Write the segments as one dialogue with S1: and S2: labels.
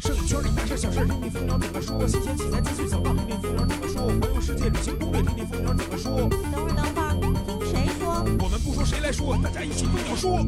S1: 摄影圈里大事小事，听听蜂鸟怎么说。新鲜起咱继续走吧，听听蜂鸟怎么说。环游世界旅行攻略，听听蜂鸟怎么说。
S2: 等会儿等会儿，听谁说？
S1: 我们不说谁来说，大家一起跟我说。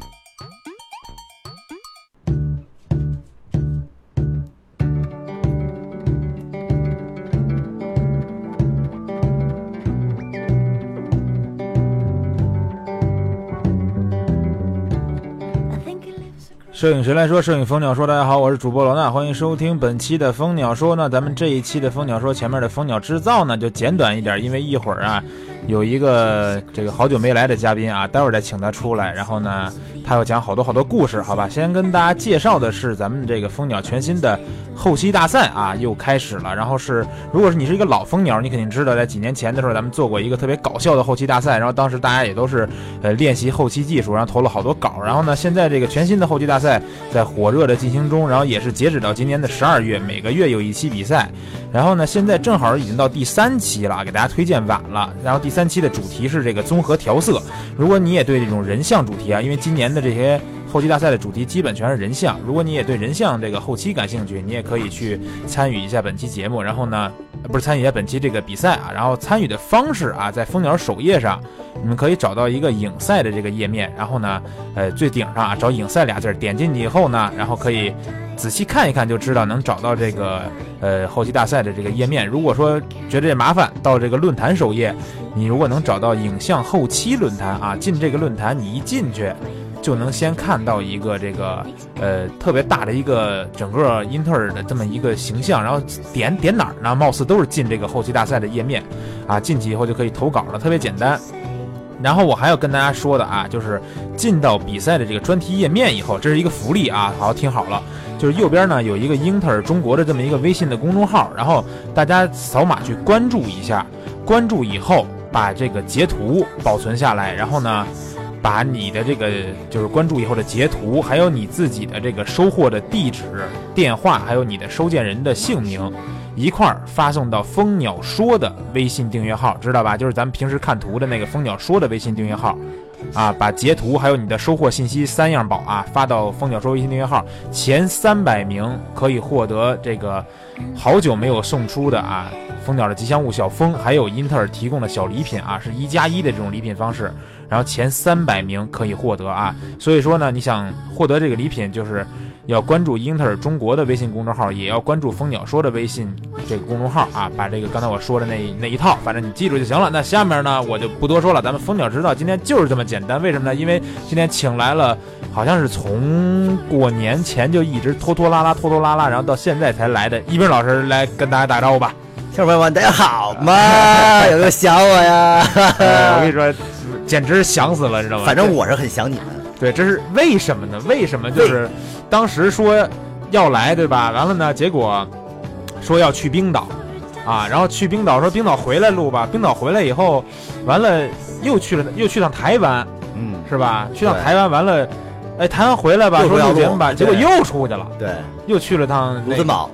S3: 摄影谁来说？摄影蜂鸟说。大家好，我是主播罗娜，欢迎收听本期的蜂鸟说。那咱们这一期的蜂鸟说前面的蜂鸟制造呢，就简短一点，因为一会儿啊，有一个这个好久没来的嘉宾啊，待会儿再请他出来。然后呢，他要讲好多好多故事，好吧？先跟大家介绍的是咱们这个蜂鸟全新的后期大赛啊，又开始了。然后是，如果是你是一个老蜂鸟，你肯定知道，在几年前的时候，咱们做过一个特别搞笑的后期大赛，然后当时大家也都是呃练习后期技术，然后投了好多稿。然后呢，现在这个全新的后期大赛在火热的进行中，然后也是截止到今年的十二月，每个月有一期比赛。然后呢，现在正好已经到第三期了，给大家推荐晚了。然后第三期的主题是这个综合调色。如果你也对这种人像主题啊，因为今年的这些后期大赛的主题基本全是人像，如果你也对人像这个后期感兴趣，你也可以去参与一下本期节目。然后呢，呃不是参与一下本期这个比赛啊，然后参与的方式啊，在蜂鸟首页呃上，你们可以找到一个影赛的这个页面，然后呢，呃，最顶上啊找影赛俩字儿，点进去以后呢，然后可以仔细看一看就知道能找到这个呃后期大赛的这个页面。如果说觉得这麻烦，到这个论坛首页，你如果能找到影像后期论坛啊，进这个论坛，你一进去。就能先看到一个这个呃特别大的一个整个英特尔的这么一个形象，然后点点哪儿呢？貌似都是进这个后期大赛的页面啊，进去以后就可以投稿了，特别简单。然后我还要跟大家说的啊，就是进到比赛的这个专题页面以后，这是一个福利啊，好好听好了。就是右边呢有一个英特尔中国的这么一个微信的公众号，然后大家扫码去关注一下，关注以后把这个截图保存下来，然后呢，把你的这个就是关注以后的截图，还有你自己的这个收货的地址、电话，还有你的收件人的姓名。一块儿发送到蜂鸟说的微信订阅号，知道吧？就是咱们平时看图的那个蜂鸟说的微信订阅号，啊，把截图还有你的收货信息三样宝啊发到蜂鸟说微信订阅号，前三百名可以获得这个好久没有送出的啊蜂鸟的吉祥物小蜂，还有英特尔提供的小礼品啊，是一加一的这种礼品方式。然后前三百名可以获得啊，所以说呢，你想获得这个礼品，就是要关注英特尔中国的微信公众号，也要关注蜂鸟说的微信这个公众号啊，把这个刚才我说的那那一套，反正你记住就行了。那下面呢，我就不多说了，咱们蜂鸟知道今天就是这么简单，为什么呢？因为今天请来了，好像是从过年前就一直拖拖拉拉、拖拖拉拉，然后到现在才来的一斌老师来跟大家打招呼吧。
S4: 听众朋友们，大家好 嘛？有没有想我呀？
S3: 呃我跟你说，简直是想死了，知道吗？
S4: 反正我是很想你们。
S3: 对，这是为什么呢？为什么就是当时说要来，对吧？完了呢，结果说要去冰岛啊，然后去冰岛说冰岛回来录吧，冰岛回来以后，完了又去了又去趟台湾，
S4: 嗯，
S3: 是吧？去趟
S4: 对
S3: 台湾完了，哎，台湾回来吧，
S4: 又
S3: 说
S4: 说要
S3: 录
S4: 录
S3: 节目吧，结果
S4: 对
S3: 又出去了，
S4: 对，
S3: 又去了趟
S4: 卢
S3: 那
S4: 森堡，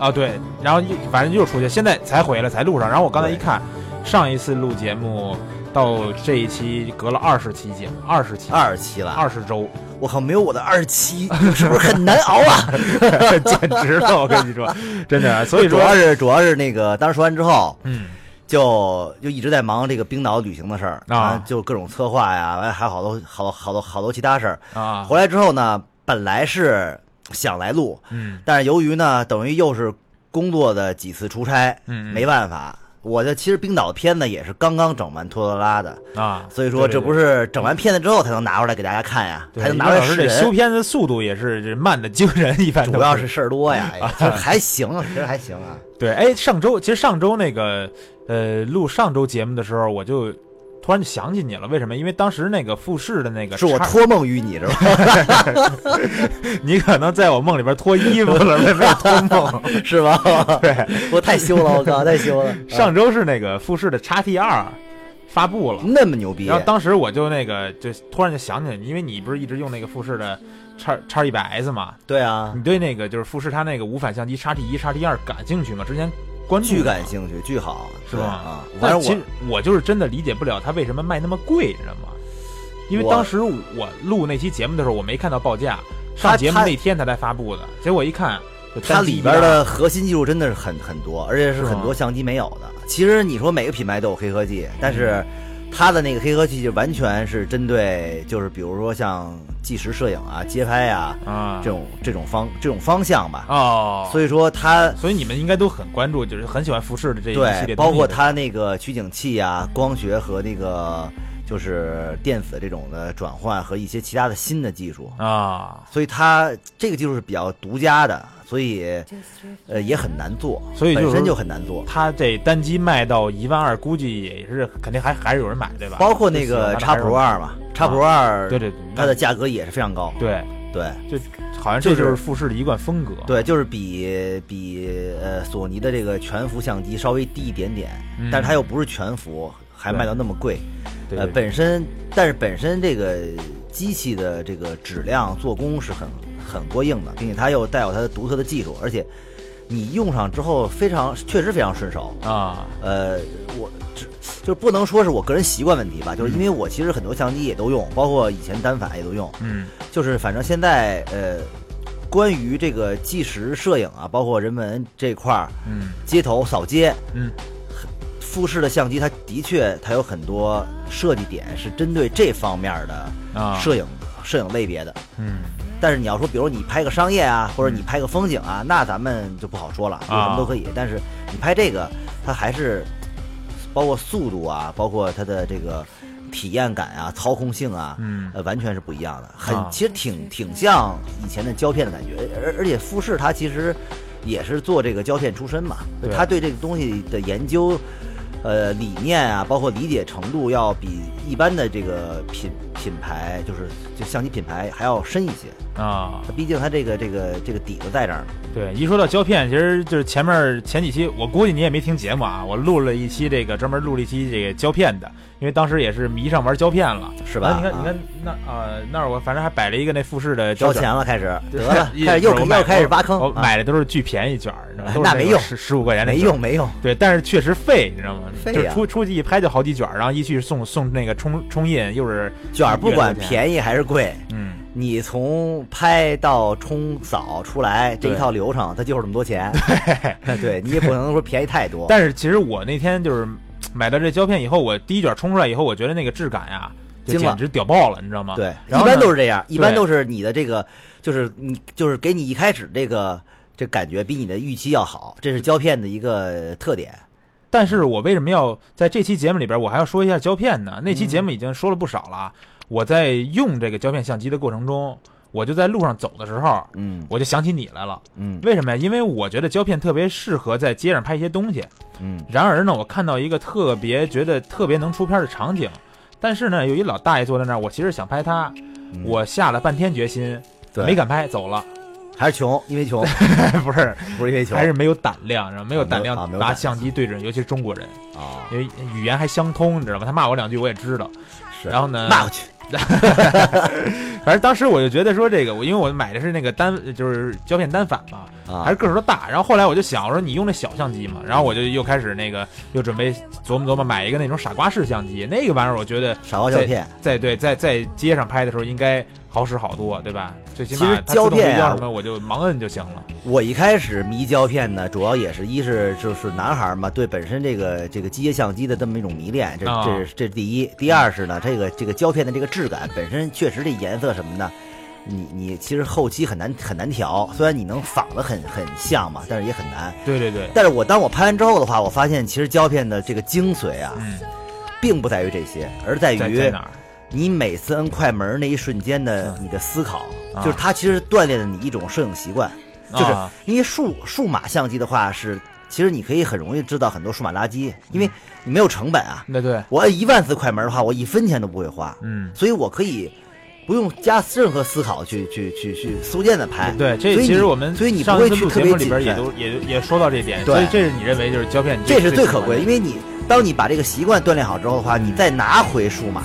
S3: 啊，对，然后又反正又出去，现在才回来，才路上。然后我刚才一
S4: 对
S3: 看，上一次录节目到这一期隔了二十期节目，二十期，
S4: 二十七了，
S3: 二十周。
S4: 我靠，没有我的二十七， 是不是很难熬啊？
S3: 简直了！我跟你 说，真的。啊所以
S4: 主
S3: 说，
S4: 要是主要是那个，当时说完之后，
S3: 嗯，
S4: 就就一直在忙这个冰岛旅行的事儿
S3: 啊
S4: 就各种策划呀，完了还有好多好多好多好多其他事儿。
S3: 啊，
S4: 回来之后呢，本来是想来录，
S3: 嗯
S4: 但是由于呢，等于又是工作的几次出差，
S3: 嗯嗯
S4: 没办法。我的其实冰岛的片子也是刚刚整完拖拖拉拉的，
S3: 啊，
S4: 所以说
S3: 对
S4: 这不。是整完片子之后才能拿出来给大家看呀，
S3: 对
S4: 才
S3: 对，
S4: 能拿出来
S3: 一般老师
S4: 示
S3: 这修
S4: 人。
S3: 片子速度也是这慢的惊人，一般都
S4: 主要是事儿 多呀，哎呀
S3: 啊
S4: 还行，其实还行啊。
S3: 对。哎，上周其实上周那个呃录上周节目的时候，我就突然就想起你了，为什么？因为当时那个复试的那个
S4: 是我
S3: 插
S4: 托梦于你，是 吧？
S3: 你可能在我梦里边脱衣服了，没没有脱 梦。
S4: 是吧？
S3: 对，
S4: 我太羞了，我靠，太羞了。啊
S3: 上周是那个复试的 x T 二发布了，
S4: 那么牛逼
S3: 然，后当时我就那个，就突然就想起来，因为你不是一直用那个富士的叉叉一百 S 嘛，
S4: 对啊，
S3: 你对那个就是富士它那个无反相机叉 T 一、叉 T 二感兴趣吗？之前关注
S4: 巨
S3: 过
S4: 感兴趣，巨好，
S3: 是
S4: 对
S3: 吧？
S4: 啊，
S3: 但
S4: 反正
S3: 其
S4: 我
S3: 实我就是真的理解不了它为什么卖那么贵，你知道吗？因为
S4: 我
S3: 当时我录那期节目的时候，我没看到报价，
S4: 它
S3: 上节目
S4: 它
S3: 那天它才发布的，结果一看就单
S4: 它
S3: 机
S4: 里
S3: 一
S4: 边
S3: 大
S4: 的核心技术真的是很很多，而且是
S3: 是
S4: 很
S3: 吗
S4: 多相机没有的。其实你说每个品牌都有黑科技，但是
S3: 嗯
S4: 它的那个黑科技就完全是针对，就是比如说像纪实摄影啊、街拍啊
S3: 啊
S4: 这种这种方这种方向吧。
S3: 哦，
S4: 所以说它
S3: 所以你们应该都很关注，就是很喜欢服饰的这一系
S4: 对，
S3: 列东西的，
S4: 包括它那个取景器啊、光学和那个就是电子这种的转换和一些其他的新的技术，
S3: 啊，
S4: 所以它这个技术是比较独家的，所以呃也很难做，
S3: 所以就是
S4: 本身
S3: 说
S4: 就很难做。
S3: 它这单机卖到一万二，估计也是肯定还还是有人买，对吧？
S4: 包括那个
S3: 就喜
S4: 叉
S3: 欢它的
S4: Pro
S3: 还啊
S4: 二嘛，叉 Pro 二，
S3: 是有人买，对对对，
S4: 它的
S3: 那
S4: 价格也是非常高。
S3: 对，
S4: 对
S3: 就好像这就是富士的一贯风格，
S4: 对，就是比比呃索尼的这个全幅相机稍微低一点点，
S3: 嗯
S4: 但是它又不是全幅，还卖到那么贵。
S3: 对
S4: 呃，
S3: 对
S4: 本身但是本身这个机器的这个质量做工是很很过硬的，并且它又带有它的独特的技术，而且你用上之后非常确实非常顺手。
S3: 啊，
S4: 呃，我只就是不能说是我个人习惯问题吧，就是因为我其实很多相机也都用，包括以前单反也都用，
S3: 嗯
S4: 就是反正现在呃，关于这个纪实摄影啊，包括人文这块儿，
S3: 嗯
S4: 街头扫街，
S3: 嗯
S4: 富士的相机它的确它有很多设计点是针对这方面的
S3: 啊，
S4: 摄影、摄影类别的。
S3: 嗯
S4: 但是你要说，比如你拍个商业啊，或者你拍个风景啊，那咱们就不好说了，
S3: 啊
S4: 有什么都可以。但是你拍这个，它还是包括速度啊，包括它的这个体验感啊、操控性啊，
S3: 嗯
S4: 呃，完全是不一样的。很，
S3: 啊
S4: 其实挺挺像以前的胶片的感觉，而而且富士它其实也是做这个胶片出身嘛，
S3: 对
S4: 他对这个东西的研究。呃，理念啊，包括理解程度，要比一般的这个品品牌，就是就相机品牌还要深一些。
S3: 啊，
S4: 毕竟它这个这个这个底子在这儿呢。
S3: 对，一说到胶片，其实就是前面前几期，我估计你也没听节目啊，我录了一期这个专门录了一期这个胶片的，因为当时也是迷上玩胶片了，
S4: 是吧
S3: 啊你看，你
S4: 啊
S3: 看那呃那儿我反正还摆了一个那富士的胶
S4: 交
S3: 卷
S4: 钱了，开始
S3: 对
S4: 得了，
S3: 一
S4: 开始又
S3: 不是我买
S4: 又开始挖
S3: 我
S4: 坑，啊
S3: 买的都是巨便宜卷儿，你知道吗
S4: 哎
S3: 都是
S4: 那没用
S3: 十十五块钱的
S4: 没
S3: 卷儿
S4: 用。没用，
S3: 对，但是确实费，你知道吗？
S4: 费
S3: 就是
S4: 呀
S3: 出出去一拍就好几卷儿，然后一去送送那个冲冲印，又是
S4: 卷儿不
S3: 一元
S4: 管
S3: 多钱
S4: 便宜还是贵，
S3: 嗯，
S4: 你从拍到冲扫出来这一
S3: 对
S4: 套流程，它就是这么多 钱。对，你也不能说便宜太多。
S3: 但是其实我那天就是买到这胶片以后，我第一卷冲出来以后，我觉得那个质感呀，就
S4: 惊了
S3: 简直屌爆了，你知道吗？
S4: 对，一
S3: 然后
S4: 般
S3: 呢
S4: 都是这样，一般
S3: 对
S4: 都是你的这个，就是你就是给你一开始这个这感觉比你的预期要好，这是胶片的一个特点。
S3: 但是我为什么要在这期节目里边，我还要说一下胶片呢？那期节
S4: 嗯
S3: 目已经说了不少了啊。我在用这个胶片相机的过程中，我就在路上走的时候，
S4: 嗯
S3: 我就想起你来了。
S4: 嗯
S3: 为什么呀？因为我觉得胶片特别适合在街上拍一些东西。
S4: 嗯
S3: 然而呢，我看到一个特别觉得特别能出片的场景，但是呢，有一老大爷坐在那儿，我其实想拍他，
S4: 嗯
S3: 我下了半天决心，
S4: 对
S3: 没敢拍，走了。
S4: 还是穷，因为穷，
S3: 不是，
S4: 不是因为穷，
S3: 还是没有胆量，然后没有
S4: 啊没
S3: 胆
S4: 有啊
S3: 量
S4: 没有
S3: 拿
S4: 胆
S3: 相机对准，尤其是中国人，
S4: 啊，
S3: 因为语言还相通，你知道吗？他骂我两句我也知道。
S4: 是
S3: 然后呢，
S4: 骂过去，
S3: 反正当时我就觉得说这个，我因为我买的是那个单，就是胶片单反嘛，
S4: 啊
S3: 还是个头大。然后后来我就想，我说你用那小相机嘛，然后我就又开始那个又准备琢磨琢磨买一个那种傻瓜式相机，那个玩意儿我觉得
S4: 傻瓜胶片。
S3: 在对在在街上拍的时候应该好使好多，对吧？最起
S4: 其
S3: 码
S4: 实
S3: 它自动
S4: 胶片
S3: 对
S4: 啊
S3: 焦什么我就盲摁就行了。
S4: 我一开始迷胶片呢，主要也是一是就是男孩嘛，对本身这个这个机械相机的这么一种迷恋，这
S3: 啊
S4: 这是这是第一。第二是呢，这个这个胶片的这个质感本身确实这颜色什么的，你你其实后期很难很难调，虽然你能仿的很很像嘛，但是也很难。
S3: 对对对，
S4: 但是我当我拍完之后的话，我发现其实胶片的这个精髓啊，
S3: 嗯，
S4: 并不在于这些，而在
S3: 在
S4: 于
S3: 在哪儿？
S4: 你每次摁快门那一瞬间的你的思考，
S3: 啊
S4: 就是它其实锻炼了你一种摄影习惯，就是
S3: 啊
S4: 因为数数码相机的话是，其实你可以很容易制造很多数码垃圾，因为你没有成本啊。
S3: 那对，
S4: 我摁一万次快门的话，我一分钱都不会花，
S3: 嗯。
S4: 所以我可以不用加任何思考去去去去搜件的拍。
S3: 对，这
S4: 所以
S3: 其
S4: 你
S3: 实我们
S4: 所以你不
S3: 上一
S4: 会
S3: 次
S4: 去
S3: 录
S4: 特
S3: 节
S4: 别
S3: 目里
S4: 谨
S3: 边也
S4: 慎，
S3: 都也也说到这一点，
S4: 对
S3: 所以这是你认为就是胶片，
S4: 这是最可贵，因
S3: 为
S4: 为你当你把这个习惯锻炼好之后的话，你再拿回数码，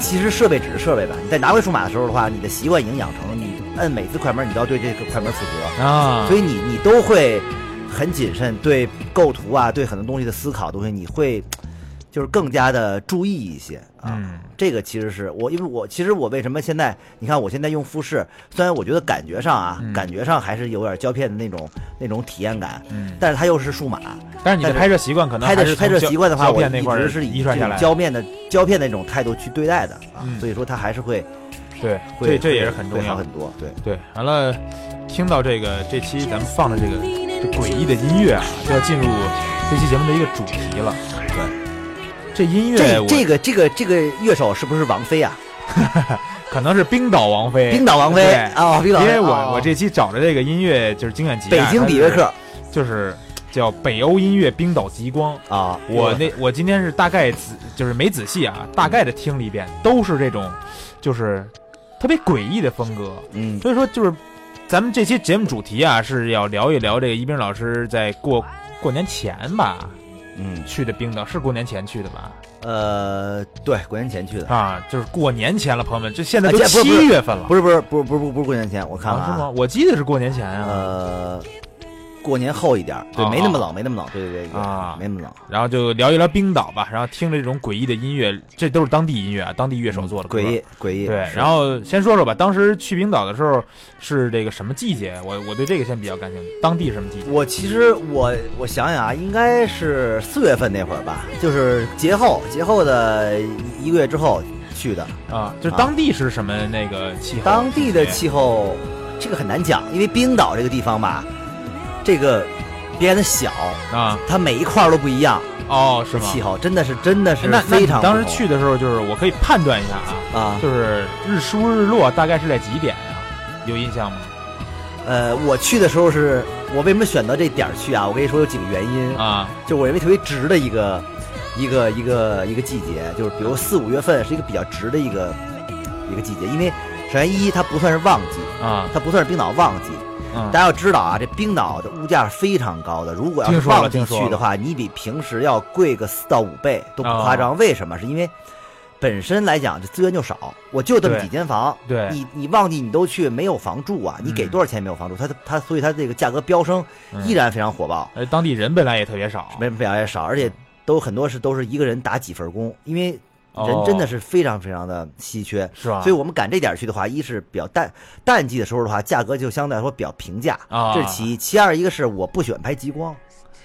S4: 其实设备只是设备吧。你在拿回数码的时候的话，你的习惯已经养成了，你摁每次快门，你都要对这个快门负责，
S3: 啊，
S4: 所以你你都会很谨慎，对构图啊，对很多东西的思考东西，你会就是更加的注意一些啊。
S3: 嗯
S4: 这个其实是我，因为我其实我为什么现在你看我现在用富士，虽然我觉得感觉上啊，
S3: 嗯
S4: 感觉上还是有点胶片的那种那种体验感，
S3: 嗯，
S4: 但是它又是数码，
S3: 但是你的
S4: 但是
S3: 拍摄习惯可能
S4: 拍
S3: 还是
S4: 的拍摄
S3: 从胶
S4: 习惯的话，
S3: 胶
S4: 我
S3: 片那
S4: 一
S3: 块儿
S4: 直是以
S3: 遗
S4: 这
S3: 传下
S4: 种
S3: 来的，
S4: 胶片的胶片的那种态度去对待的啊，
S3: 嗯
S4: 所以说它还是会
S3: 对，
S4: 会
S3: 这这也是很重
S4: 会
S3: 要
S4: 好
S3: 的
S4: 很。多，对。
S3: 对，完了，听到这个这期咱们放的这个这诡异的音乐啊，就要进入这期节目的一个主题了。对，这音乐
S4: 这
S3: 我
S4: 这个这个这个乐手是不是王菲啊？
S3: 可能是冰岛王妃，
S4: 冰岛王菲
S3: 对
S4: 哦，冰岛
S3: 因
S4: 王妃。
S3: 为我、
S4: 哦
S3: 我这期找的这个音乐就是经典集
S4: 北
S3: 啊，
S4: 京
S3: 它
S4: 比约
S3: 是
S4: 克
S3: 就是叫北欧音乐冰岛极光。
S4: 啊，
S3: 我那我今天是大概仔就是没仔细啊，大概的听了一遍，都是这种，就是特别诡异的风格。
S4: 嗯
S3: 所以说，就是咱们这期节目主题啊，是要聊一聊这个一冰老师在过过年前吧
S4: 嗯
S3: 去的冰岛，是过年前去的吧？
S4: 呃，对，过年前去的，
S3: 啊，就是过年前了，朋友们，这现在
S4: 啊
S3: 都
S4: 这不是不
S3: 七
S4: 是
S3: 月份了，
S4: 不是不是不是不是不是不是过年前，我看看
S3: 啊，是吗
S4: 啊，？
S3: 我记得是过年前啊。
S4: 呃，过年后一点儿，对，
S3: 啊
S4: 没那么冷，没那么冷，对对对，
S3: 啊
S4: 没那么冷。
S3: 然后就聊一聊冰岛吧，然后听着这种诡异的音乐，这都是当地音乐啊，当地乐手做的歌
S4: 嗯诡异诡异，
S3: 对，
S4: 是
S3: 然后先说说吧，当时去冰岛的时候是这个什么季节？我我对这个先比较感兴趣。当地什么季节？
S4: 我其实我我想想啊，应该是四月份那会儿吧，就是节后节后的呃一个月之后去的。
S3: 啊，就是当地是什么那个气候？
S4: 当地的
S3: 季节
S4: 气候，这个很难讲，因为冰岛这个地方吧，这个边的小，
S3: 啊，
S4: 它每一块儿都不一样，
S3: 哦，是吗？
S4: 气候真的是真的是
S3: 那那
S4: 非
S3: 你
S4: 常不同。
S3: 当时去的时候，就是我可以判断一下啊，
S4: 啊，
S3: 就是日出日落大概是在几点呀、有印象吗？
S4: 呃，我去的时候是我为什么选择这点儿去啊？我跟你说有几个原因，
S3: 啊，
S4: 就我认为特别值的一个一个一个一个季节，就是比如四五月份是一个比较值的一个一个季节，因为首先一它不算是旺季，
S3: 啊，
S4: 它不算是冰岛旺季，
S3: 嗯
S4: 大，家要知道啊，这冰岛的物价是非常高的。如果要
S3: 听
S4: 是
S3: 说了
S4: 旺季
S3: 听说
S4: 去的话，你比平时要贵个四到五倍都不夸
S3: 啊
S4: 张。为什么？是因为本身来讲，这资源就少，我就这么
S3: 对
S4: 几间房。
S3: 对
S4: 你你旺季你都去，没有房住啊？你给
S3: 嗯
S4: 多少钱没有房住？它它所以它这个价格飙升
S3: 嗯
S4: 依然非常火爆，
S3: 而当地人本来也特别少，
S4: 没表也少，而且都很多是都是一个人打几份工，因为人
S3: 哦
S4: 真的是非常非常的稀缺。
S3: 是吧？
S4: 所以我们赶这点儿去的话，一是比较淡淡季的时候的话，价格就相对来说比较平价，
S3: 啊
S4: 这是其一。其二，一个是我不喜欢拍极光，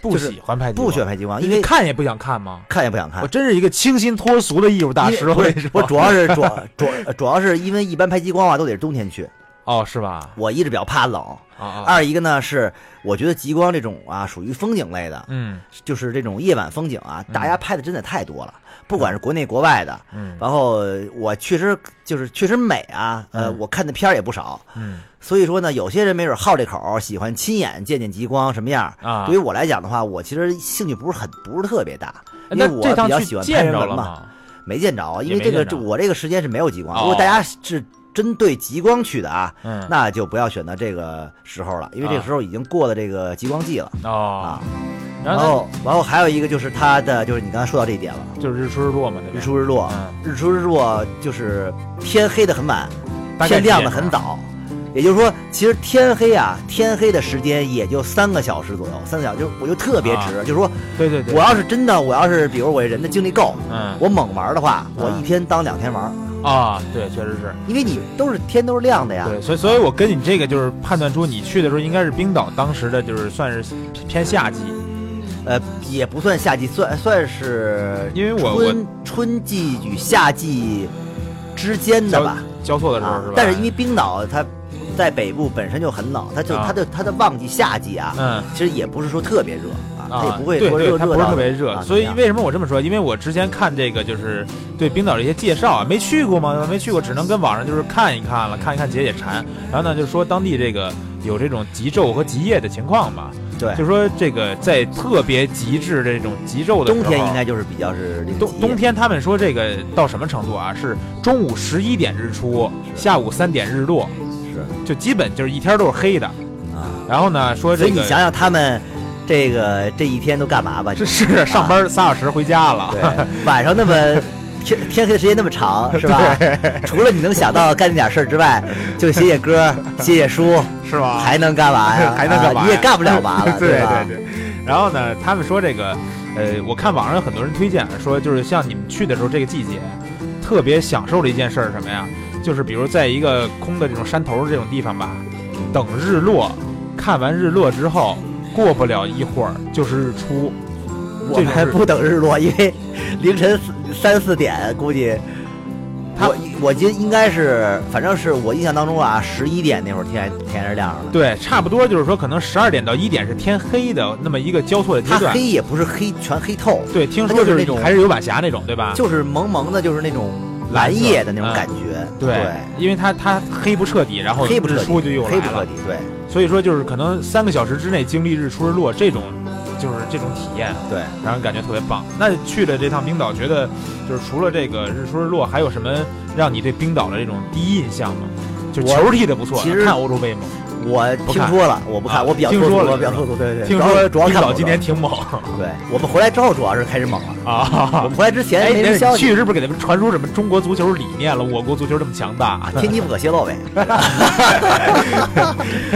S3: 不喜欢拍，
S4: 不喜欢，拍极光，因
S3: 因为
S4: 为
S3: 看也不想看吗？
S4: 看也不想
S3: 我
S4: 看。
S3: 真是一个清新脱俗的艺术大师，我
S4: 因为不
S3: 跟你
S4: 是
S3: 说，
S4: 我主要是主主主要是因为一般拍极光啊都得是冬天去，
S3: 哦，是吧？
S4: 我一直比较怕冷。
S3: 啊啊，
S4: 二一个呢是我觉得极光这种啊属于风景类的，
S3: 嗯
S4: 就是这种夜晚风景啊，大家拍的真的太多了，不管是国内国外的。
S3: 嗯
S4: 然后我确实就是确实美啊，呃，
S3: 嗯
S4: 我看的片儿也不少，
S3: 嗯
S4: 所以说呢，有些人没准好这口儿，喜欢亲眼见见极光什么样儿。
S3: 啊
S4: 对于，我来讲的话，我其实兴趣不是很不是特别大，因为
S3: 哎嗯那
S4: 我
S3: 这
S4: 比
S3: 趟
S4: 较
S3: 去
S4: 喜欢拍
S3: 见
S4: 人
S3: 着
S4: 文
S3: 了
S4: 嘛，
S3: 吗？
S4: 没见着，啊因为
S3: 也没
S4: 这个
S3: 见着
S4: 这我这个时间是没有极光。
S3: 哦
S4: 如果大家是针对极光去的啊，
S3: 嗯，
S4: 那就不要选择这个时候了，因为这个时候已经过了这个极光季了
S3: 哦
S4: 啊，。
S3: 然
S4: 然
S3: 后
S4: 后然后还有一个就是它的就是你刚才说到这一点了，
S3: 呢就是日出日落嘛，对吧
S4: 日出日落，
S3: 嗯
S4: 日出日落就是天黑的很晚，
S3: 大概
S4: 天
S3: 几
S4: 亮的
S3: 点
S4: 很
S3: 钟
S4: 早。也就是说，其实天黑啊，天黑的时间也就三个小时左右，三个小时就我就特别
S3: 啊
S4: 值，就是说
S3: 对对对，
S4: 我要是真的，我要是比如我人的精力够，
S3: 嗯
S4: 我猛玩的话，我
S3: 嗯
S4: 一天当两天玩，
S3: 啊，对，确实是，
S4: 因为你都是天都是亮的呀。
S3: 对，所以所以，我跟你这个就是判断出你去的时候应该是冰岛当时的就是算是偏夏季，
S4: 呃，也不算夏季，算算是
S3: 因为我我
S4: 春春季与夏季之间的
S3: 交
S4: 吧。
S3: 交错的时候
S4: 啊
S3: 是吧？，
S4: 但是因为冰岛它在北部本身就很冷，它就
S3: 啊
S4: 它的它的旺季夏季啊，
S3: 嗯。
S4: 其实也不是说特别热啊，它也
S3: 啊，
S4: 不会
S3: 对
S4: 说热
S3: 对，它不
S4: 热
S3: 是
S4: 到
S3: 特别热，
S4: 啊
S3: 所以
S4: 怎么
S3: 为什么我这么说？因为我之前看这个就是对冰岛的一些介绍啊，没去过嘛，没去过，只能跟网上就是看一看了，看一看解解馋。然后呢，就说当地这个有这种极昼和极夜的情况嘛，
S4: 样对
S3: 就说这个在特别极致这种极昼的时
S4: 冬
S3: 候
S4: 天应该就是比较是令
S3: 冬
S4: 极
S3: 冬天他们说这个到什么程度啊？是中午十一点日出，
S4: 是
S3: 下午三点日落，
S4: 是
S3: 就基本就是一天都是黑的。
S4: 啊，
S3: 然后呢，说
S4: 所
S3: 这
S4: 以你
S3: 个
S4: 想想他们这个这一天都干嘛吧？
S3: 这是上
S4: 啊
S3: 班仨小时回家了，
S4: 对，晚上那么天天黑的时间那么长，是吧？除了你能想到干那点事儿之外，就写写 歌、写写书，
S3: 是吧？
S4: 还能干嘛呀？
S3: 啊还能干嘛呀
S4: 啊你也干不了嘛 了，
S3: 对
S4: 吧？
S3: 对。然后呢，他们说这个呃，我看网上有很多人推荐说，就是像你们去的时候这个季节，特别享受的一件事儿是什么呀？就是比如在一个空的这种山头儿这种地方吧，等日落，看完日落之后，过不了一会儿就是日出。
S4: 我
S3: 这
S4: 们
S3: 种
S4: 还
S3: 是
S4: 不等日落，因为凌晨四三四点估计。
S3: 他
S4: 我我今应该是，反正是我印象当中啊，十一点那会儿天还天还是亮着的。
S3: 对，差不多就是说，可能十二点到一点是天黑的那么一个交错的阶
S4: 它
S3: 段
S4: 黑。也不是黑全黑透，
S3: 对，听
S4: 它
S3: 说
S4: 就是是那种
S3: 还是有晚霞那种，对吧？
S4: 就是蒙蒙的，就是那种
S3: 蓝
S4: 蓝
S3: 色
S4: 夜的那种
S3: 嗯
S4: 感觉。
S3: 对，因为它它黑不彻底，然后
S4: 黑不彻
S3: 日
S4: 底，
S3: 出就又
S4: 黑
S3: 来
S4: 不彻
S3: 了
S4: 底，，对
S3: 所以说就是可能三个小时之内经历日出日落这种，就是这种体验，
S4: 对。
S3: 让人感觉特别棒。那去了这趟冰岛，觉得就是除了这个日出日落，还有什么让你对冰岛的这种第一印象吗？就
S4: 我
S3: 球踢得不错，
S4: 其实
S3: 看欧洲杯吗？
S4: 我
S3: 不
S4: 听
S3: 看
S4: 说了，我不
S3: 啊
S4: 看，我比较
S3: 听
S4: 脱俗
S3: 说了
S4: 我比较
S3: 是
S4: 脱俗，对对。
S3: 听
S4: 主要
S3: 说
S4: 主要
S3: 冰
S4: 看
S3: 岛
S4: 欧洲
S3: 今年挺 猛
S4: 对我们回来之后，主要是开始猛了。我
S3: 啊
S4: 们！回来之前
S3: 哎，
S4: 没
S3: 那
S4: 人消
S3: 你
S4: 息，
S3: 去是不是给他们传输什么中国足球理念了？我国足球这么强大，
S4: 啊天机不可泄露呗。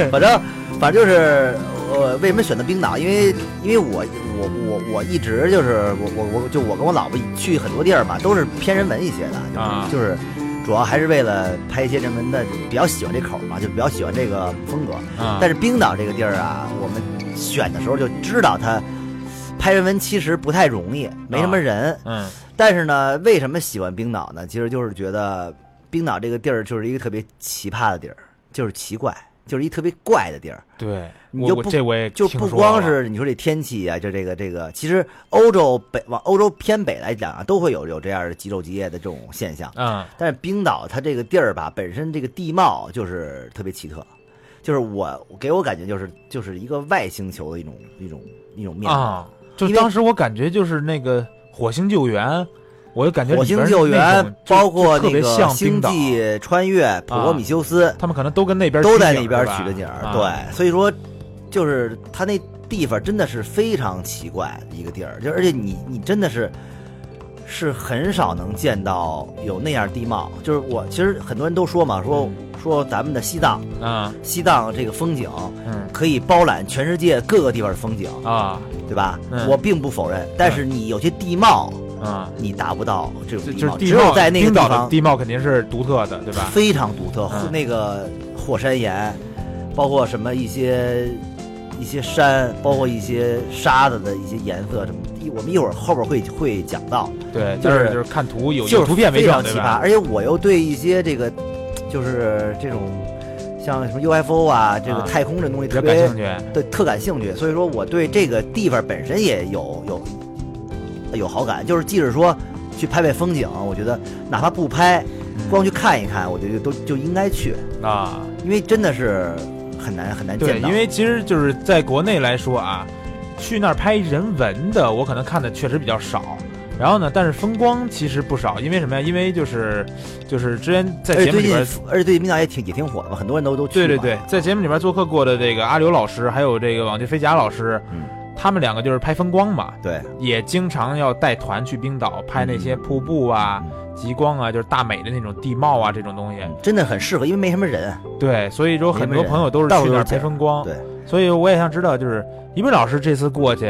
S4: 反正反正就是呃，为什么选择冰岛？因为因为我我我我一直就是我我我就我跟我老婆去很多地儿嘛，都是偏人文一些的，就是、
S3: 啊
S4: 就是主要还是为了拍一些人文的，就比较喜欢这口嘛，就比较喜欢这个风格。
S3: 啊
S4: 但是冰岛这个地儿啊，我们选的时候就知道它拍人文其实不太容易，没什么人。
S3: 嗯
S4: 但是呢，为什么喜欢冰岛呢？其实就是觉得冰岛这个地儿就是一个特别奇葩的地儿，就是奇怪，就是一特别怪的地儿。
S3: 对，
S4: 你
S3: 我
S4: 就
S3: 我
S4: 不
S3: 这我也
S4: 就
S3: 哎听
S4: 不
S3: 说
S4: 光
S3: 了
S4: 是你说这天气啊，就这个这个，其实欧洲北往欧洲偏北来讲啊，都会有有这样的极昼极夜的这种现象。
S3: 嗯
S4: 但是冰岛它这个地儿吧，本身这个地貌就是特别奇特，就是我我给我感觉就是就是一个外星球的一种一种一种面貌。
S3: 啊，就
S4: 因为
S3: 当时我感觉就是那个火星救援，我就感觉
S4: 火
S3: 里边儿
S4: 星救
S3: 那
S4: 援
S3: 种，就
S4: 包括
S3: 就特
S4: 那
S3: 别
S4: 个
S3: 像
S4: 星
S3: 冰岛，
S4: 际穿越、普罗米修斯，
S3: 他们可能都跟那边
S4: 都在
S3: 取景
S4: 那边
S3: 是吧
S4: 取的景儿。
S3: 啊
S4: 对，所以说就是它那地方真的是非常奇怪的一个地儿，就而且你你真的是。是很少能见到有那样地貌，就是我其实很多人都说嘛，说
S3: 嗯
S4: 说咱们的西藏，
S3: 啊
S4: 西藏这个风景
S3: 嗯
S4: 可以包揽全世界各个地方的风景，
S3: 啊
S4: 对吧？
S3: 嗯
S4: 我并不否认，但是你有些地貌
S3: 啊，
S4: 你达不到这种
S3: 就
S4: 地
S3: 就是
S4: 貌，
S3: 地
S4: 只有
S3: 貌，
S4: 在那个
S3: 冰
S4: 地
S3: 岛的
S4: 方
S3: 地貌肯定是独特的，对吧？
S4: 非常独特，
S3: 嗯
S4: 那个火山岩，包括什么一些一些山，包括一些沙子的一些颜色什么，一我们一会儿后边会会讲到，
S3: 对，
S4: 就
S3: 但就
S4: 是
S3: 是看图有
S4: 就
S3: 有
S4: 是
S3: 图片为
S4: 非
S3: 证，
S4: 常
S3: 对
S4: 奇葩。
S3: 吧？
S4: 而且我又对一些这个就是这种像什么 UFO 啊，这个
S3: 啊
S4: 太空这东西
S3: 比
S4: 特
S3: 较感
S4: 别
S3: 兴趣
S4: 对特感兴趣，所以说我对这个地方本身也有有有好感。就是即使说去拍拍风景，我觉得哪怕不拍，
S3: 嗯
S4: 光去看一看，我觉得都就应该去，
S3: 啊。
S4: 因为真的是很难很难
S3: 对，
S4: 见到。
S3: 因为其实就是在国内来说啊，去那儿拍人文的，我可能看的确实比较少。然后呢，但是风光其实不少，因为什么呀？因为就是就是之前在
S4: 而
S3: 节
S4: 且
S3: 目里
S4: 最近
S3: 边，
S4: 而且最近冰岛也挺也挺火的嘛，很多人都都去。
S3: 哎对对对，，在节目里边做客过的这个阿刘老师，还有这个网剧飞侠老师，
S4: 嗯
S3: 他们两个就是拍风光嘛，
S4: 对，
S3: 也经常要带团去冰岛拍那些瀑布啊、
S4: 嗯
S3: 极光啊，就是大美的那种地貌啊这种东西。
S4: 真的很适合，因为没什么人。
S3: 对，所以说很
S4: 没
S3: 多
S4: 人
S3: 朋友都是
S4: 到
S3: 去
S4: 处
S3: 那
S4: 都
S3: 儿
S4: 是
S3: 拍
S4: 景儿
S3: 风光。
S4: 对，
S3: 所以我也想知道，就是一斌老师这次过去，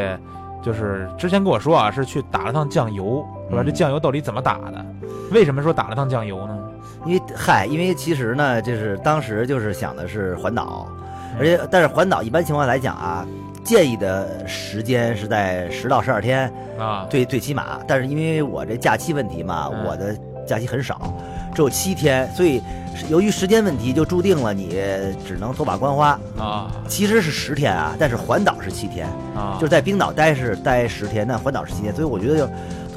S3: 就是之前跟我说啊，是去打了趟酱油，是吧？
S4: 嗯
S3: 这酱油到底怎么打的？为什么说打了趟酱油呢？
S4: 因为嗨，因为其实呢，就是当时就是想的是环岛，
S3: 嗯
S4: 而且但是环岛一般情况来讲啊，建议的时间是在十到十二天，
S3: 啊，
S4: 最最起码。但是因为我这假期问题嘛，
S3: 嗯
S4: 我的假期很少，只有七天，所以由于时间问题，就注定了你只能走马观花。
S3: 啊
S4: 其实是十天啊，但是环岛是七天，
S3: 啊，
S4: 就是
S3: 是
S4: 在冰岛待是待十天，但环岛是七天，所以我觉得就走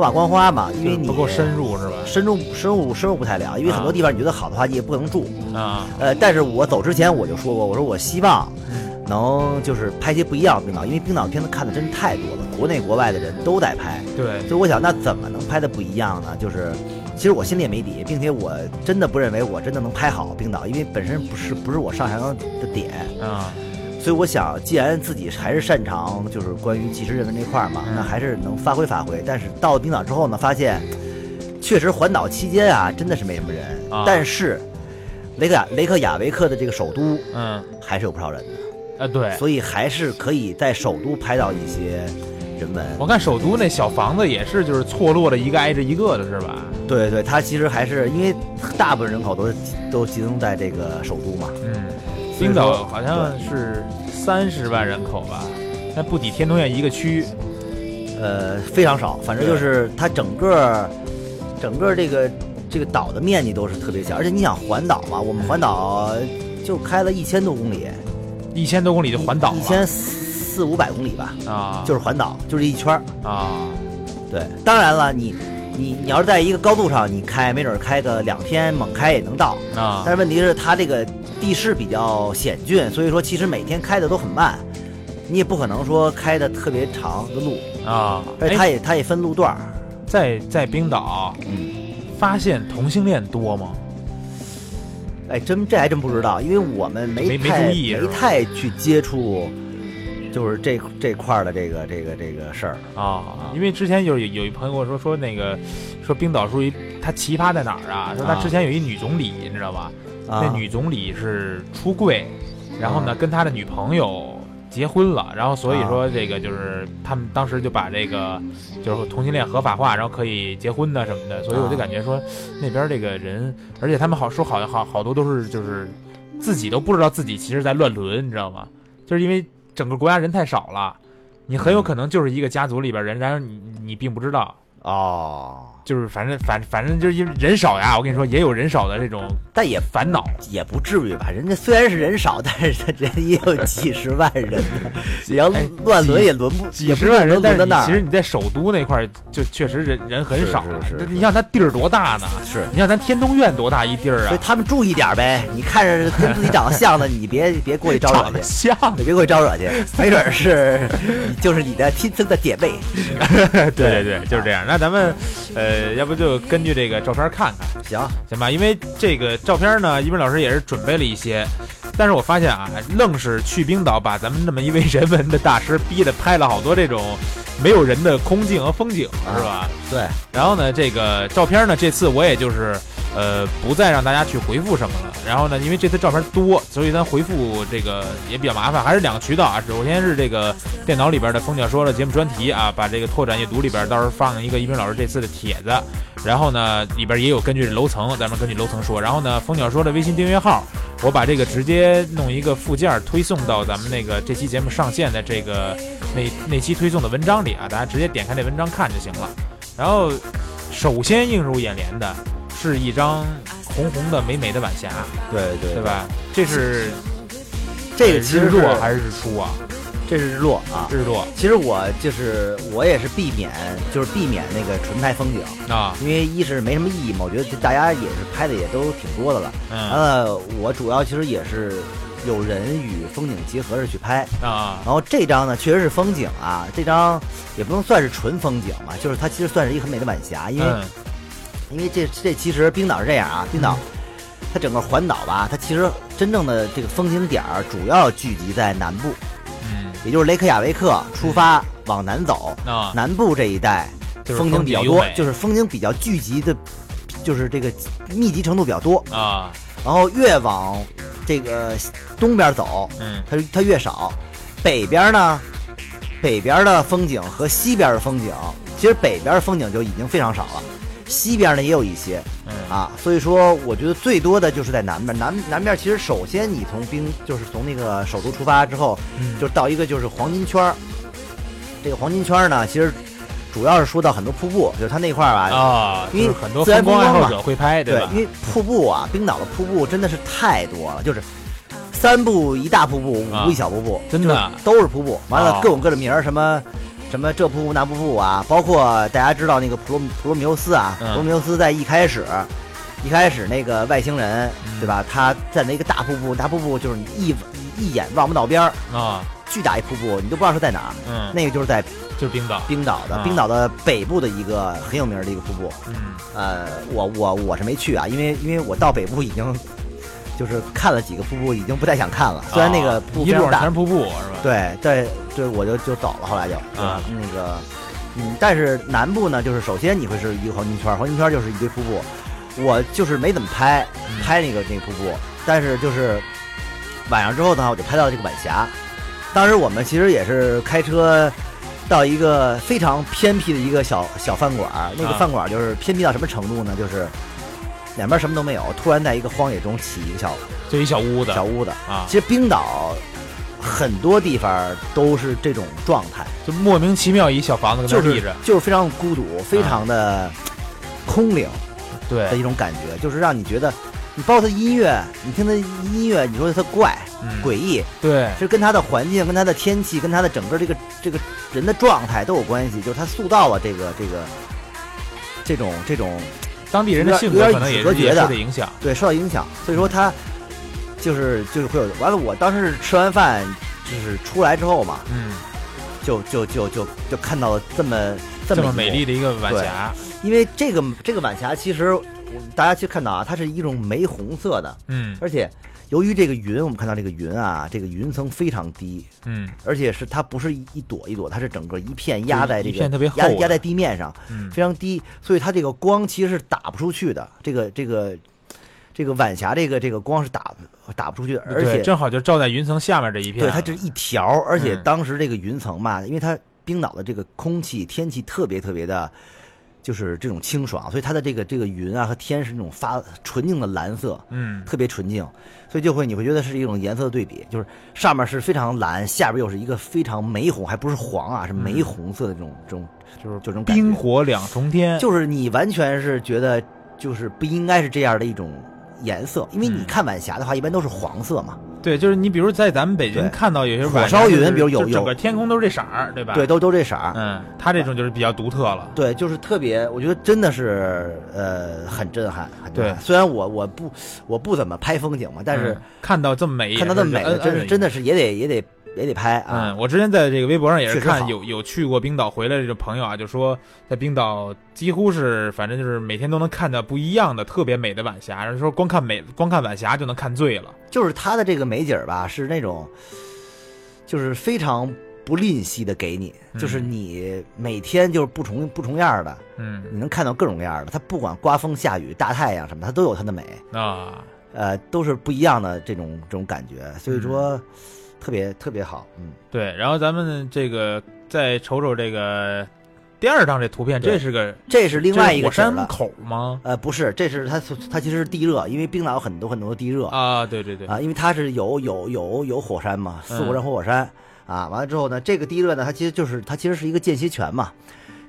S4: 马观花嘛，因为你
S3: 不够深啊入是吧？
S4: 深入深入深入不太了，因为很多地方你觉得好的话，你也不可能住。
S3: 啊，
S4: 呃，但是我走之前我就说过，我说我希望
S3: 嗯
S4: 能就是拍些不一样的冰岛，因为冰岛片子看的真太多了，国内国外的人都在拍，
S3: 对，
S4: 所以我想那怎么能拍的不一样呢？就是其实我心里也没底，并且我真的不认为我真的能拍好冰岛，因为本身不是不是我擅长的点，
S3: 啊，
S4: 所以我想既然自己还是擅长就是关于纪实人文这块儿嘛，
S3: 嗯
S4: 那还是能发挥发挥。但是到了冰岛之后呢，发现确实环岛期间啊，真的是没什么人，
S3: 啊
S4: 但是。雷克雅雷克雅维克的这个首都
S3: 嗯，
S4: 还是有不少人的，
S3: 啊，对，
S4: 所以还是可以在首都拍到一些人文。
S3: 我看首都那小房子也是，就是错落的一个挨着一个的，是吧？
S4: 对对，它其实还是因为大部分人口都都集中在这个首都嘛。
S3: 嗯，
S4: 所以
S3: 冰
S4: 说
S3: 岛好像是三十万人口吧，那不抵天通苑一个区。
S4: 呃非常少，反正就是它整个整个这个这个岛的面积都是特别小，而且你想环岛嘛，我们环岛就开了一千多公里，
S3: 一千多公里就环岛了，
S4: 一千四五百公里吧，
S3: 啊，
S4: 就是环岛，就是一圈儿。
S3: 啊，
S4: 对，当然了，你你你要是在一个高度上，你开没准儿开个两天猛开也能到，
S3: 啊
S4: 但，是问题是它这个地势比较险峻，所以说其实每天开的都很慢，你也不可能说开的特别长的路，
S3: 啊，
S4: 而且
S3: 哎
S4: 它也它也分路段儿，
S3: 在在冰岛
S4: 嗯，
S3: 发现同性恋多吗？
S4: 哎，真这还真不知道，因为我们
S3: 没
S4: 没
S3: 没
S4: 太
S3: 注意是吧
S4: 太去接触，就是这这块儿的这个这个这个事儿，
S3: 啊，因为之前有有有一朋友跟我说说那个说冰岛属于他奇葩在哪儿啊？说他
S4: 啊
S3: 之前有一女总理，你知道吧？
S4: 啊、
S3: 那女总理是出柜，然后呢、
S4: 啊
S3: 跟他的女朋友结婚了，然后所以说这个就是他们当时就把这个就是同性恋合法化，然后可以结婚呐什么的，所以我就
S4: 啊
S3: 感觉说、那边这个人，而且他们好说好好好多都是就是自己都不知道自己其实在乱伦，你知道吗？就是因为整个国家人太少了。你很
S4: 嗯
S3: 有可能就是一个家族里边人，然后你你并不知道，
S4: 哦，
S3: 就是反正反反正就是因为人少呀，我跟你说也有人少的这种
S4: 但也
S3: 烦恼，
S4: 也不至于吧，人家虽然是人少，但是他人也有 几十万 人呢，只要
S3: 哎
S4: 乱轮
S3: 几
S4: 也轮不
S3: 几十万人，
S4: 也
S3: 但
S4: 不
S3: 是你
S4: 能轮到那儿
S3: 其实你在首都那块儿就确实人人很少了。
S4: 是是是
S3: 你想它地儿多大呢？
S4: 是。
S3: 你想咱天通苑多大一地儿
S4: 所
S3: 啊
S4: 以？他们注意点儿呗，你看着跟自己长得像的，你别别过去招
S3: 长
S4: 惹
S3: 得
S4: 去，
S3: 像，
S4: 你别过去招惹去，没准儿是就是你的亲生的姐妹。
S3: 对对对，就是这样。那咱们，呃，要不就根据这个照片看看，
S4: 行，
S3: 行吧？因为这个照片呢，一斌老师也是准备了一些，但是我发现啊，愣是去冰岛把咱们这么一位人文的大师逼的拍了好多这种没有人的空境和风景，是吧？
S4: 对，
S3: 然后呢，这个照片呢，这次我也就是呃不再让大家去回复什么了。然后呢，因为这次照片多，所以咱回复这个也比较麻烦，还是两个渠道啊。首先是这个电脑里边的《风鸟说》的节目专题啊，把这个拓展阅读里边到时候放一个一鸣老师这次的帖子。然后呢，里边也有根据楼层，咱们根据楼层说。然后呢，风鸟说的微信订阅号，我把这个直接弄一个附件推送到咱们那个这期节目上线的这个那那期推送的文章里啊，大家直接点开那文章看就行了。然后，首先映入眼帘的是一张红红的美美的晚霞，
S4: 对对
S3: 对？吧？这是呃
S4: 这个其
S3: 日
S4: 实
S3: 落
S4: 是
S3: 还是日出啊？
S4: 这是日落啊。
S3: 日落
S4: 其实我就是我也是避免，就是避免那个纯拍风景，
S3: 啊，
S4: 因为一是没什么意义嘛，我觉得大家也是拍的也都挺多的了。完
S3: 嗯
S4: 了，我主要其实也是有人与风景结合着去拍。
S3: 啊，
S4: 然后这张呢，确实是风景啊，这张也不能算是纯风景吧，就是它其实算是一个很美的晚霞，因为、
S3: 嗯
S4: 因为这这其实冰岛是这样啊，冰岛它整个环岛吧，它其实真正的这个风景点儿主要聚集在南部，
S3: 嗯
S4: 也就是雷克雅未克出发往南走，
S3: 啊，
S4: 南部这一带
S3: 就是
S4: 风景比较
S3: 优
S4: 多
S3: 美，
S4: 就是风景比较聚集的，就是这个密集程度比较多。
S3: 啊，
S4: 然后越往这个东边走，
S3: 嗯
S4: 它它越少。北边呢，北边的风景和西边的风景，其实北边的风景就已经非常少了，西边呢也有一些
S3: 嗯
S4: 啊。所以说，我觉得最多的就是在南边。南南边其实首先你从冰就是从那个首都出发之后，
S3: 嗯
S4: 就到一个就是黄金圈儿。这个黄金圈儿呢，其实主要是说到很多瀑布，就是它那块儿吧，
S3: 啊，
S4: 哎因为
S3: 就是很多
S4: 自然
S3: 风光
S4: 风
S3: 爱
S4: 光
S3: 好
S4: 嘛
S3: 者会拍，
S4: 对
S3: 吧？
S4: 因为瀑布啊，冰岛的瀑布真的是太多了，就是三步一大瀑布，五
S3: 啊
S4: 步一小瀑布，
S3: 真的啊
S4: 都是瀑布。完
S3: 哦
S4: 了各种各的名儿，什么什么这瀑布那瀑布啊，包括大家知道那个普罗普罗米修斯啊，
S3: 嗯
S4: 普罗米修斯在一开始。一开始那个外星人，
S3: 嗯
S4: 对吧？他在那个大瀑布，大瀑布就是你一一眼望不到边儿，
S3: 啊，
S4: 巨大一瀑布，你都不知道是在哪儿。
S3: 嗯，
S4: 那个就是在
S3: 就是冰岛，
S4: 冰岛的，
S3: 啊
S4: 冰岛的北部的一个很有名儿的一个瀑布。
S3: 嗯
S4: 呃，我我我是没去啊，因为因为我到北部已经就是看了几个瀑布，已经不太想看了。虽然那个
S3: 啊
S4: 瀑布
S3: 一
S4: 非
S3: 路
S4: 常
S3: 上全
S4: 大，
S3: 是瀑布是吧？
S4: 对对对，我就就走了，后来就对
S3: 啊
S4: 那个嗯，但是南部呢，就是首先你会是一个黄金圈，黄金圈就是一堆瀑布，我就是没怎么拍
S3: 嗯
S4: 拍那个那个瀑布，但是就是晚上之后呢，我就拍到这个晚霞。当时我们其实也是开车到一个非常偏僻的一个小小饭馆儿，那个
S3: 啊
S4: 饭馆儿就是偏僻到什么程度呢？就是两边什么都没有，突然在一个荒野中起一个小
S3: 就一小屋子
S4: 小屋子。
S3: 啊，
S4: 其实冰岛很多地方都是这种状态，
S3: 就莫名其妙一小房子
S4: 就
S3: 跟那立
S4: 是
S3: 着，啊
S4: 就是非常孤独，非常的空灵的
S3: 对，
S4: 一种感觉，就是让你觉得，你包括他音乐，你听他音乐，你说他怪
S3: 嗯
S4: 诡异，
S3: 对
S4: 其，实跟他的环境、跟他的天气、跟他的整个这个这个人的状态都有关系，就是他塑造了这个这个这种这种
S3: 当地人的
S4: 有
S3: 性
S4: 点
S3: 格可能也
S4: 有点
S3: 是
S4: 以
S3: 也受
S4: 讹觉
S3: 的
S4: 的
S3: 影响，
S4: 对受到影响，所以说他就是就是会有完了。我当时吃完饭就是出来之后嘛，
S3: 嗯，
S4: 就就就就就看到了这么这
S3: 这
S4: 么
S3: 么
S4: 一幕
S3: 美丽，的一个晚霞，
S4: 因为这个这个晚霞其实我大家去看到啊，它是一种玫红色的，
S3: 嗯
S4: 而且由于这个云，我们看到这个云啊，这个云层非常低，
S3: 嗯
S4: 而且是它不是一朵一朵，它是整个一片压在这
S3: 一
S4: 个
S3: 片特别厚
S4: 压
S3: 的
S4: 压在地面上，
S3: 嗯，
S4: 非常低，所以它这个光其实是打不出去的。这个这个这个晚霞这个这个光是打打不出去的，而
S3: 对
S4: 且
S3: 正好就照在云层下面这一片
S4: 对
S3: 啊，
S4: 它就是一条儿，而且
S3: 嗯
S4: 当时这个云层嘛，因为它冰岛的这个空气天气特别特别的。就是这种清爽，所以它的这个这个云啊和天是那种发纯净的蓝色，
S3: 嗯
S4: 特别纯净，所以就会你会觉得是一种颜色的对比，就是上面是非常蓝，下边又是一个非常玫红，还不是黄啊，是玫红色的这种这种
S3: 嗯就是
S4: 这种感觉
S3: 冰火两重天，
S4: 就是你完全是觉得就是不应该是这样的一种颜色，因为你
S3: 嗯
S4: 看晚霞的话，一般都是黄色嘛，
S3: 对，就是你比如在咱们北京
S4: 对
S3: 看到有些
S4: 火
S3: 晚上
S4: 烧云
S3: 就是
S4: 比如有
S3: 就整
S4: 有
S3: 个天空都是这色儿，对吧？
S4: 对，，都都这色儿。
S3: 嗯，它这种就是比较独特了，
S4: 对，就是特别，我觉得真的是，呃，很震撼，很震撼。
S3: 对
S4: 虽然我我不我不怎么拍风景嘛，但是
S3: 嗯看到这么美，
S4: 看到那么美的，真是真
S3: 的。
S4: 的是也得也得也得拍啊。
S3: 呃嗯，我之前在这个微博上也是
S4: 确实
S3: 看
S4: 好
S3: 有有去过冰岛回来的这朋友啊，就说在冰岛几乎是反正就是每天都能看到不一样的特别美的晚霞，然后说光看美光看晚霞就能看醉了。
S4: 就是它的这个美景儿吧，是那种，就是非常不吝惜的给你，
S3: 嗯
S4: 就是你每天就是不重不重样儿的，
S3: 嗯
S4: 你能看到各种各样儿的。它不管刮风下雨、大太阳什么的，它都有它的美，
S3: 啊，
S4: 呃，都是不一样的这种这种感觉，所以
S3: 嗯
S4: 说、特别特别好。嗯，
S3: 对，然后咱们这个再瞅瞅这个第二张这图片，
S4: 对
S3: 这是个
S4: 这是另外一个
S3: 这是火
S4: 景儿
S3: 山
S4: 了
S3: 口吗？
S4: 呃，不是，这是它它其实是地热，因为冰岛有很多很多的地热
S3: 啊，对对对，
S4: 啊，因为它是有有有有火山嘛，四
S3: 嗯
S4: 火山活火山、啊。完了之后呢，这个地热呢，它其实就是它其实是一个间歇泉嘛，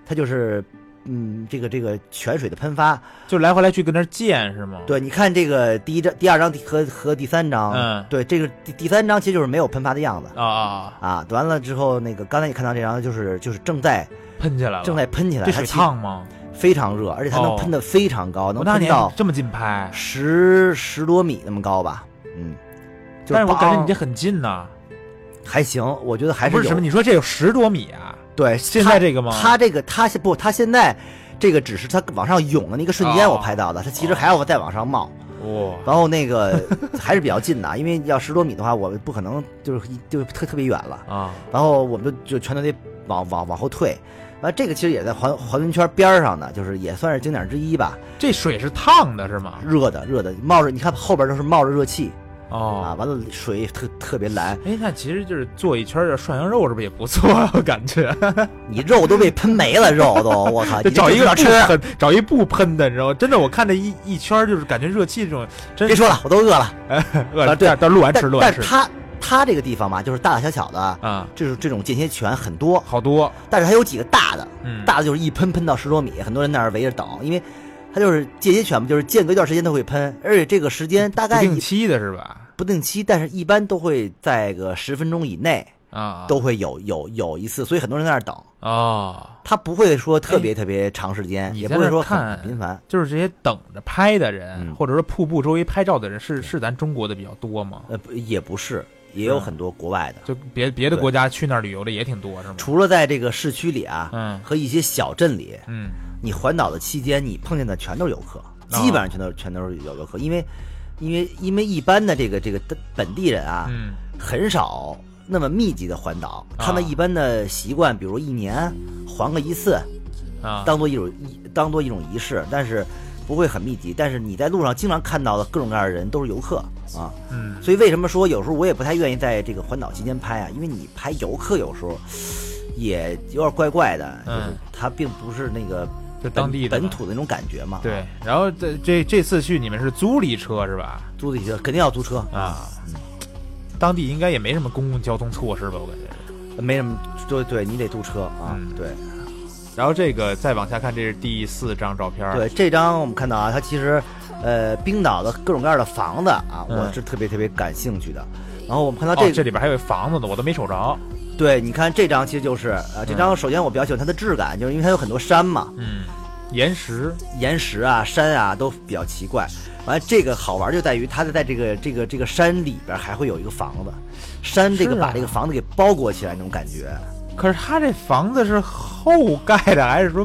S4: 它就是嗯，这个这个泉水的喷发。
S3: 就来回来去跟那儿溅是吗？
S4: 对，你看这个第一张、第二张和和第三张，
S3: 嗯
S4: 对，这个第第三张其实就是没有喷发的样子
S3: 啊啊，
S4: 啊。完了之后，那个刚才你看到这张就是就是正在
S3: 啊喷起来了，
S4: 正在喷起来，
S3: 这
S4: 它
S3: 水
S4: 其实
S3: 烫吗？
S4: 非常热，而且它能
S3: 哦
S4: 喷的非常高，
S3: 我
S4: 能
S3: 那
S4: 喷
S3: 年
S4: 到
S3: 这么近拍，
S4: 十十多米那么高吧，嗯。就
S3: 但是我感觉你这
S4: 这
S3: 很近呐，
S4: 还行，我觉得还是
S3: 不是
S4: 有
S3: 什么？你说这有十多米啊？
S4: 对，
S3: 现
S4: 它
S3: 在这个吗？
S4: 它这个它现不，它现在这个只是它往上涌的那个瞬间
S3: 哦
S4: 我拍到的，它其实还要再往上冒，
S3: 哇，
S4: 然后那 个还是比较近的，因为要十多米的话，我们不可能就是一就是特特别远了，
S3: 啊，
S4: 然后我们就就全都得往往往后退。完，这个其实也在环环文圈边儿上呢，就是也算是景点之一吧。
S3: 这水是烫的是吗？
S4: 热的热的，冒着你看后边都是冒着热气啊，
S3: 哦，
S4: 完了水特特别蓝，
S3: 哎，那其实就是做一圈儿这涮羊肉，是不是也不错啊？我感觉
S4: 你肉都被喷没了，肉都我靠，你
S3: 找一
S4: 这
S3: 个啊
S4: 就
S3: 不
S4: 是要吃。
S3: 喷，找一不喷的，你知道吗？真的，我看这一一圈儿就是感觉热气这种，真
S4: 别说了，我都饿了。
S3: 呃，
S4: 啊对
S3: 但但录完吃，
S4: 但
S3: 录完
S4: 但
S3: 吃
S4: 它它这个地方嘛，就是大大小小的，
S3: 啊，
S4: 这种这种间歇泉很多，
S3: 好多，
S4: 但是它有几个大的，
S3: 嗯，
S4: 大的就是一喷喷到十多米，很多人在那儿围着等，因为它就是间歇泉嘛，就是间隔一段时间它会喷，而且这个时间大
S3: 不
S4: 概
S3: 定
S4: 一
S3: 期的是吧？
S4: 不定期，但是一般都会在个十分钟以内
S3: 啊，
S4: 都会有有有一次，所以很多人在那儿等。
S3: 哦，
S4: 它不会说特别特别长时间，
S3: 哎你
S4: 也
S3: 在
S4: 不会
S3: 那
S4: 说
S3: 看
S4: 很频繁。
S3: 就是这些等着拍的人，
S4: 嗯
S3: 或者说瀑布周围拍照的人，是是咱中国的比较多吗？
S4: 呃，不也不是，也有
S3: 嗯
S4: 很多国外的，
S3: 就别别的国家去那儿旅游的也挺多，是吗？
S4: 除了在这个市区里啊，
S3: 嗯
S4: 和一些小镇里，
S3: 嗯，
S4: 你环岛的期间，你碰见的全都是游客，
S3: 哦
S4: 基本上全都是全都是游游客，因为因为因为一般的这个这个本地人啊，
S3: 嗯，
S4: 很少那么密集的环岛，
S3: 啊
S4: 他们一般的习惯，比如一年环个一次，
S3: 啊，
S4: 当做一种一当做一种仪式，但是不会很密集。但是你在路上经常看到的各种各样的人都是游客啊，
S3: 嗯，
S4: 所以为什么说有时候我也不太愿意在这个环岛期间拍啊？因为你拍游客有时候也有点怪怪的，就是
S3: 嗯
S4: 它并不是那个
S3: 就
S4: 本
S3: 当地的嘛
S4: 本土的那种感觉嘛。
S3: 对，然后这这这次去你们是租了一车是吧？
S4: 租的车肯定要租车，
S3: 啊，
S4: 嗯
S3: 当地应该也没什么公共交通措施吧，我感觉。
S4: 没什么，对对，你得租车啊
S3: 嗯。
S4: 对
S3: 然后这个再往下看，这是第四张照片。，
S4: 对，这张我们看到啊，它其实呃，冰岛的各种各样的房子啊，
S3: 嗯
S4: 我是特别特别感兴趣的。然后我们看到
S3: 哦，
S4: 这
S3: 这里边还有房子呢，我都没瞅着。
S4: 对，你看这张其实就是呃，这张首先我比较喜欢它的质感，就是因为它有很多山嘛，
S3: 嗯，岩石，
S4: 岩石啊、山啊都比较奇怪。完，了，这个好玩就在于它在这个这个这个山里边还会有一个房子，山这个
S3: 是啊
S4: 把这个房子给包裹起来那种感觉。
S3: 可是它这房子是后盖的，还是说？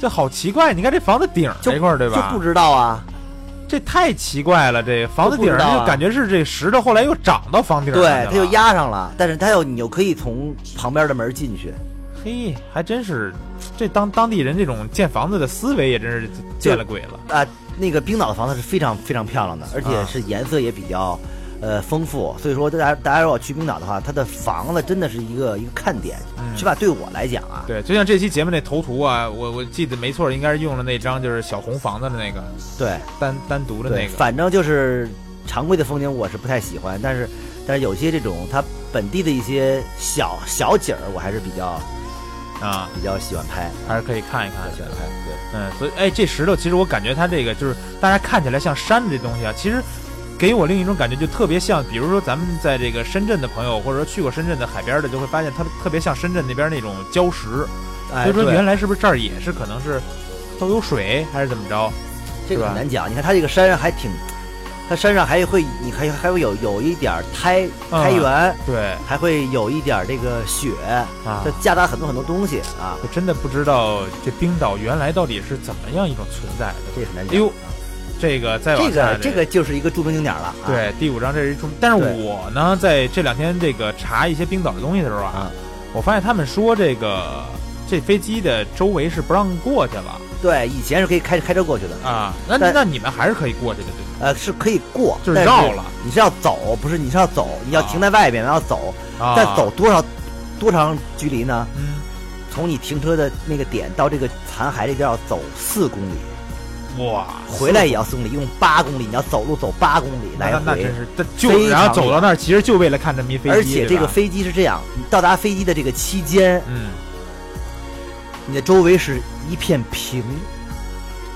S3: 这好奇怪，你看这房子顶儿
S4: 就
S3: 这块儿对吧？
S4: 就不知道啊，
S3: 这太奇怪了，这房子顶
S4: 就不
S3: 儿
S4: 知道啊
S3: 就感觉是这石头后来又长到房顶儿
S4: 对，
S3: 上
S4: 它
S3: 去了啊
S4: 就压上了，但是它又你又可以从旁边的门进去，
S3: 嘿，还真是，这当当地人这种建房子的思维也真是见了鬼了。
S4: 啊，那个冰岛的房子是非常非常漂亮的，而
S3: 啊
S4: 且是颜色也比较，呃，丰富。所以说，大家大家如果去冰岛的话，它的房子真的是一个一个看点，
S3: 嗯
S4: 起码对我来讲啊，
S3: 对，就像这期节目那头图啊，我我记得没错，应该是用了那张就是小红房子的那个
S4: 对
S3: 单单独的
S4: 对
S3: 那，个。
S4: 反正就是常规的风景我是不太喜欢，但是但是有些这种它本地的一些小小景儿，我还是比较
S3: 啊，
S4: 比较喜欢拍，
S3: 还是可以看一
S4: 比
S3: 看
S4: 较。喜欢拍，对。
S3: 嗯，所以哎，这石头其实我感觉它这个就是大家看起来像山的这东西啊，其实给我另一种感觉就特别像，比如说咱们在这个深圳的朋友，或者说去过深圳的海边的，就会发现它特别像深圳那边那种礁石。
S4: 哎
S3: 所以说
S4: 对
S3: 原来是不是这儿也是可能是都有水还是怎么着？
S4: 这
S3: 是
S4: 个
S3: 吧
S4: 很难讲。你看它这个山上还挺，它山上还会，你还还会有有一点儿苔
S3: 嗯
S4: 苔原，
S3: 对
S4: 还会有一点儿这个雪，
S3: 啊
S4: 它，夹杂很多很多东西啊，
S3: 我真的不知道这冰岛原来到底是怎么样一种存在的。
S4: 这个很难
S3: 哎
S4: 讲。啊
S3: 呦，这个再往
S4: 这
S3: 下
S4: 个这个就是一个著名景点了。啊，
S3: 对，第五章这是一出，但是
S4: 对
S3: 我呢，在这两天这个查一些冰岛的东西的时候啊
S4: 啊，
S3: 我发现他们说这个这飞机的周围是不让过去了
S4: 对，以前是可以开开车过去的，
S3: 啊，那
S4: 但
S3: 那你们还是可以过去的，对吧？
S4: 呃，是可以过，
S3: 就是
S4: 但
S3: 绕了。
S4: 你是要走，不是？你是要走，你要
S3: 啊
S4: 停在外边，然后走，
S3: 啊，
S4: 再走，多少多长距离呢？
S3: 嗯，
S4: 从你停车的那个点到这个残骸这边要走四公里，
S3: 哇，
S4: 回来也要四公里，一共八公里，你要走路走八公里来
S3: 那那
S4: 回
S3: 真。是，这就
S4: 非
S3: 然后
S4: 常
S3: 走到那儿，其实就为了看这么一飞机，
S4: 而且这
S3: 对吧
S4: 个，飞机是这样，你到达飞机的这个期间，
S3: 嗯，
S4: 你的周围是一片平，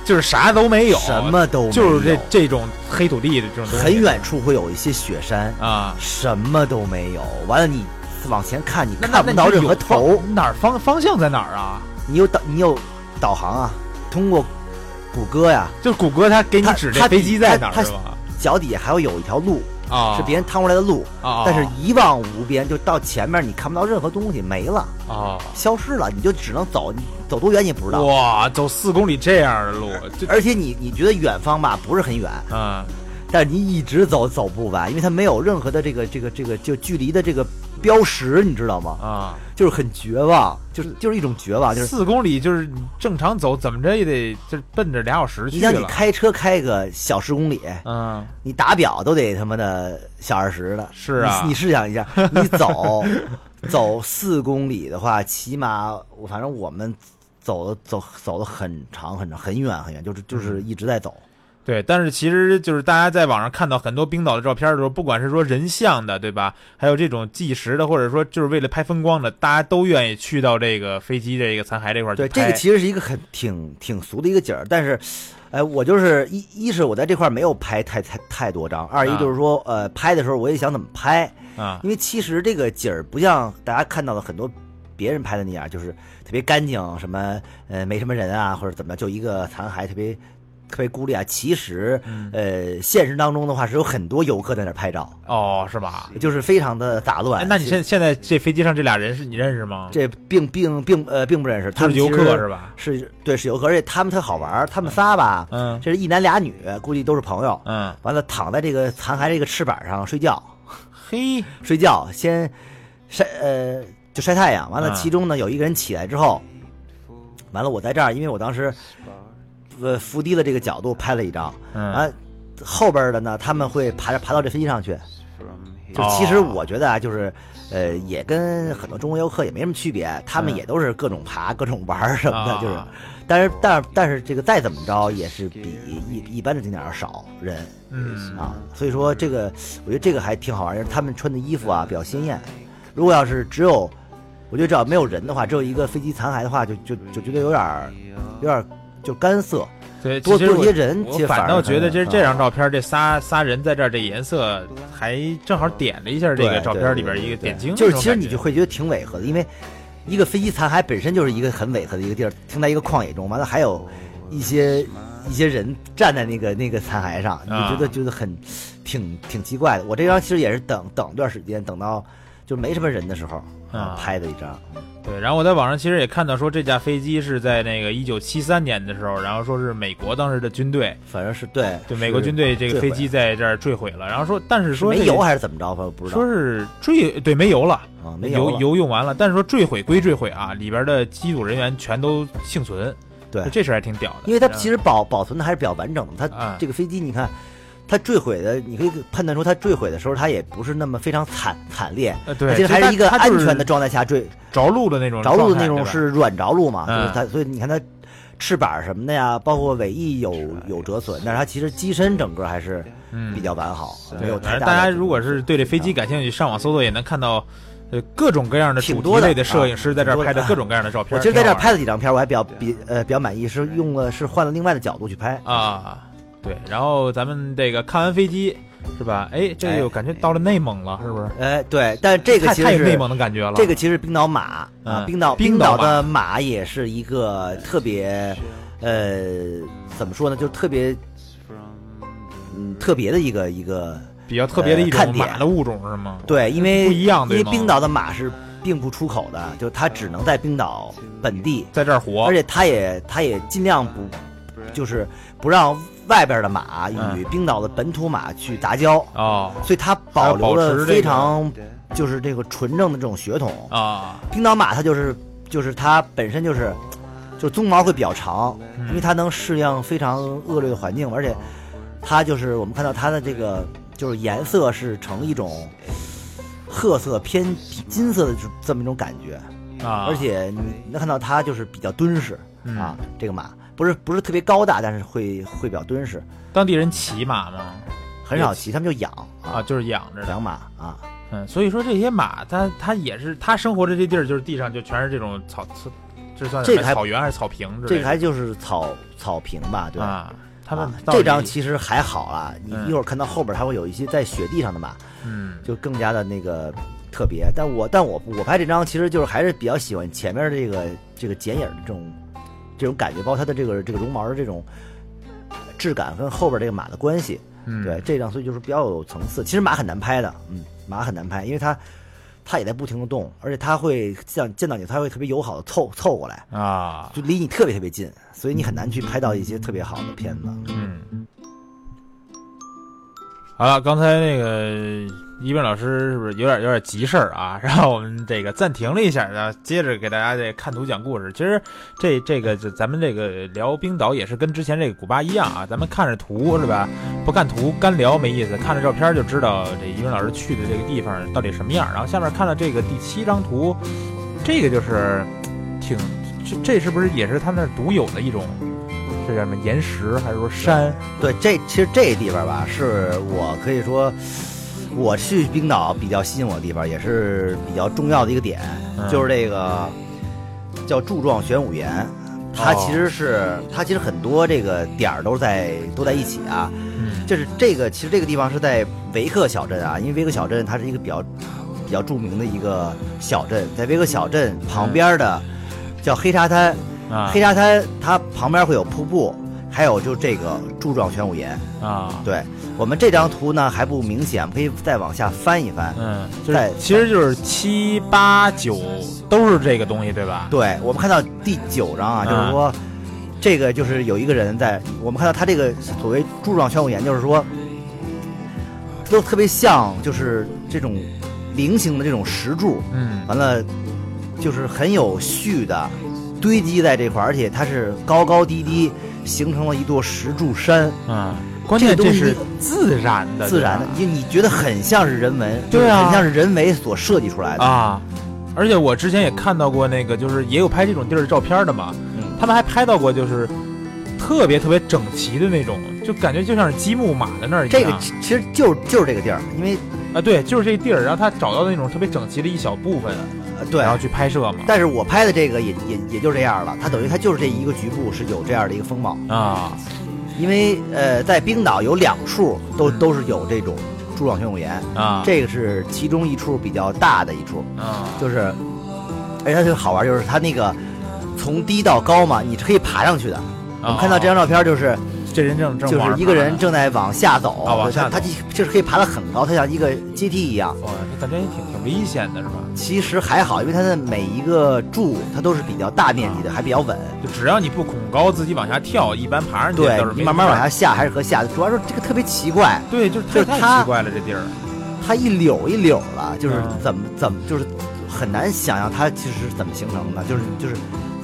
S3: 就是啥都没有，
S4: 什么都没有
S3: 就是这这种黑土地的这种东西，
S4: 很远处会有一些雪山，
S3: 啊。
S4: 什么都没有。完了，你往前看，你
S3: 那
S4: 看不到任何头，，
S3: 那那你有方哪儿方方向在哪儿啊？
S4: 你有导你有导航啊，通过谷歌呀，
S3: 就是谷歌它给你
S4: 它
S3: 指这
S4: 它
S3: 飞机在哪
S4: 它
S3: 儿
S4: 它
S3: 是吧？
S4: 脚底下还会有一条路，
S3: 啊，
S4: 是别人趟过来的路，
S3: 啊，
S4: 但是一望无边，就到前面你看不到任何东西，没了，
S3: 啊，
S4: 消失了，你就只能走，你走多远你也不知道。
S3: 哇，走四公里这样的路，这
S4: 而且你你觉得远方吧不是很远，
S3: 啊，
S4: 但是你一直走走不完，因为它没有任何的这个这个这个就距离的这个标识，你知道吗？
S3: 啊，
S4: 就是很绝望，就是就是一种绝望，啊就是
S3: 四公里就是正常走，怎么着也得就是奔着俩小时
S4: 你
S3: 去
S4: 像你
S3: 了。
S4: 开车开个小十公里，
S3: 嗯，
S4: 你打表都得他妈的小二十的。
S3: 是啊
S4: 你，你试想 一下，你走走四公里的话，起码我反正我们走的走走的很长很长很远很远，就是就是一直在走。
S3: 对，但是其实就是大家在网上看到很多冰岛的照片的时候，不管是说人像的，对吧？还有这种计时的，或者说就是为了拍风光的，大家都愿意去到这个飞机这个残骸这块儿去
S4: 对，
S3: 拍。
S4: 这个其实是一个很挺挺俗的一个景儿，但是，哎、我就是一一是我在这块儿没有拍太太太多张，二一
S3: 啊
S4: 就是说，呃，拍的时候我也想怎么拍，
S3: 啊，
S4: 因为其实这个景儿不像大家看到的很多别人拍的那样，就是特别干净，什么呃没什么人啊，或者怎么样，就一个残骸特别特别孤立啊。其实，
S3: 嗯
S4: 呃，现实当中的话是有很多游客在那儿拍照，
S3: 哦，是吧？
S4: 就是非常的杂乱。
S3: 哎，那你
S4: 其
S3: 现现在这飞机上这俩人是你认识吗？
S4: 这并并并呃并不认识，
S3: 就
S4: 他们
S3: 是游
S4: 其
S3: 客
S4: 实
S3: 是吧？
S4: 是对，是游客，而且他们特好玩儿，他们仨吧，
S3: 嗯
S4: 这是一男俩女，估计都是朋友。
S3: 嗯，
S4: 完了，躺在这个残骸这个翅膀上睡觉，
S3: 嘿，
S4: 睡觉先晒呃就晒太阳。完了，
S3: 嗯
S4: 其中呢有一个人起来之后，完了我在这儿，因为我当时呃伏低了这个角度拍了一张。
S3: 嗯
S4: 啊，后边的呢他们会爬爬到这飞机上去，就
S3: 哦
S4: 其实我觉得啊，就是呃，也跟很多中国游客也没什么区别，他们
S3: 嗯
S4: 也都是各种爬、各种玩儿什么的，
S3: 啊
S4: 就是，但是但是但是这个再怎么着也是比一一般的景点儿少人
S3: 嗯
S4: 啊，所以说这个我觉得这个还挺好玩儿，他们穿的衣服啊比较鲜艳。如果要是只有，我觉得只要没有人的话，只有一个飞机残骸的话，就就就觉得有点儿有点儿就干涩，
S3: 对，
S4: 多
S3: 其实
S4: 多
S3: 我
S4: 些人
S3: 我
S4: 其实
S3: 反
S4: 而
S3: 倒觉得这
S4: 很
S3: 这张
S4: 啊
S3: 照片，这仨仨人在这儿，这颜色还正好点了一下这
S4: 对
S3: 个照片
S4: 对
S3: 里边
S4: 对
S3: 一个
S4: 对
S3: 点睛那种
S4: 就
S3: 感
S4: 是
S3: 觉。
S4: 其实你就会觉得挺违和的，因为一个飞机残骸本身就是一个很违和的一个地儿，停在一个旷野中，完了还有一些一些人站在那个那个残骸上，你就觉得
S3: 啊
S4: 觉得很挺挺奇怪的。我这张其实也是等等段时间，等到就没什么人的时候
S3: 啊
S4: 拍的一张，
S3: 对，然后我在网上其实也看到说，这架飞机是在那个一九七三年的时候，然后说是美国当时的军队，
S4: 反正是对
S3: 对美国军队这个飞机在这儿坠毁了，然后说，但是
S4: 是
S3: 说这
S4: 没
S3: 个
S4: 油还是怎么着，反正不知道
S3: 说是坠对没油了，
S4: 啊，没
S3: 油
S4: 了
S3: 油用完了，但是说坠毁归坠毁啊，里边的机组人员全都幸存，
S4: 对
S3: 就，这事儿还挺屌的，
S4: 因为它
S3: 嗯
S4: 其实保保存的还是比较完整的。
S3: 啊
S4: 它这个飞机，你看，它坠毁的，你可以判断出它坠毁的时候，它也不是那么非常惨惨烈，
S3: 呃
S4: 它
S3: 对，
S4: 其实还
S3: 它
S4: 是一个
S3: 它
S4: 安
S3: 就是
S4: 全的状态下坠，
S3: 着陆的那种
S4: 着陆
S3: 状
S4: 的
S3: 态
S4: 那种
S3: 对吧
S4: 是软着陆嘛，就是
S3: 嗯
S4: 它，所以你看它翅膀什么的呀，包括尾翼有有折损，但是它其实机身整个还是
S3: 啊嗯
S4: 比较完好，没
S3: 对
S4: 有
S3: 反
S4: 太
S3: 正
S4: 大
S3: 大
S4: 的
S3: 家
S4: 这种
S3: 如果是对这飞机感兴趣，上网搜索也能看到，呃，各种各样的主
S4: 挺
S3: 题
S4: 多的啊
S3: 类的摄影师在这儿
S4: 挺多
S3: 拍
S4: 的
S3: 的各种各样的照片。
S4: 我其实在这儿
S3: 挺好玩
S4: 拍了几张片，我还比较比呃比较满意，是用了是换了另外的角度去拍。
S3: 的啊，对。然后咱们这个看完飞机是吧？哎，这
S4: 哎
S3: 又感觉到了内蒙了，是不是？
S4: 哎，对，但这个
S3: 太
S4: 其实
S3: 太有
S4: 是
S3: 内蒙的感觉了。
S4: 这个其实冰岛马啊
S3: 嗯，
S4: 冰岛
S3: 冰
S4: 冰
S3: 岛
S4: 岛
S3: 马
S4: 的马也是一个特别，呃，怎么说呢，就是特别，嗯，特别的一个一个
S3: 比较特别的一
S4: 呃看
S3: 种
S4: 点
S3: 马的物种是吗？
S4: 对，因为
S3: 呃不一样
S4: 因
S3: 对
S4: 为
S3: 吗
S4: 冰岛的马是并不出口的，就它只能在冰岛本地，
S3: 在这儿活
S4: 而，且它也它也尽量不，就是不让外边的马与
S3: 嗯
S4: 冰岛的本土马去杂交，
S3: 哦
S4: 所以它
S3: 还要
S4: 保留
S3: 保持这
S4: 了非
S3: 个
S4: 常就是这个纯正的这种血统
S3: 啊，
S4: 冰岛马它就是就是它本身就是就是鬃毛会比较长，
S3: 嗯
S4: 因为它能适应非常恶劣的环境，而且它就是我们看到它的这个就是颜色是呈一种褐色偏金色的这么一种感觉，
S3: 啊，
S4: 而且你能看到它就是比较敦实、
S3: 嗯
S4: 啊，这个马不是不是特别高大，但是会会比较敦实，
S3: 当地人骑马吗？
S4: 很少骑，他们就养
S3: 啊，
S4: 啊
S3: 就是养着的。
S4: 养马啊，
S3: 嗯，所以说这些马，它它也是它生活的这地儿，就是地上就全是这种草，草这算
S4: 这
S3: 什
S4: 个
S3: 么
S4: 还
S3: 草原还是草坪之类
S4: 这
S3: 的
S4: 个还就是草草坪吧，对吧？
S3: 啊，他们
S4: 啊
S3: 到底
S4: 这张其实还好啦，你
S3: 嗯
S4: 一会儿看到后边还会有一些在雪地上的马，
S3: 嗯
S4: 就更加的那个特别。但我但我我拍这张其实就是还是比较喜欢前面这个这个剪影的这种这种感觉，包括它的这个这个绒毛的这种质感跟后边这个马的关系。
S3: 嗯
S4: 对，这张所以就是比较有层次。其实马很难拍的，嗯，马很难拍，因为它它也在不停的动，而且它会像见到你，它会特别友好的凑凑过来，
S3: 啊
S4: 就离你特别特别近，所以你很难去拍到一些特别好的片子。
S3: 嗯。好了，刚才那个一斌老师是不是有点有点急事儿啊？ 然后我们这个暂停了一下，然后接着给大家这看图讲故事。其实这这个这咱们这个聊冰岛也是跟之前这个古巴一样啊，咱们看着图是吧？不看图干聊没意思，看着照片就知道这一斌老师去的这个地方到底什么样。然后下面看到这个第七张图，这个就是挺这这是不是也是他那儿独有的一种？这叫什么岩石还是说山？
S4: 对，这其实这地方吧，是我可以说我去冰岛比较吸引我的地方，也是比较重要的一个点，
S3: 嗯
S4: 就是这个叫柱状玄武岩。它
S3: 哦
S4: 其实是、它其实很多这个点儿都在都在一起啊，
S3: 嗯
S4: 就是这个其实这个地方是在维克小镇啊，因为维克小镇它是一个比较比较著名的一个小镇，在维克小镇旁边的叫黑沙滩，
S3: 啊
S4: 黑沙滩它旁边会有瀑布，还有就是这个柱状玄武岩。
S3: 啊，
S4: 对我们这张图呢还不明显，可以再往下翻一翻。
S3: 嗯，就是
S4: 在
S3: 其实就是七八九都是这个东西，对吧？
S4: 对我们看到第九张啊，就是说、这个就是有一个人在，我们看到他这个所谓柱状玄武岩，就是说都特别像就是这种菱形的这种石柱，
S3: 嗯
S4: 完了就是很有序的堆积在这块儿，而且它是高高低低形成了一座石柱山。
S3: 嗯关键
S4: 这
S3: 这
S4: 个东西
S3: 是自然的，
S4: 自然的，就你觉得很像是人为，
S3: 对啊
S4: 很像是人为所设计出来的。
S3: 啊。而且我之前也看到过那个，就是也有拍这种地儿的照片的嘛，
S4: 嗯
S3: 他们还拍到过就是特别特别整齐的那种，就感觉就像是积木码在那儿一
S4: 这个
S3: 样。
S4: 其其实就是就是这个地儿，因为
S3: 啊，对，就是这地儿，然后他找到那种特别整齐的一小部分，
S4: 呃对
S3: 然，后去拍摄嘛。
S4: 但是我拍的这个也也也就这样了，它等于它就是这一个局部是有这样的一个风貌，
S3: 啊，
S4: 因为呃，在冰岛有两处都
S3: 嗯
S4: 都是有这种柱状旋拱岩，
S3: 啊，
S4: 这个是其中一处比较大的一处，
S3: 啊，
S4: 就是，而且它最好玩就是它那个从低到高嘛，你是可以爬上去的。我们看到这张照片就是
S3: 啊这人正哦正
S4: 就
S3: 往
S4: 是
S3: 上
S4: 一个
S3: 爬
S4: 人
S3: 呢，
S4: 正在往下走，
S3: 啊往下
S4: 它它
S3: 走
S4: 就是可以爬得很高，它像一个阶梯一样。
S3: 哇，哦这咱这也挺挺危险的是吧？
S4: 其实还好，因为它的每一个柱它都是比较大面积的，还比较稳。
S3: 就只要你不恐高，自己往下跳，一般爬上去
S4: 对
S3: 倒是，没
S4: 你慢慢
S3: 事儿
S4: 往下。下还是和下，主要是这个特别奇怪，
S3: 对，就是
S4: 就
S3: 太太
S4: 是它
S3: 奇怪了，这地儿
S4: 它一绺一绺了，就是
S3: 嗯
S4: 怎么怎么就是很难想象它其实是怎么形成的，就是就是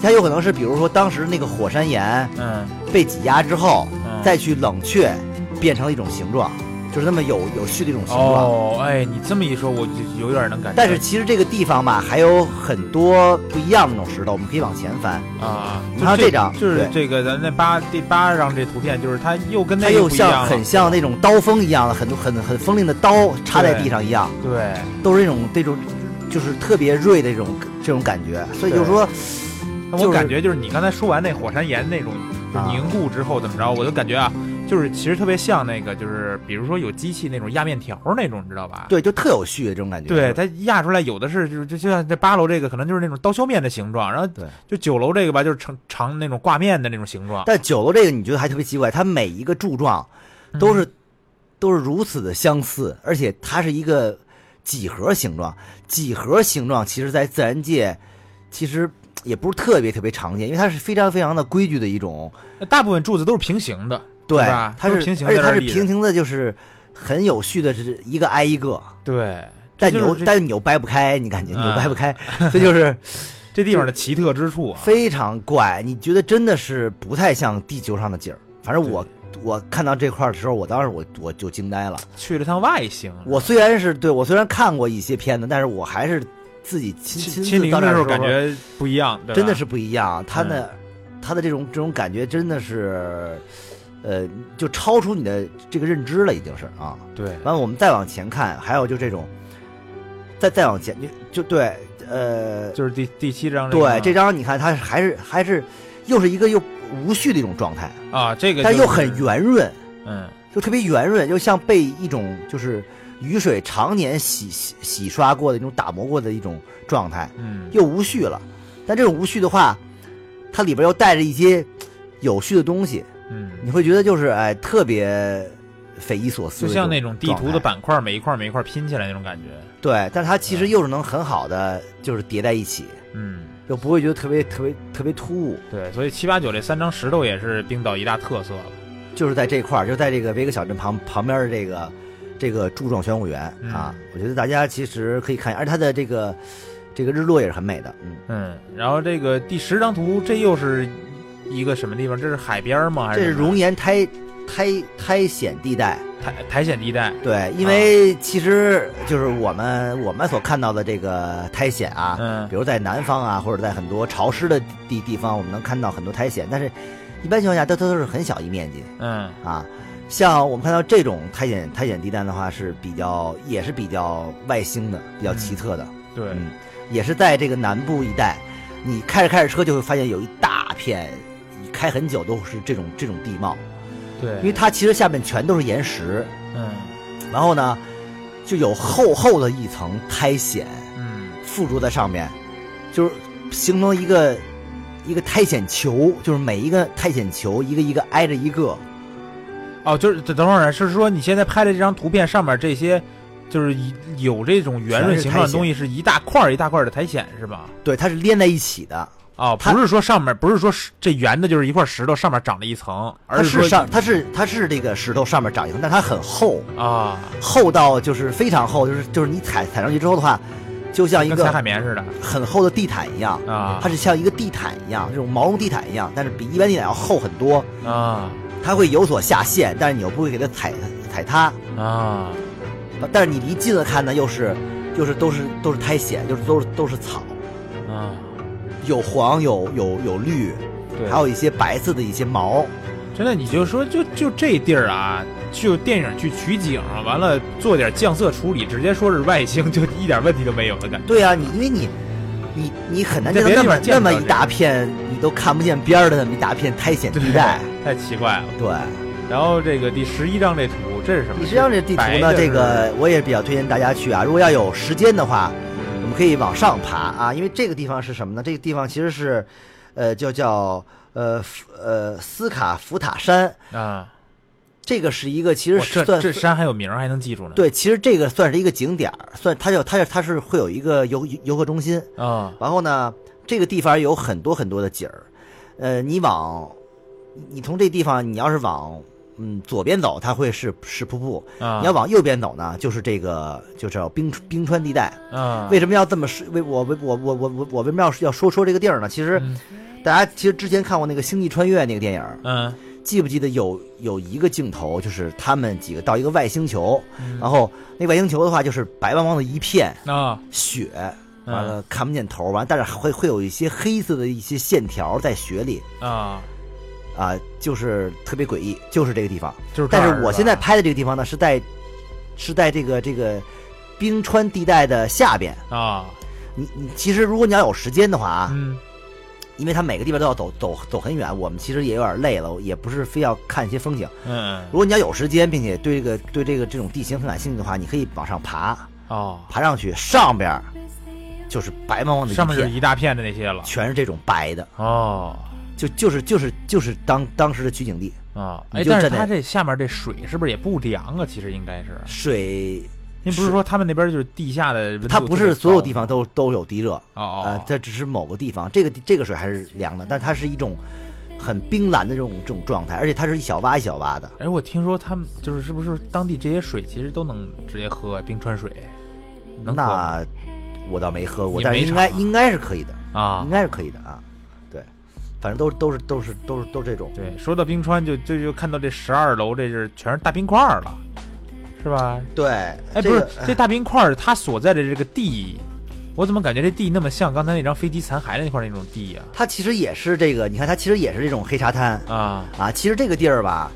S4: 它有可能是比如说当时那个火山岩
S3: 嗯，
S4: 被挤压之后
S3: 嗯，
S4: 再去冷却，变成了一种形状，就是那么有有序的一种形状。
S3: 哦，哎，你这么一说，我就有点能感觉。
S4: 但是其实这个地方吧，还有很多不一样的那种石头，我们可以往前翻，
S3: 啊，
S4: 你
S3: 就
S4: 看
S3: 这
S4: 这张
S3: 就是
S4: 对
S3: 这个咱那八第八张这图片，就是它又跟
S4: 它
S3: 那个
S4: 又
S3: 不一样
S4: 像
S3: 了
S4: 很像那种刀锋一样的，很多很很锋利的刀插在地上一样。
S3: 对，
S4: 都是那种这种就是特别锐的这种这种感觉，所以就是说，
S3: 那
S4: 就
S3: 我
S4: 是
S3: 感觉就是你刚才说完那火山岩那种就
S4: 啊
S3: 凝固之后怎么着，我就感觉啊，就是其实特别像那个，就是比如说有机器那种压面条儿那种，你知道吧？
S4: 对，就特有序这种感觉。
S3: 对，它压出来有的是，就是就就像这八楼这个，可能就是那种刀削面的形状，然后
S4: 对
S3: 就九楼这个吧，就是长长那种挂面的那种形状。
S4: 但九楼这个你觉得还特别奇怪，它每一个柱状都是、都是如此的相似，而且它是一个几何形状。几何形状其实在自然界其实也不是特别特别常见，因为它是非常非常的规矩的一种，
S3: 大部分柱子都是平行的，
S4: 对
S3: 是吧，
S4: 它
S3: 都
S4: 是
S3: 是平行
S4: 而且
S3: 在这
S4: 它是
S3: 立着
S4: 平行的，就是很有序的，是一个挨一个。
S3: 对。
S4: 但
S3: 这
S4: 你
S3: 就是
S4: 又
S3: 这
S4: 但是你又掰不开，你感觉你又
S3: 啊
S4: 掰不 开，这就是
S3: 这地方的奇特之处啊，
S4: 非常怪，你觉得真的是不太像地球上的景儿。反正我我看到这块儿的时候，我当时我我就惊呆了。
S3: 去了趟外啊星，
S4: 我虽然是对我虽然看过一些片子，但是我还是自己亲
S3: 亲
S4: 亲
S3: 亲
S4: 自
S3: 临
S4: 到
S3: 的
S4: 那
S3: 时
S4: 儿
S3: 候
S4: 的
S3: 感觉不一样，对吧嗯
S4: 真的是不一样。它的它的这种这种感觉真的是，呃，就超出你的这个认知了，已经是啊。
S3: 对
S4: 完了，我们再往前看，还有就这种，再再往前就就对，呃，
S3: 就是第第七章个啊
S4: 对，这张你看，它还是还是又是一个又无序的一种状态，
S3: 啊，这个
S4: 但
S3: 就是
S4: 又很，圆润，
S3: 嗯，
S4: 就特别圆润，又像被一种就是雨水常年洗洗洗刷过的一种打磨过的一种状态，
S3: 嗯，
S4: 又无序了。但这种无序的话，它里边又带着一些有序的东西，
S3: 嗯，
S4: 你会觉得就是哎特别匪夷所思
S3: 就
S4: 的一
S3: 像
S4: 状态，
S3: 那种地图的板块，每一块每一块拼起来那种感觉，
S4: 对，但是它其实又是能很好的就是叠在一起，
S3: 嗯，
S4: 又不会觉得特别特别特别突兀。
S3: 对，所以七八九这三张石头也是冰岛一大特色了，
S4: 就是在这块儿，就在这个维克小镇旁旁边的这个这个柱状旋拱园
S3: 嗯
S4: 啊，我觉得大家其实可以看一下，而且它的这个这个日落也是很美的，嗯，
S3: 嗯，然后这个第十张图，这又是一个什么地方？这是海边吗？还
S4: 这是
S3: 是
S4: 熔岩苔苔苔藓地带，
S3: 苔苔藓地带？
S4: 对，因
S3: 啊
S4: 为其实就是我们我们所看到的这个苔藓啊，
S3: 嗯
S4: 比如在南方啊，或者在很多潮湿的地地方，我们能看到很多苔藓，但是一般情况下它它都是很小一面积，
S3: 嗯，
S4: 啊，像我们看到这种苔藓苔藓地带的话，是比较也是比较外星的，比较奇特的，
S3: 对，
S4: 嗯，也是在这个南部一带，你开着开着车就会发现有一大片，你开很久都是这种这种地貌，
S3: 对，
S4: 因为它其实下面全都是岩石，
S3: 嗯
S4: 然后呢，就有厚厚的一层苔藓
S3: 嗯，
S4: 附着在上面，就是形成一个一个苔藓球，就是每一个苔藓球一个一个挨着一个，
S3: 哦，就是等等会儿，是说你现在拍的这张图片上面这些，就是一有这种圆润形状的东西，是一大块儿一大块儿的苔藓是吧？
S4: 对，它是连在一起的。
S3: 哦，
S4: 它
S3: 不是说上面不是说是这圆的，就是一块石头上面长了一层，而
S4: 它
S3: 说
S4: 是上，它是它是这个石头上面长一层，但它很厚，
S3: 啊，
S4: 厚到就是非常厚，就是就是你踩踩上去之后的话，就像一
S3: 跟
S4: 个
S3: 踩海绵似的
S4: 很厚的地毯一样，
S3: 啊
S4: 它是像一个地毯一样，这种毛绒地毯一样，但是比一般地毯要厚很多，
S3: 啊
S4: 它会有所下陷，但是你又不会给它踩踩塌，
S3: 啊
S4: 但是你离近了看呢，又是又是都是都是苔藓，就是都是都是草，
S3: 啊！
S4: 有黄有有有绿，
S3: 对，
S4: 还有一些白色的一些毛，
S3: 真的，你就说就就这地儿啊，就电影去取景，完了做点降色处理，直接说是外星，就一点问题都没有的感觉。
S4: 对啊，你因为你你你很难
S3: 在
S4: 见
S3: 别的
S4: 到那
S3: 地
S4: 么
S3: 方见
S4: 那
S3: 不
S4: 么
S3: 到
S4: 一
S3: 这
S4: 大片你都看不见边儿的那么一大片苔藓地带，
S3: 太奇怪了。
S4: 对。
S3: 然后这个第十一张这图，这是什么？
S4: 第十张这地图
S3: 白
S4: 呢，
S3: 的
S4: 这
S3: 是
S4: 个我也比较推荐大家去啊。如果要有时间的话，我们可以往上爬啊，因为这个地方是什么呢？这个地方其实是，呃，就叫呃福呃斯卡福塔山，
S3: 啊，
S4: 这个是一个其实
S3: 哇
S4: 是
S3: 这
S4: 算
S3: 这山还有名儿还能记住呢。
S4: 对，其实这个算是一个景点儿，算它有它有它是会有一个游游客中心，
S3: 啊
S4: 然后呢，这个地方有很多很多的景儿，呃，你往你从这地方你要是往嗯左边走，它会是是瀑布。
S3: 啊，
S4: 你要往右边走呢，就是这个就叫冰冰川地带。
S3: 啊，
S4: 为什么要这么说？为我为我我我我我为什么要要说说这个地儿呢？其实，大家其实之前看过那个《星际穿越》那个电影，
S3: 嗯
S4: 记不记得有有一个镜头，就是他们几个到一个外星球，
S3: 嗯
S4: 然后那外星球的话就是白茫茫的一片
S3: 啊
S4: 雪，
S3: 嗯
S4: 完了看不见头，完了但是会会有一些黑色的一些线条在雪里
S3: 啊，
S4: 啊，就是特别诡异，就是这个地方。
S3: 就是这儿
S4: 但
S3: 吧。
S4: 是我现在拍的这个地方呢，是在是在这个这个冰川地带的下边。
S3: 啊，
S4: 你你其实如果你要有时间的话啊，
S3: 嗯
S4: 因为它每个地方都要走走走很远，我们其实也有点累了，也不是非要看一些风景。
S3: 嗯
S4: 如果你要有时间，并且对这个对这个这种地形很感兴趣的话，你可以往上爬，
S3: 哦，
S4: 爬上去，上边儿就是白茫茫的一
S3: 上面就是
S4: 片，
S3: 一大片的那些了。
S4: 全是这种白的，
S3: 哦
S4: 就就是就是就是当当时的取景地，
S3: 啊，
S4: 你
S3: 哎，
S4: 就
S3: 但是
S4: 站在
S3: 它这下面这水是不是也不凉啊？其实应该是，
S4: 水
S3: 您不是说他们那边就是地下的温度特别高吗？
S4: 它不是所有地方都都有地热，
S3: 哦
S4: 呃
S3: 哦，
S4: 它只是某个地方，这个这个水还是凉的，但它是一种很冰蓝的这种这种状态，而且它是一小洼一小洼的，
S3: 哎，我听说他们就是是不是当地这些水其实都能直接喝冰川水？能喝吗
S4: 那我倒没喝过，
S3: 你
S4: 但是
S3: 没
S4: 应
S3: 尝
S4: 该
S3: 啊
S4: 应该是可以的，
S3: 啊
S4: 应，该是可以的啊，对，反正都是都是都是都是都是这种，
S3: 对，说到冰川就就就看到这十二楼，这是全是大冰块儿了，是吧？
S4: 对，
S3: 哎，
S4: 这
S3: 不
S4: 个呃
S3: 是，这大冰块儿它所在的这个地，我怎么感觉这地那么像刚才那张飞机残骸的那块儿那种地呀、
S4: 它其实也是这个，你看它其实也是这种黑沙滩
S3: 啊？
S4: 啊，其实这个地儿吧。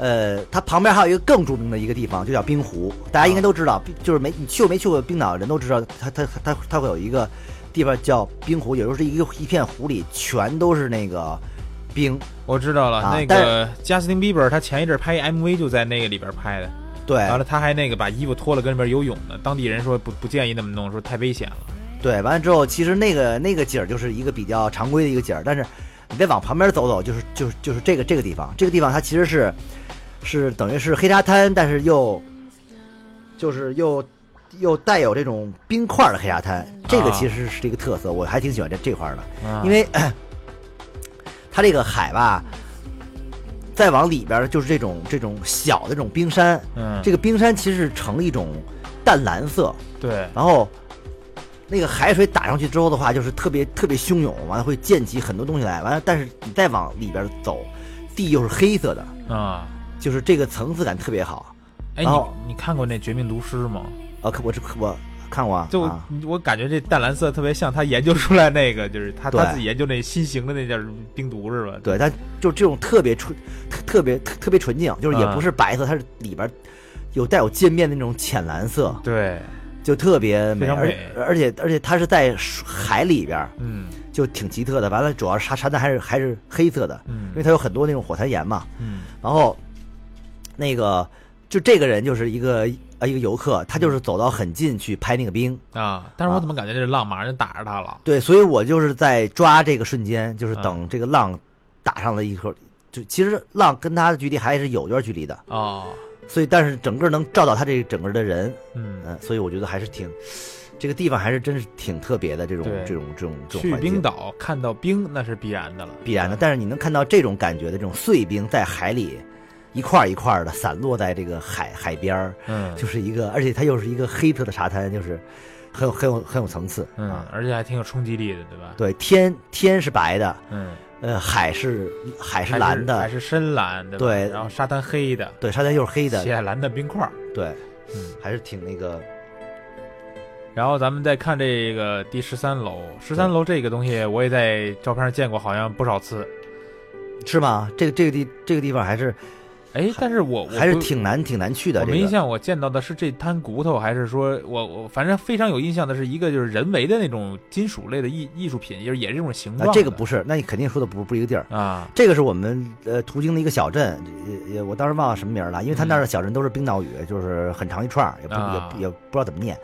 S4: 呃，它旁边还有一个更著名的一个地方，就叫冰湖。大家应该都知道，就是没你去过没去过冰岛的人都知道，它它它它会有一个地方叫冰湖，也就是一个一片湖里全都是那个冰。
S3: 我知道了，
S4: 啊
S3: 那个贾斯汀·比伯他前一阵儿拍一 MV 就在那个里边儿拍的，
S4: 对
S3: 完了他还那个把衣服脱了跟里边儿游泳呢，当地人说不不建议那么弄，说太危险了。
S4: 对，完了之后，其实那个那个景儿就是一个比较常规的一个景儿，但是你再往旁边走走，就是就是就是这个这个地方，这个地方它其实是是等于是黑沙滩，但是又就是又又带有这种冰块儿的黑沙滩，这个
S3: 啊
S4: 其实是一个特色，我还挺喜欢这这块儿的。
S3: 啊
S4: 因为 咳它这个海吧，再往里边儿就是这种这种小的这种冰山，
S3: 嗯，
S4: 这个冰山其实是呈一种淡蓝色，
S3: 对
S4: 然后那个海水打上去之后的话，就是特别特别汹涌，完了会溅起很多东西来，完了但是你再往里边走，地又是黑色的，
S3: 啊，
S4: 就是这个层次感特别好。
S3: 哎，
S4: 然后
S3: 你你看过那《绝命毒师》吗？
S4: 啊，可我这可我看过啊，
S3: 就、
S4: 啊
S3: 我感觉这淡蓝色特别像他研究出来那个，就是他
S4: 对
S3: 他自己研究那新型的那叫冰毒是吧？
S4: 对，它就这种特别纯、特特别特特别纯净，就是也
S3: 嗯
S4: 不是白色，它是里边有带有渐变的那种浅蓝色，
S3: 对，
S4: 就特别
S3: 非
S4: 美，
S3: 常
S4: 而
S3: 美
S4: 而且而且它是在水海里边儿，
S3: 嗯
S4: 就挺奇特的。完了，主要是沙沙滩还是还是黑色的，
S3: 嗯
S4: 因为它有很多那种火山岩嘛。
S3: 嗯
S4: 然后那个就这个人就是一个啊一个游客，他
S3: 嗯
S4: 就是走到很近去拍那个冰。
S3: 啊，但是我怎么感觉这浪马上就打着他了？
S4: 对，所以我就是在抓这个瞬间，就是
S3: 啊
S4: 等这个浪打上了一颗，就其实浪跟他的距离还是有一段距离的，
S3: 哦，
S4: 所以但是整个能照到他这整个的人，
S3: 嗯，
S4: 嗯，所以我觉得还是挺这个地方还是真是挺特别的这种
S3: 对
S4: 这种这种这种
S3: 去
S4: 环
S3: 冰
S4: 境。
S3: 岛看到冰那是必然的了，
S4: 必然的，但是你能看到这种感觉的这种碎冰在海里一块儿一块儿的散落在这个海海边儿，
S3: 嗯
S4: 就是一个，而且它又是一个黑色的沙滩，就是很有很有很有层次
S3: 嗯
S4: 啊。，
S3: 而且还挺有冲击力的，对吧？
S4: 对，天天是白的，
S3: 嗯，
S4: 呃，海是海
S3: 还
S4: 是蓝
S3: 还
S4: 的，
S3: 是深蓝，对吧？
S4: 对
S3: 然后沙滩黑的，
S4: 对，沙滩又是黑的，
S3: 浅蓝的冰块儿。
S4: 对，
S3: 嗯，
S4: 还是挺那个，
S3: 然后咱们再看这个第十三楼，十三楼这个东西我也在照片上见过，好像不少次。
S4: 是吗？这个这个地这个地方还是
S3: 哎，但是我我
S4: 还是
S3: 不
S4: 挺难挺难去的。
S3: 我
S4: 这
S3: 没印
S4: 个
S3: 象，我见到的是这滩骨头，还是说我我反正非常有印象的是一个就是人为的那种金属类的艺艺术品，就是也是这种形状
S4: 啊
S3: 的、，
S4: 这个不是，那你肯定说的不不是一个地儿。
S3: 啊，
S4: 这个是我们呃途经的一个小镇，也也我当时忘了什么名儿了，因为他那儿的小镇都是冰岛语，就是很长一串儿，也不、
S3: 嗯啊
S4: 也也不知道怎么念。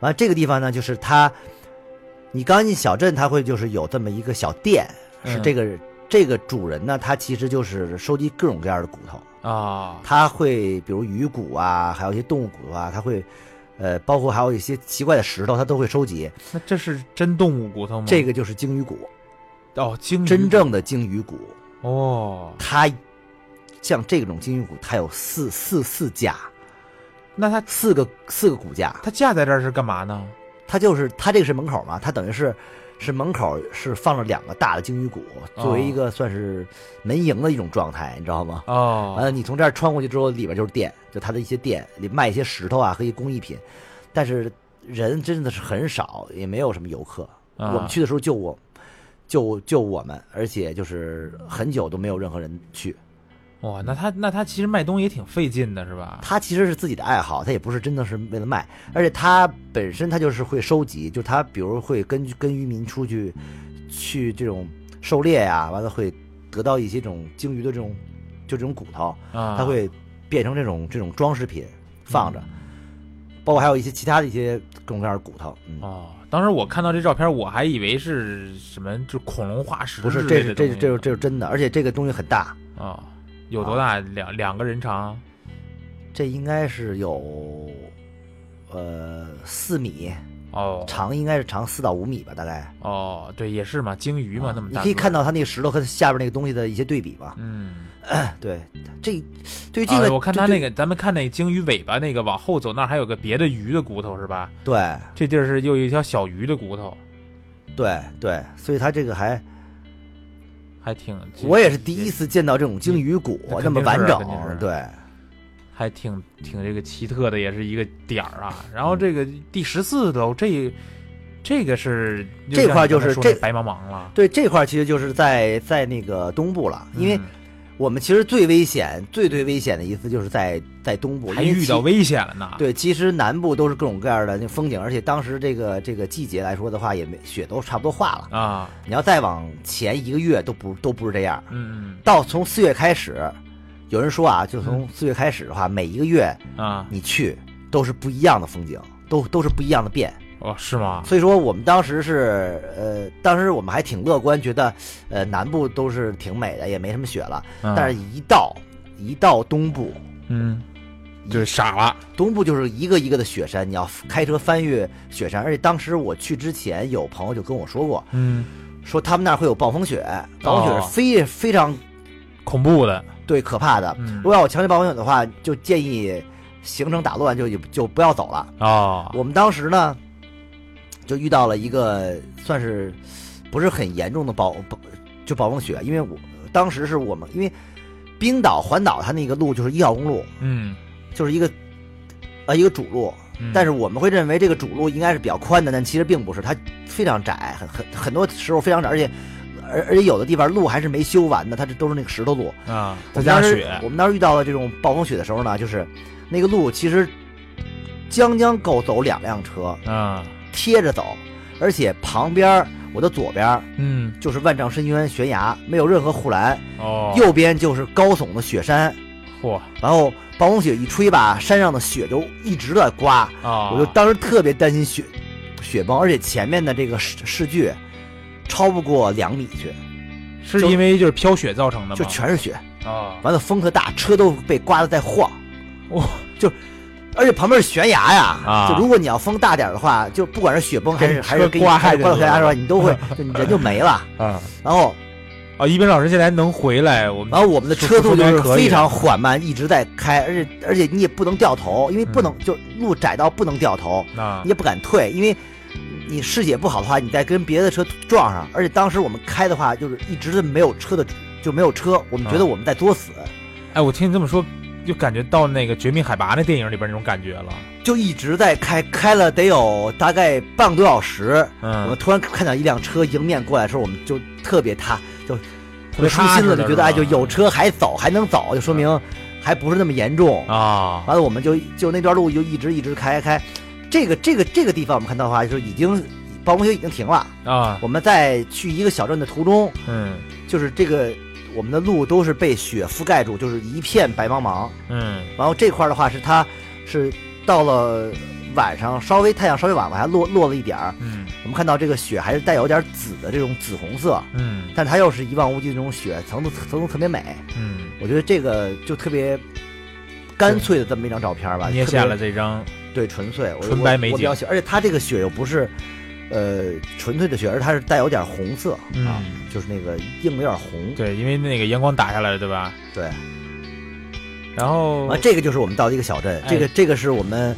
S4: 完了这个地方呢，就是它，你刚进小镇，它会就是有这么一个小店，是
S3: 嗯
S4: 这个、这个主人呢，他其实就是收集各种各样的骨头，
S3: 啊，
S4: 他会比如鱼骨啊，还有一些动物骨啊，他会。呃，包括还有一些奇怪的石头，他都会收集。
S3: 那这是真动物骨头吗？
S4: 这个就是鲸鱼骨，
S3: 哦，鲸鱼
S4: 真正的鲸鱼骨。
S3: 哦，
S4: 它像这种金鱼骨，它有四四四架，
S3: 那它
S4: 四个四个骨架，
S3: 它架在这儿是干嘛呢？
S4: 它就是它这个是门口嘛，它等于是是门口是放了两个大的鲸鱼骨，
S3: 哦
S4: 作为一个算是门营的一种状态，你知道吗？完
S3: 哦，
S4: 了，你从这儿穿过去之后，里边就是店，就它的一些店里卖一些石头啊和一些工艺品，但是人真的是很少，也没有什么游客。
S3: 啊
S4: 我们去的时候就我。就就我们，而且就是很久都没有任何人去，
S3: 哇，那它那它其实卖东西也挺费劲的，是吧？
S4: 他其实是自己的爱好，他也不是真的是为了卖，而且他本身他就是会收集，就是他比如会跟跟渔民出去去这种狩猎呀、完了会得到一些这种鲸鱼的这种就这种骨头，
S3: 啊，
S4: 他会变成这种这种装饰品放着，包括还有一些其他的一些各种各样的骨头，嗯，
S3: 哦。当时我看到这照片，我还以为是什么，就恐龙化石
S4: 不是，
S3: 之
S4: 这
S3: 类
S4: 是
S3: 的
S4: 这
S3: 东
S4: 是
S3: 西
S4: 这是这是真的，而且这个东西很大，
S3: 啊，有多大？两两个人长
S4: 这应该是有呃四米
S3: 哦
S4: 长，应该是长四到五米吧，大概。
S3: 哦，对，也是嘛，鲸鱼嘛，那么
S4: 啊你
S3: 大，
S4: 可以看，到它那个石头和下边那个东西的一些对比嘛。
S3: 嗯，
S4: 对，这对于这个，
S3: 啊我看它
S4: 对
S3: 那个，咱们看那鲸鱼尾巴那个往后走，那儿还有个别的鱼的骨头是吧？
S4: 对
S3: 这地儿是又有一条小鱼的骨头，
S4: 对对，所以它这个还，
S3: 还挺，
S4: 我也是第一，次见到这种鲸鱼骨
S3: 那肯定
S4: 那么完
S3: 是啊肯定是
S4: 整。对，
S3: 还挺挺这个奇特的，也是一个点儿啊。然后这个第十四楼这这个是
S4: 这块儿就是
S3: 像你刚才说
S4: 这
S3: 那白茫茫了，
S4: 对这块儿其实就是在在那个东部了，因
S3: 嗯
S4: 为我们其实最危险、最最危险的一次就是在在东部，
S3: 还
S4: 因为
S3: 遇到
S4: 其
S3: 危险了呢。，
S4: 对，其实南部都是各种各样的那风景，而且当时这个这个季节来说的话，也没雪都差不多化了。
S3: 啊，
S4: 你要再往前一个月都不都不是这样，
S3: 嗯
S4: 到从四月开始，有人说啊，就从四月开始的话，每一个月
S3: 嗯啊，
S4: 你去都是不一样的风景，都都是不一样的变。
S3: 哦，是吗？
S4: 所以说，我们当时是呃，当时我们还挺乐观，觉得呃南部都是挺美的，也没什么雪了。
S3: 嗯
S4: 但是，一到一到东部，
S3: 嗯，就是傻了，
S4: 东部就是一个一个的雪山，你要开车翻越雪山。而且当时我去之前，有朋友就跟我说过，
S3: 嗯，
S4: 说他们那儿会有暴风雪，暴风雪是非、非常
S3: 恐怖的，
S4: 对可怕的。
S3: 嗯
S4: 如，果要我强烈暴风雪的话，就建议行程打乱，就就就不要走了。
S3: 哦，
S4: 我们当时呢，就遇到了一个算是不是很严重的暴暴就暴风雪，因为我当时是我们因为冰岛环岛它那个路就是一号公路，
S3: 嗯，
S4: 就是一个呃一个主路，
S3: 嗯
S4: 但是我们会认为这个主路应该是比较宽的，但其实并不是，它非常窄，很很很多时候非常窄，而且而而且有的地方路还是没修完的，它这都是那个石头路。
S3: 啊，
S4: 我
S3: 再加
S4: 们当
S3: 上
S4: 时
S3: 雪，
S4: 我们当时遇到了这种暴风雪的时候呢，就是那个路其实将将够走两辆车，
S3: 啊，
S4: 贴着走，而且旁边儿我的左边儿
S3: 嗯，
S4: 就是万丈深渊悬崖，没有任何护栏，
S3: 哦，
S4: 右边就是高耸的雪山，
S3: 嚯
S4: 然后暴风雪一吹吧，山上的雪就一直在刮，
S3: 啊，
S4: 我就当时特别担心雪雪崩，而且前面的这个视视距超不过两米去，
S3: 是因为就是飘雪造成的吗？
S4: 就全是雪。
S3: 啊，
S4: 完了风特大，车都被刮得在晃，
S3: 哇，
S4: 就。而且旁边是悬崖呀，
S3: 啊
S4: 就如果你要风大点儿的话，就不管是雪崩还
S3: 给
S4: 是
S3: 车
S4: 还是给你
S3: 刮
S4: 还
S3: 下
S4: 是
S3: 去
S4: 刮到悬崖的
S3: 了
S4: 话，你都会就你人就没了。
S3: 啊
S4: 然后
S3: 啊，一斌老师现在能回来，我们
S4: 然后我们的
S3: 速
S4: 车
S3: 速
S4: 速
S3: 度
S4: 就
S3: 还
S4: 是
S3: 可以
S4: 非
S3: 的
S4: 常缓慢，一直在开，而且而且你也不能掉头，因为不能、就是路窄到不能掉头，
S3: 啊
S4: 你也不敢退，因为你视野不好的话，你再跟别的车撞上。而且当时我们开的话，就是一直是没有车的，就没有车，我
S3: 啊
S4: 们觉得我们在作死，
S3: 哎，我听你这么说，就感觉到那个《绝命海拔》那电影里边那种感觉了。
S4: 就一直在开，开了得有大概半个多小时。我
S3: 嗯
S4: 们，突然看到一辆车迎面过来的时候，我们就特别踏，就
S3: 特别
S4: 就舒
S3: 踏
S4: 心
S3: 实
S4: 了，
S3: 的
S4: 就是觉得
S3: 吧嗯
S4: 哎，就有车还走，还能走，就说明还不是那么严重。
S3: 啊，
S4: 完了，我们就就那段路就一直一直开开，这个这个这个地方我们看到的话，就是已经暴风雪已经停了。
S3: 啊，
S4: 我们在去一个小镇的途中，
S3: 嗯
S4: 就是这个我们的路都是被雪覆盖住，就是一片白茫茫。
S3: 嗯
S4: 然后这块儿的话是它是到了晚上，稍微太阳稍微往往下落落了一点儿，
S3: 嗯
S4: 我们看到这个雪还是带有点紫的这种紫红色，
S3: 嗯
S4: 但是它又是一望无际的这种雪，层次层次特别美。
S3: 嗯，
S4: 我觉得这个就特别干脆的这么一张照片吧，
S3: 嗯捏
S4: 特别
S3: 下了这张
S4: 对，纯粹我
S3: 纯白美
S4: 我我比较
S3: 景
S4: 喜欢，而且它这个雪又不是，呃，纯粹的雪，而是它是带有点红色、啊，
S3: 嗯
S4: 就是那个映的有点红。
S3: 对，因为那个阳光打下来了，对吧？
S4: 对，
S3: 然后
S4: 啊，这个就是我们到的一个小镇，这个这个是我们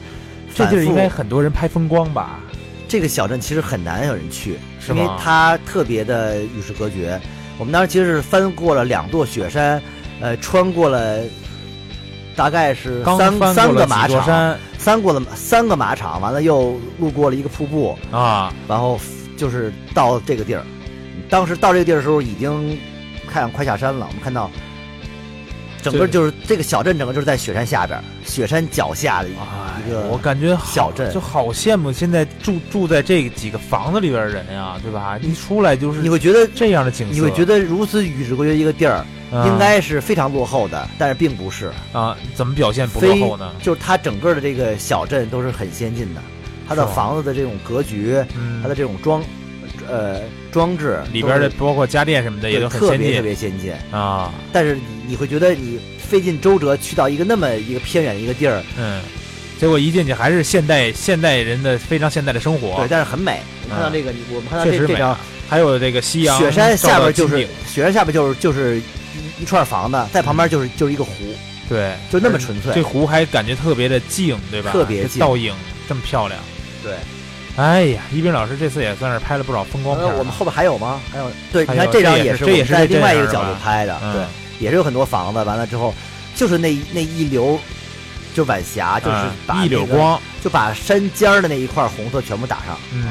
S3: 哎这地儿
S4: 反复
S3: 应该很多人拍风光吧？
S4: 这个小镇其实很难有人去，
S3: 是
S4: 因为
S3: 吗
S4: 它特别的与世隔绝。我们当时其实是翻过了两座雪山，呃，穿过了大概是
S3: 刚
S4: 三
S3: 翻
S4: 三
S3: 过
S4: 个
S3: 了
S4: 马
S3: 几座
S4: 场，
S3: 山
S4: 三过了三个马场，完了又路过了一个瀑布，
S3: 啊，
S4: 然后就是到这个地儿。当时到这个地儿的时候，已经太阳快下山了。我们看到整个
S3: 这
S4: 就是这个小镇，整个就是在雪山下边儿，雪山脚下的一
S3: 哎
S4: 一个
S3: 我感觉好
S4: 小镇
S3: 就好羡慕现在住住在这几个房子里边的人呀，对吧？一出来就是
S4: 嗯你会觉得
S3: 这样的景色，
S4: 你会觉得如此与世隔绝的一个地儿，
S3: 啊
S4: 应该是非常落后的，但是并不是，
S3: 啊，怎么表现不落
S4: 非
S3: 后呢？
S4: 就是它整个的这个小镇都是很先进的，它的
S3: 是吗
S4: 房子的这种格局，
S3: 嗯
S4: 它的这种装，呃，装置
S3: 里边的
S4: 都是
S3: 包括家电什么的也
S4: 对
S3: 都很
S4: 特
S3: 先
S4: 别特
S3: 进
S4: 别先进，
S3: 啊，
S4: 但是你你会觉得你费尽周折去到一个那么一个偏远的一个地儿，
S3: 嗯，结果一进去还是现代现代人的非常现代的生活
S4: 对，，但是很美。我们看到这个，你我们看到
S3: 嗯确
S4: 这
S3: 实
S4: 这
S3: 美
S4: 张
S3: 啊。还有这个夕阳，
S4: 雪山下边就是
S3: 照到金
S4: 雪山下边就是就是一一串房子，在旁边就是就是一个湖，
S3: 顶对，
S4: 就那么纯粹
S3: 这湖还感觉特别的静，对吧？
S4: 特别静
S3: 这倒影这么漂亮。
S4: 对。
S3: 哎呀，一斌老师这次也算是拍了啊不少风光片
S4: 呃，
S3: 儿。
S4: 我们后边还有吗？还有，对，
S3: 还
S4: 你
S3: 有
S4: 看这张
S3: 这也
S4: 也
S3: 是
S4: 是
S3: 这
S4: 我
S3: 也
S4: 们
S3: 是
S4: 在
S3: 这
S4: 另外一
S3: 样
S4: 个
S3: 是
S4: 角度
S3: 吧
S4: 拍的，
S3: 嗯
S4: 对，也是有很多房子。完了之后，就是那那一流，就晚霞，就是
S3: 啊
S4: 把、
S3: 一绺，光，
S4: 就把山尖儿的那一块红色全部打上，
S3: 嗯，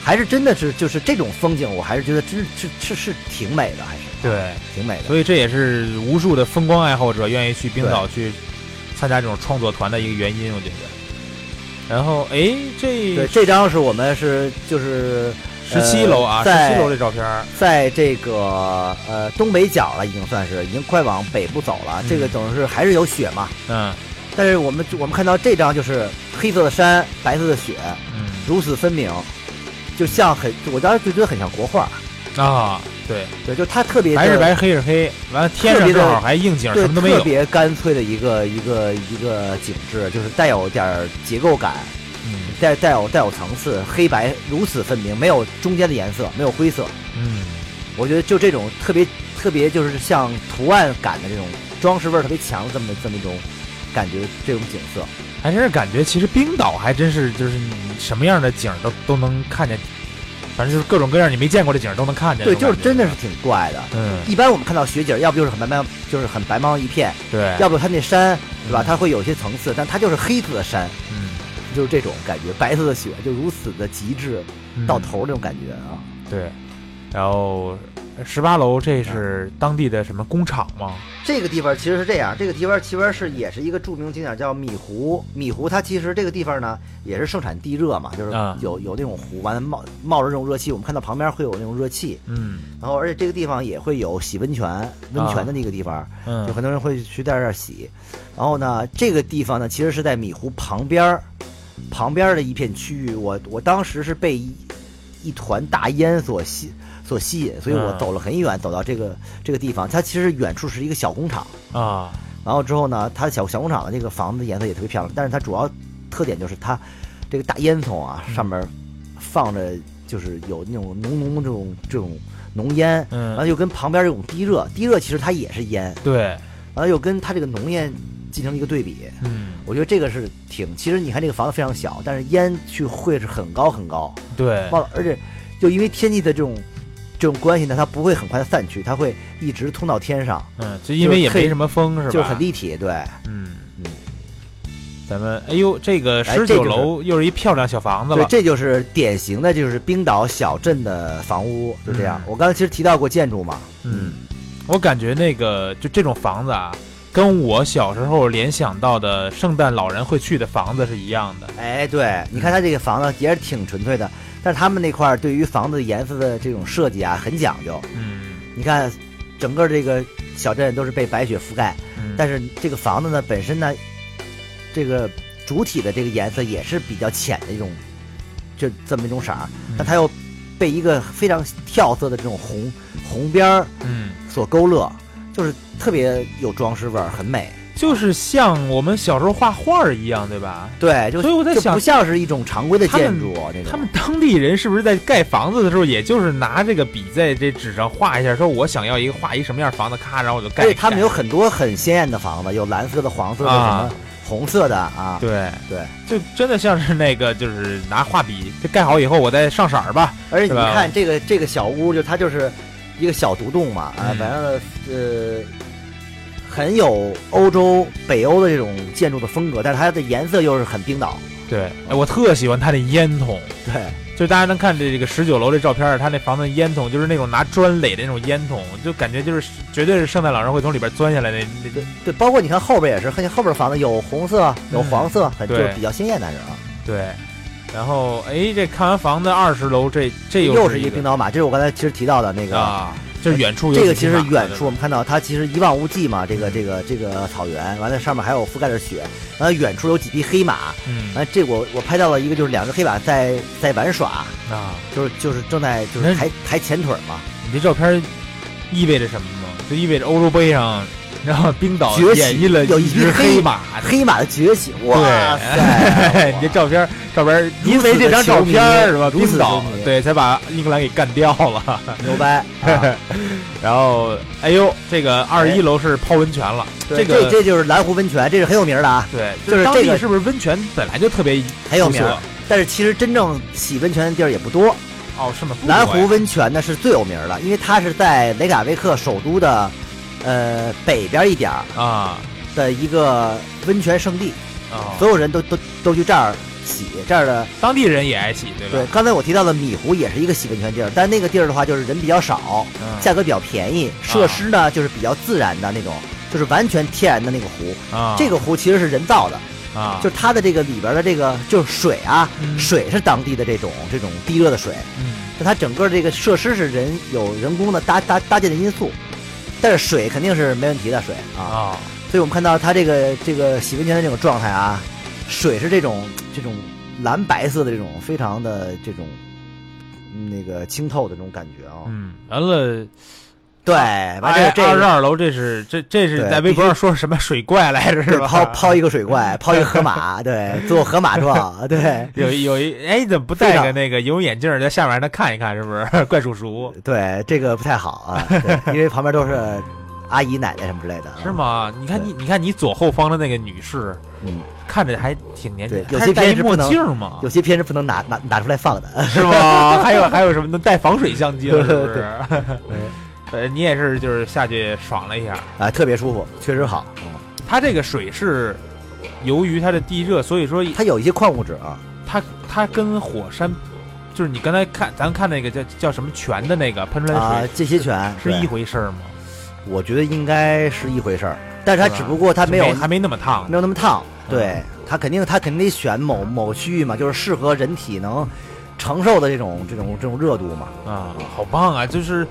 S4: 还是真的是就是这种风景，我还是觉得真是是是挺美的，还是
S3: 对，
S4: 挺美的。
S3: 所以这也是无数的风光爱好者愿意去冰岛去参加这种创作团的一个原因，我觉得。然后，哎，
S4: 对，
S3: 这
S4: 这张是我们是就是
S3: 十七楼啊，
S4: 呃
S3: 十七
S4: 在
S3: 楼这照片儿，
S4: 在这个呃东北角了，已经算是已经快往北部走了。这个
S3: 嗯
S4: 等于是还是有雪嘛，
S3: 嗯
S4: 但是我们我们看到这张就是黑色的山，白色的雪，
S3: 嗯
S4: 如此分明，就像很，我当时就觉得很像国画，
S3: 啊，对，
S4: 对，就它特别的
S3: 白是白，黑是黑，完了天
S4: 特
S3: 上
S4: 别的
S3: 正好还应景，
S4: 对，
S3: 什么都没
S4: 特
S3: 有。
S4: 别干脆的一个一个一个景致，就是带有点儿结构感，
S3: 嗯
S4: 带带有带有层次，黑白如此分明，没有中间的颜色，没有灰色，
S3: 嗯，
S4: 我觉得就这种特别特别就是像图案感的这种装饰味儿特别强的这么这么一种感觉，这种景色。
S3: 还真是感觉，其实冰岛还真是就是你什么样的景儿都都能看见，反正就是各种各样你没见过的景儿都能看见。
S4: 对，
S3: 那种
S4: 就是
S3: 感觉啊
S4: 真的是，挺怪的。
S3: 嗯，
S4: 一般我们看到雪景，要不就是很白茫，就是很白茫一片，
S3: 对，
S4: 要不它那山，对吧？
S3: 嗯
S4: 它会有一些层次，但它就是黑色的山，
S3: 嗯
S4: 就是这种感觉，白色的雪就如此的极致
S3: 嗯
S4: 到头这种感觉啊。
S3: 对，然后十八楼这是当地的什么工厂吗？
S4: 这个地方其实是这样，这个地方其实是也是一个著名景点，叫米湖。米湖它其实这个地方呢，也是盛产地热嘛，就是
S3: 啊
S4: 有有那种湖，完了冒冒着这种热气，我们看到旁边会有那种热气，
S3: 嗯
S4: 然后而且这个地方也会有洗温泉，温泉的那个地方，就
S3: 嗯
S4: 很多人会去在这儿洗。然后呢，这个地方呢，其实是在米湖旁边儿，旁边儿的一片区域。我我当时是被一一团大烟所吸所吸引，所以我
S3: 嗯
S4: 走了很远，走到这个这个地方。它其实远处是一个小工厂，
S3: 啊
S4: 然后之后呢，它小小工厂的这个房子颜色也特别漂亮，但是它主要特点就是它这个大烟囱啊
S3: 嗯
S4: 上面放着就是有那种浓浓的这种这种浓烟，
S3: 嗯
S4: 完了又跟旁边这种低热，低热其实它也是烟，
S3: 对，
S4: 完了又跟它这个浓烟进行一个对比。
S3: 嗯，
S4: 我觉得这个是挺，其实你看这个房子非常小，但是烟去会是很高很高，
S3: 对，
S4: 忘了，而且就因为天气的这种这种关系呢，它不会很快的散去，它会一直通到天上，
S3: 嗯，就因为也没什么风是吧？
S4: 就是很立体。对，
S3: 嗯
S4: 嗯
S3: 咱们哎呦，这个
S4: 哎
S3: 十
S4: 这
S3: 九
S4: 就是
S3: 楼又是一漂亮小房子
S4: 对，
S3: 了，
S4: 这就是典型的就是冰岛小镇的房屋，就这样。
S3: 嗯
S4: 我刚才其实提到过建筑嘛，
S3: 嗯，我感觉那个就这种房子啊，跟我小时候联想到的圣诞老人会去的房子是一样的。
S4: 哎，
S3: 嗯
S4: 对，你看它这个房子也是挺纯粹的，但是他们那块儿对于房子颜色的这种设计啊很讲究。
S3: 嗯，
S4: 你看，整个这个小镇都是被白雪覆盖，
S3: 嗯
S4: 但是这个房子呢本身呢，这个主体的这个颜色也是比较浅的一种，就这么一种色儿
S3: 嗯，
S4: 但它又被一个非常跳色的这种红红边儿
S3: 嗯，
S4: 所勾勒，就是特别有装饰味儿，很美。
S3: 就是像我们小时候画画儿一样，对吧？
S4: 对，就
S3: 所以我在
S4: 就
S3: 想
S4: 不像是一种常规的
S3: 他们
S4: 建筑那种。
S3: 他们当地人是不是在盖房子的时候，也就是拿这个笔在这纸上画一下，说我想要一个画一什么样房子，咔，然后我就盖。
S4: 对他们有
S3: 盖
S4: 很多很鲜艳的房子，有蓝色的、黄色的、
S3: 啊
S4: 什么红色的啊。
S3: 对
S4: 对，
S3: 就真的像是那个，就是拿画笔就盖好以后，我再上色儿吧。
S4: 而且
S3: 是
S4: 你
S3: 吧
S4: 看这个这个小屋，就它就是一个小独栋嘛啊
S3: 嗯，
S4: 反正呃很有欧洲、北欧的这种建筑的风格，但是它的颜色又是很冰岛。
S3: 对，哎，我特喜欢它那烟筒。
S4: 对，
S3: 就是大家能看这这个十九楼这照片儿，它那房子烟筒就是那种拿砖垒的那种烟筒，就感觉就是绝对是圣诞老人会从里边钻下来那那
S4: 对对，包括你看后边也是，看见后边房子有红色、有
S3: 嗯
S4: 黄色，很就
S3: 对
S4: 是比较鲜艳的是啊。
S3: 对。然后哎，这看完房子二十楼这这
S4: 又
S3: 是
S4: 是一个冰
S3: 个
S4: 岛马，这是我刚才其实提到的那个。
S3: 啊，就是远处有
S4: 这个其
S3: 几匹
S4: 实
S3: 马
S4: 远处我们看到它其实一望无际嘛，这
S3: 嗯
S4: 个这个这个草原，完了上面还有覆盖着雪，完了远处有几匹黑马，
S3: 嗯
S4: 完了这我我拍到了一个就是两只黑马在在玩耍，
S3: 啊，
S4: 就是就是正在就
S3: 那
S4: 是抬抬前腿嘛，
S3: 你这照片意味着什么吗？就意味着欧洲杯上，然后冰岛
S4: 崛起
S3: 演绎了
S4: 有一
S3: 只
S4: 匹黑
S3: 黑马，
S4: 黑马的崛起，哇塞
S3: 对，， 你这照片照片
S4: 如此
S3: 因为这张照片儿
S4: 的球迷
S3: 是吧？
S4: 如此
S3: 冰岛
S4: 球迷
S3: 对才把英格兰给干掉了。
S4: 哇牛掰， 啊
S3: 然后，哎呦，这个二十一楼是泡温泉了，
S4: 对
S3: 个
S4: 这这就是蓝湖温泉，这是很有名的啊，
S3: 对，
S4: 就是
S3: 当
S4: 这
S3: 地
S4: 个
S3: 是不是温泉本来就特别
S4: 很有名
S3: 不错。
S4: 但是其实真正洗温泉的地儿也不多，
S3: 哦？是吗？不
S4: 南
S3: 多呀
S4: 湖温泉呢是最有名的，因为它是在雷卡维克首都的，呃北边一点儿
S3: 啊
S4: 的一个温泉圣地，
S3: 啊，
S4: 所有人都都都去这儿洗这儿的。
S3: 当地人也爱洗，对
S4: 对
S3: 吧？，
S4: 刚才我提到的米湖也是一个洗温泉地儿，但那个地儿的话就是人比较少，
S3: 嗯
S4: 价格比较便宜，设施呢就是比较自然的那种，就是完全天然的那个湖。
S3: 啊，
S4: 这个湖其实是人造的，
S3: 啊，
S4: 就是它的这个里边的这个就是水啊，
S3: 嗯
S4: 水是当地的这种这种地热的水，
S3: 嗯
S4: 但它整个这个设施是人有人工的搭搭搭建的因素，但是水肯定是没问题的水啊。
S3: 啊，
S4: 所以我们看到它这个这个洗温泉的这种状态啊，水是这种这种蓝白色的这种非常的这种嗯那个清透的这种感觉啊。
S3: 嗯，完了，
S4: 对，完这
S3: 哎
S4: 个这
S3: 二十
S4: 个
S3: 二楼这是这这是
S4: 对
S3: 在微博上说什么水怪来着是
S4: 对
S3: 吧？
S4: 抛抛一个水 怪，抛一个河马，对，做河马状，对
S3: 有一有一哎，怎么不
S4: 非
S3: 戴
S4: 常
S3: 个那个游泳眼镜儿在下面让他看一看是不是？ 怪叔叔
S4: 对，这个不太好啊，对因为旁边都是阿姨奶奶什么之类的，啊
S3: 是？吗？你看你你看你左后方的那个女士，
S4: 嗯，
S3: 看着还挺年轻，
S4: 对有
S3: 她
S4: 些
S3: 戴一
S4: 片是
S3: 墨
S4: 不能
S3: 镜吗
S4: 有？些片是不能拿拿拿出来放的，
S3: 是吗？还有还有什么能带防水相机了？是不是？ 呃，你也是就是下去爽了一下。
S4: 啊，特别舒服，确实好。嗯
S3: 它这个水是由于它的地热，所以说
S4: 它有一些矿物质啊，
S3: 它它跟火山，就是你刚才看咱看那个叫叫什么泉的那个喷出来的
S4: 啊
S3: 水，
S4: 这些泉
S3: 是一
S4: 对
S3: 回事儿吗？
S4: 我觉得应该是一回事儿，但是它
S3: 是吧
S4: 只不过它
S3: 就
S4: 没有
S3: 还没嗯那么烫
S4: 没有那么烫，对，它肯定它肯定得选某某区域嘛，就是适合人体能承受的这种这种这种热度嘛。
S3: 啊，好棒啊！就是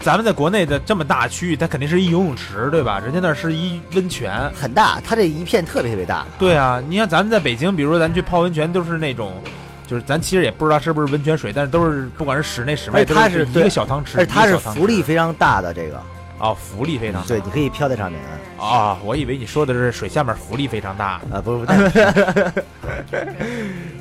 S3: 咱们在国内的这么大区域，它肯定是一游泳池，对吧？人家那儿是一温泉。
S4: 很大，它这一片特别特别大，
S3: 对啊，你像咱们在北京，比如说咱去泡温泉，都是那种，就是咱其实也不知道是不是温泉水，但是都是不管是室内室外，
S4: 而且它
S3: 都是
S4: 是
S3: 一个
S4: 对
S3: 小汤池，
S4: 而且它
S3: 一
S4: 是
S3: 个小汤池
S4: 浮力非常大的这个，
S3: 哦，浮力非常大
S4: 对，你可以飘在上面。呃
S3: 啊、我以为你说的是水下面浮力非常大，
S4: 啊，不是，不是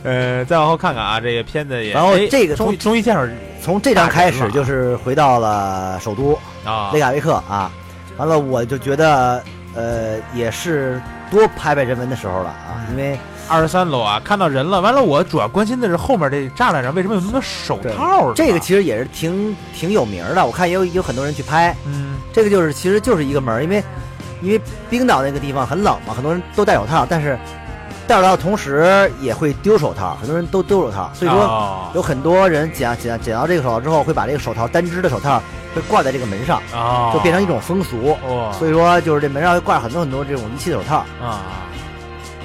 S3: 呃，再往后看看啊，这个片子也，
S4: 然后
S3: 哎
S4: 这个
S3: 终于
S4: 从
S3: 终于见着
S4: 从这张开
S3: 大人
S4: 始
S3: 了啊
S4: 就是回到了首都
S3: 啊
S4: 雷卡维克啊，完了我就觉得呃也是多拍拍人文的时候了啊，
S3: 嗯
S4: 因为
S3: 二十三楼啊，看到人了。完了，我主要关心的是后面这栅栏上为什么有那么多手套？
S4: 这个其实也是挺挺有名儿的，我看也有有很多人去拍，
S3: 嗯
S4: 这个就是其实就是一个门儿，因为因为冰岛那个地方很冷嘛，很多人都戴手套，但是戴手套的同时也会丢手套，很多人都丢手套，所以说
S3: 哦
S4: 有很多人啊捡捡捡到这个手套之后，会把这个手套单只的手套会挂在这个门上，
S3: 哦
S4: 就变成一种风俗。
S3: 哇
S4: 所以说就是这门上会挂很多很多这种仪器的手套，
S3: 啊，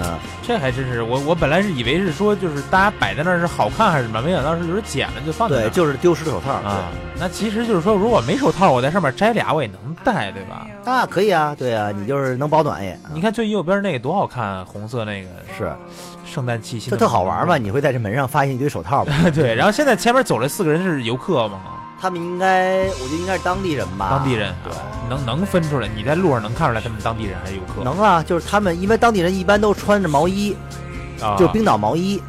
S4: 嗯，
S3: 这还真是我我本来是以为是说就是大家摆在那儿是好看还是什么，没想到是有人捡了就放在那
S4: 对，
S3: 儿
S4: 就是丢失的手套，
S3: 啊。那其实就是说，如果没手套，我在上面摘俩我也能戴，对吧？
S4: 对，那可以啊，对啊，你就是能保暖也啊
S3: 你看最右边那个多好看啊，红色那个
S4: 是，
S3: 圣诞气息，
S4: 这特好玩嘛，？你会在这门上发现一堆手套吧？
S3: 对，然后现在前面走了四个人是游客吗？
S4: 他们应该，我觉得应该是当地人吧，
S3: 当地人，啊能能分出来？你在路上能看出来他们当地人还是游客？
S4: 能啊，就是他们，因为当地人一般都穿着毛衣，
S3: 啊
S4: 就是冰岛毛衣，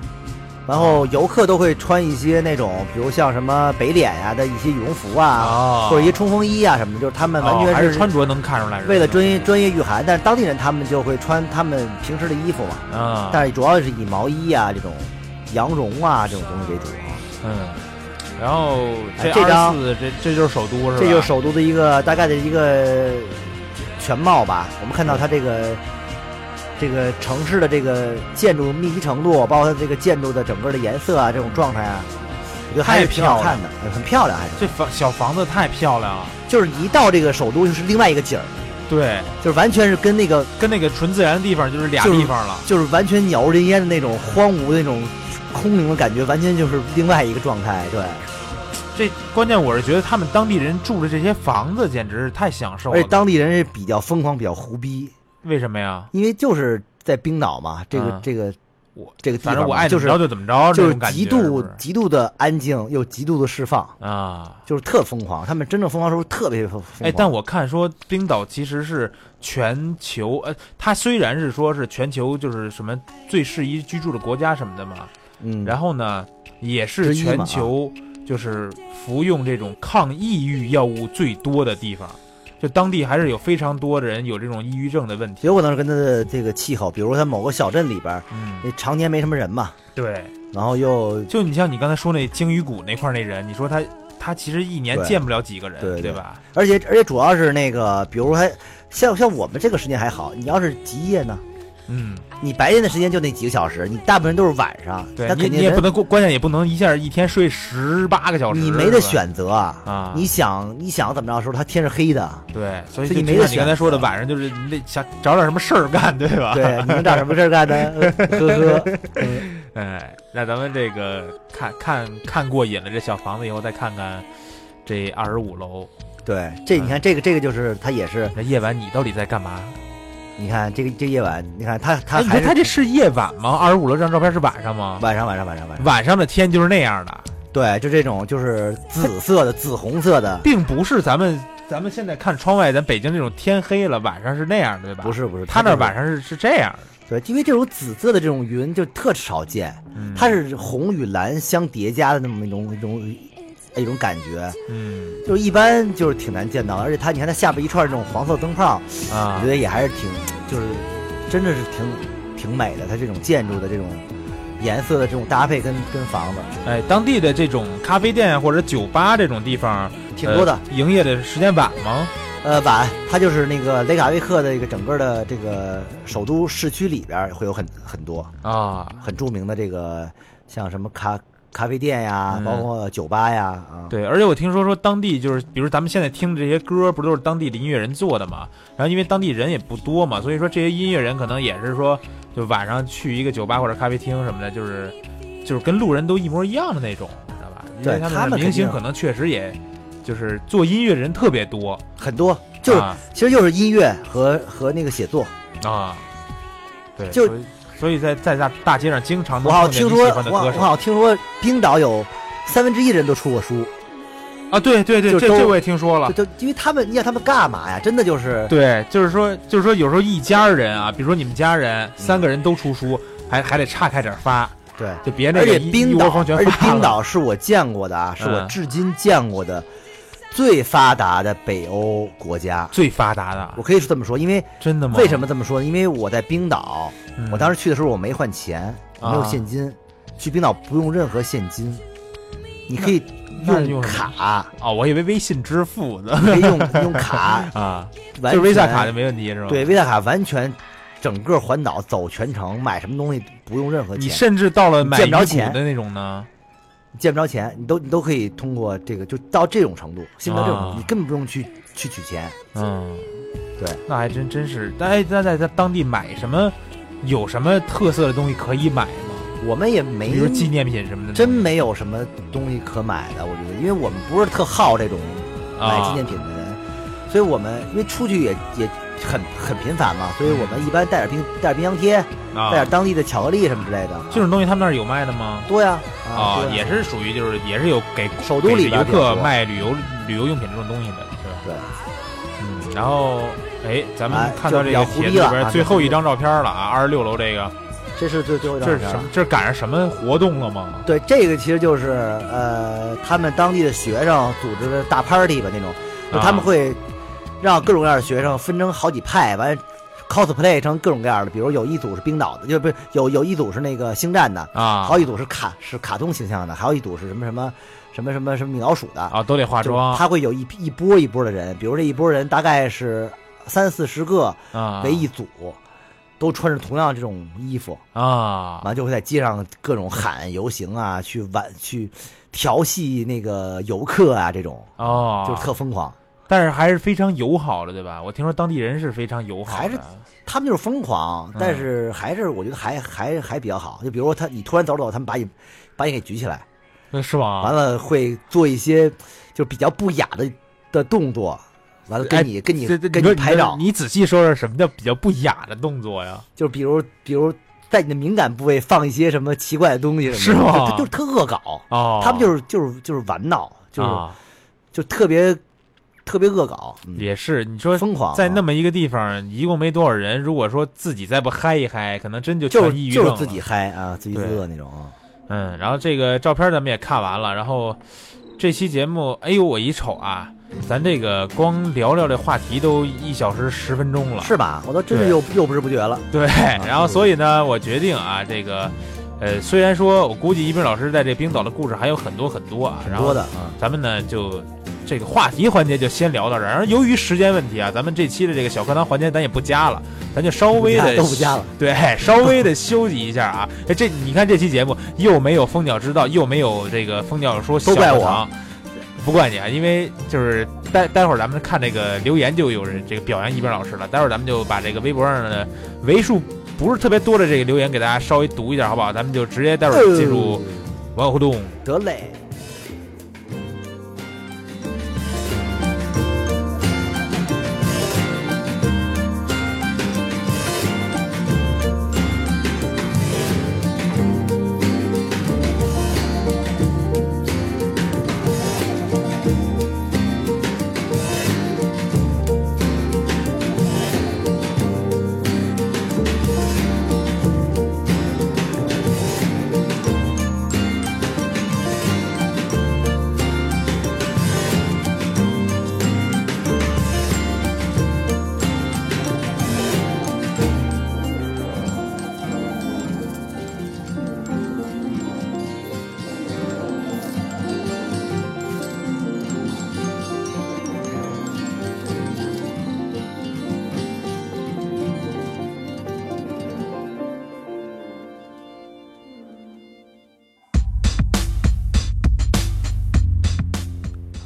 S4: 然后游客都会穿一些那种，比如像什么北脸呀、的一些羽绒服啊，
S3: 啊，
S4: 或者一些冲锋衣啊什么的，就是他们完
S3: 哦还
S4: 全
S3: 是穿着能看出来是吧，
S4: 为了专业专业御寒，但是当地人他们就会穿他们平时的衣服嘛，
S3: 啊，
S4: 但是主要是以毛衣啊这种羊绒啊这种东西为主啊。
S3: 嗯，然后这
S4: 哎这张
S3: 24这这就是首都是吧？
S4: 这就是首都的一个大概的一个全貌吧。我们看到它这个这个城市的这个建筑密集程度，包括它这个建筑的整个的颜色啊，这种状态啊，我觉得还是挺好看的，很漂亮，还是
S3: 这房小房子太漂亮了，
S4: 就是一到这个首都就是另外一个景儿，
S3: 对，
S4: 就是完全是跟那个
S3: 跟那个纯自然的地方就是俩
S4: 就是
S3: 地方了。
S4: 就是完全杳无人烟的那种荒芜的那种空灵的感觉，完全就是另外一个状态。对，
S3: 这关键我是觉得他们当地人住的这些房子简直是太享受
S4: 而且
S3: 了。
S4: 哎当地人是比较疯狂，比较胡逼，
S3: 为什么呀？
S4: 因为就是在冰岛嘛，这个、
S3: 嗯
S4: 这个。
S3: 我
S4: 这个地
S3: 反
S4: 方
S3: 正我
S4: 嘛
S3: 爱怎
S4: 就
S3: 么
S4: 是
S3: 着就怎么着，
S4: 就
S3: 这
S4: 是
S3: 种感觉
S4: 极度
S3: 是不是
S4: 极度的安静又极度的释放，
S3: 啊。
S4: 就是特疯狂。他们真正疯狂的时候特别疯狂。
S3: 哎，但我看说冰岛其实是全球，呃，它虽然是说是全球就是什么最适宜居住的国家什么的嘛，
S4: 嗯，
S3: 然后呢，也是
S4: 之一嘛
S3: 全
S4: 啊
S3: 球就是服用这种抗抑郁药物最多的地方，就当地还是有非常多的人有这种抑郁症的问题。
S4: 有可能是跟他的这个气候，比如说他某个小镇里边，
S3: 嗯，
S4: 那常年没什么人嘛，
S3: 对，
S4: 然后又
S3: 就你像你刚才说那鲸鱼谷那块儿那人，你说他他其实一年
S4: 对
S3: 见不了几个人，
S4: 对对
S3: 吧？
S4: 而且而且主要是那个，比如说还像像我们这个时间还好，你要是极夜呢，
S3: 嗯，
S4: 你白天的时间就那几个小时，你大部分人都是晚上，
S3: 对
S4: 那
S3: 你
S4: 肯
S3: 你
S4: 定
S3: 也不
S4: 人
S3: 能过关键也不能一下一天睡十八个小时，
S4: 你没得
S3: 是吧。
S4: 选择
S3: 啊
S4: 你想你想怎么着的时候，他天是黑的，
S3: 对，所以
S4: 所
S3: 就
S4: 以没
S3: 就
S4: 得
S3: 像你刚才
S4: 选
S3: 说的，
S4: 择
S3: 晚上就是你得想找点什么事儿干，对吧？
S4: 对，你能找什么事儿 干呢？呵呵，
S3: 哎，那咱们这个看看看过瘾了这小房子以后，再看看这二十五楼。
S4: 对，这你看这个这个就是他也是。
S3: 那夜晚你到底在干嘛？
S4: 你看这个这夜晚，你看他他
S3: 哎，你
S4: 还
S3: 说
S4: 是
S3: 他这是夜晚吗？二十五楼这张照片是晚上吗？
S4: 晚上晚上晚上晚上，
S3: 晚上的天就是那样的，
S4: 对，就这种就是紫色的、紫红色的，
S3: 并不是咱们咱们现在看窗外，咱北京这种天黑了晚上是那样的，对吧？
S4: 不，是不是，
S3: 他那儿
S4: 就是
S3: 晚上是是这样的。
S4: 对，因为这种紫色的这种云就特少见，
S3: 嗯
S4: 它是红与蓝相叠加的那么一种一种一种感觉，
S3: 嗯
S4: 就是一般就是挺难见到的，而且它你看它下边一串这种黄色灯泡，我
S3: 啊
S4: 觉，得也还是挺就是真的是挺挺美的，它这种建筑的这种颜色的这种搭配跟跟房子
S3: 哎，当地的这种咖啡店或者酒吧这种地方
S4: 挺多的
S3: 呃。营业的时间晚吗？
S4: 呃，晚，它就是那个雷卡维克的一个整个的这个首都市区里边儿会有很很多
S3: 啊，
S4: 很著名的这个像什么咖咖啡店呀，
S3: 嗯
S4: 包括酒吧呀啊，
S3: 对，而且我听说说当地就是，比如咱们现在听的这些歌，不都是当地的音乐人做的嘛？然后因为当地人也不多嘛，所以说这些音乐人可能也是说，就晚上去一个酒吧或者咖啡厅什么的，就是就是跟路人都一模一样的那种，知道吧？因为
S4: 对
S3: 他
S4: 他
S3: 的
S4: 们
S3: 明星
S4: 肯定
S3: 可能确实也就是做音乐人特别多，
S4: 很多就是、
S3: 啊
S4: 其实就是音乐和和那个写作。
S3: 啊，对，
S4: 就
S3: 所以所以在在大大街上经常
S4: 我
S3: 能
S4: 好
S3: 碰
S4: 像
S3: 见
S4: 听
S3: 你
S4: 说，
S3: 喜
S4: 我
S3: 欢的
S4: 好
S3: 歌
S4: 我
S3: 手
S4: 好像听说冰岛有三分之一的人都出过书，
S3: 啊，对对对，
S4: 就
S3: 这
S4: 都
S3: 这我也听说了。
S4: 就就因为他们，你想他们干嘛呀？真的就是
S3: 对，就是说，就是说，有时候一家人啊，比如说你们家人三个人都出书，还还得岔开点发，
S4: 对，
S3: 就别那
S4: 而
S3: 个
S4: 且
S3: 一一
S4: 冰
S3: 窝
S4: 岛，
S3: 蜂全
S4: 而且
S3: 发
S4: 冰
S3: 了。
S4: 岛是我见过的啊，是我
S3: 嗯
S4: 至今见过的最发达的北欧国家。
S3: 最发达
S4: 我
S3: 的，
S4: 可以这么说，因为
S3: 真的吗？
S4: 为什么这么说呢？因为我在冰岛，
S3: 嗯？
S4: 我当时去的时候我没换钱，我没有
S3: 啊
S4: 现金，去冰岛不用任何现金，你可以
S3: 那用什么
S4: 卡，
S3: 哦，我以为微信支付呢，
S4: 你可以用用卡
S3: 啊，就
S4: 完
S3: 是 Visa
S4: 全
S3: 卡就没问题是吗？
S4: 对，Visa 卡完全整个环岛走全程，买什么东西不用任何
S3: 你
S4: 钱，
S3: 甚至到了买
S4: 见不着
S3: 鱼骨
S4: 钱
S3: 的那种呢，
S4: 见不着钱，你都你都可以通过这个，就到这种程度，幸福到这种程
S3: 啊
S4: 度，你根本不用去去取钱。
S3: 嗯，
S4: 对，
S3: 那还真真是。但哎，那在在当地买什么，有什么特色的东西可以买吗？
S4: 我们也没
S3: 比如纪念品什么的呢，
S4: 真没有什么东西可买的，我觉得，因为我们不是特好这种买纪念
S3: 啊，
S4: 品的人，所以我们因为出去也也很很频繁嘛，所以我们一般带点冰带点冰箱贴，带
S3: 啊
S4: 点当地的巧克力什么之类的，
S3: 这种东西他们那儿有卖的吗？
S4: 多呀
S3: 啊、
S4: 多呀
S3: 也是属于就是也是有给
S4: 首都里
S3: 给
S4: 边
S3: 游
S4: 比较
S3: 客
S4: 多
S3: 卖旅游旅游用品这种东西的，是吧？
S4: 对。
S3: 嗯，然后哎，咱们
S4: 哎
S3: 看到这
S4: 就
S3: 个
S4: 比
S3: 帖
S4: 较
S3: 子
S4: 胡逼
S3: 里
S4: 了
S3: 边
S4: 啊
S3: 最
S4: 这
S3: 后
S4: 是
S3: 一张照片了啊，二十六楼这个，
S4: 这是最最后一张
S3: 这
S4: 照
S3: 是
S4: 片
S3: 什么
S4: 了。？
S3: 这是赶上什么活动了吗？
S4: 对，这个其实就是呃，他们当地的学生组织的大 party 吧，那种，就他
S3: 啊
S4: 们会让各种各样的学生分成好几派，完 cosplay 成各种各样的，比如有一组是冰岛的，就不是有有一组是那个星战的，
S3: 啊，
S4: 好几组是卡是卡通形象的，还有一组是什么什么什么什么什么米老鼠的，
S3: 啊，都得化妆
S4: 就他会有一批一波一波的人，比如这一波人大概是三四十个
S3: 啊，
S4: 为一组，都穿着同样这种衣服。
S3: 啊
S4: 完就会在街上各种
S3: 嗯
S4: 喊游行啊，去玩去调戏那个游客啊，这种
S3: 哦，
S4: 就是特疯狂。
S3: 但是还是非常友好的，对吧？我听说当地人是非常友好的，
S4: 还是他们就是疯狂，
S3: 嗯
S4: 但是还是我觉得还还还比较好。就比如说他，你突然走着走，他们把你把你给举起来，
S3: 那是吗？
S4: 完了会做一些就比较不雅的的动作，完了
S3: 哎
S4: 跟你跟你
S3: 这这
S4: 跟
S3: 说
S4: 你拍照，
S3: 你仔细说说什么叫比较不雅的动作呀？
S4: 就比如比如在你的敏感部位放一些什么奇怪的东西什么的，
S3: 是吗
S4: 就就特恶搞。
S3: 哦，
S4: 他们就是就是就是玩闹，就是、
S3: 啊
S4: 就特别特别恶搞，嗯
S3: 也是，你说
S4: 疯狂啊，
S3: 在那么一个地方，一共没多少人，如果说自己再不嗨一嗨，可能真就
S4: 就
S3: 全
S4: 是
S3: 抑郁症
S4: 就
S3: 了
S4: 是自己嗨啊，自娱自乐那种啊。
S3: 嗯，然后这个照片咱们也看完了，然后这期节目，哎呦，我一瞅啊，咱这个光聊聊这话题都一小时十分钟了，
S4: 是啊吧？我都真是
S3: 对
S4: 又又不知不觉了。
S3: 对， 然后所以呢，我决定啊，这个，呃，虽然说我估计一斌老师在这冰岛的故事还有很多很多啊，
S4: 挺
S3: 然
S4: 多
S3: 后
S4: 的啊，
S3: 咱们呢就这个话题环节就先聊到这儿。然后由于时间问题啊，咱们这期的这个小课堂环节咱也不加了，咱就稍微的
S4: 都不加了，
S3: 对，稍微的休息一下啊。 哎，这你看这期节目又没有蜂鸟知道，又没有这个蜂鸟说小
S4: 都怪
S3: 课
S4: 我
S3: 堂。不怪你啊，因为就是待待会儿咱们看这个留言就有人这个表扬一斌老师了。待会儿咱们就把这个微博上的为数不是特别多的这个留言给大家稍微读一下，好不好？咱们就直接待会儿进入
S4: 嗯
S3: 网友互动。
S4: 呃哎得嘞。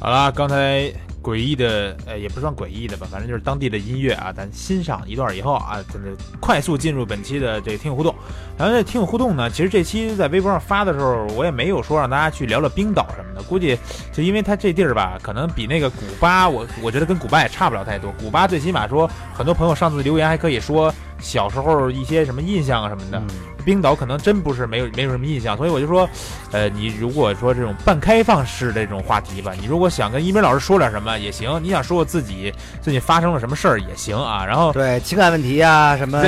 S3: 好啦，刚才诡异的，呃，也不算诡异的吧，反正就是当地的音乐啊，咱欣赏一段以后啊，咱就快速进入本期的这个听友互动。然后这听友互动呢，其实这期在微博上发的时候，我也没有说让大家去聊聊冰岛什么的，估计就因为它这地儿吧，可能比那个古巴，我我觉得跟古巴也差不了太多。古巴最起码说，很多朋友上次留言还可以说小时候一些什么印象啊什么的，
S4: 嗯
S3: 冰岛可能真不是没有没有什么印象，所以我就说，呃，你如果说这种半开放式的这种话题吧，你如果想跟一鸣老师说点什么也行，你想说自己最近发生了什么事儿也行啊。然后
S4: 对情感问题呀、什么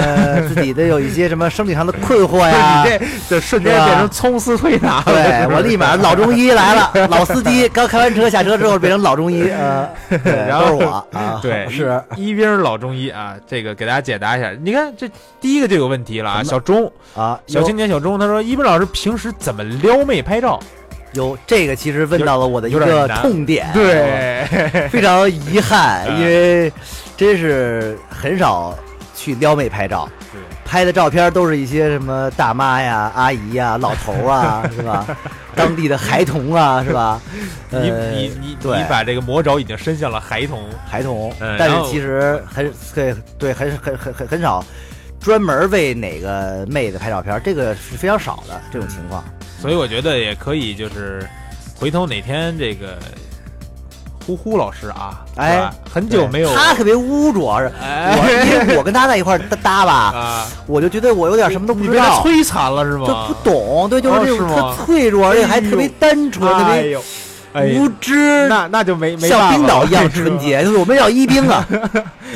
S4: 自己的有一些什么生理上的困惑呀、
S3: 你这这瞬间
S4: 啊是吧
S3: 变成葱丝推拿了，
S4: 对
S3: 是不是
S4: 我立马老中医来了，老司机刚开完车下车之后变成老中医，呃， 对
S3: 然后
S4: 都是我啊，
S3: 对
S4: 是
S3: 一兵老中医啊，这个给大家解答一下。你看这第一个就有问题了啊，
S4: 什么
S3: 小钟，
S4: 啊，
S3: 小
S4: 有
S3: 青年小钟，他说一兵老师平时怎么撩妹拍照？
S4: 有这个其实问到了我的一
S3: 有点
S4: 个
S3: 难
S4: 痛点，
S3: 对，
S4: 非常遗憾，
S3: 嗯
S4: 因为真是很少去撩妹拍照
S3: 对，
S4: 拍的照片都是一些什么大妈呀、阿姨呀、老头儿啊， 是吧？当地的孩童啊，是吧？呃
S3: 你你你
S4: 对
S3: 你把这个魔爪已经伸向了孩童，
S4: 孩童
S3: 嗯，
S4: 但
S3: 然
S4: 是
S3: 后
S4: 其实很对对很很很很很少。专门为哪个妹子拍照片，这个是非常少的这种情况。
S3: 所以我觉得也可以，就是回头哪天这个呼呼老师啊，是
S4: 哎
S3: 吧，很久没有
S4: 他特别污，主要是
S3: 哎
S4: 我，因为我跟他在一块儿搭搭吧，
S3: 啊，
S4: 我就觉得我有点什么都不
S3: 你
S4: 知
S3: 被他
S4: 道。
S3: 摧残了是
S4: 就
S3: 吗
S4: 不？懂，对，就是
S3: 哦
S4: 这
S3: 是
S4: 种
S3: 吗
S4: 特脆弱，而且还特别单纯，特
S3: 哎
S4: 别
S3: 呦，哎呦
S4: 无知，
S3: 那那就没没办
S4: 像
S3: 法
S4: 冰岛一样
S3: 了是吧
S4: 纯洁。就是我们要一冰啊，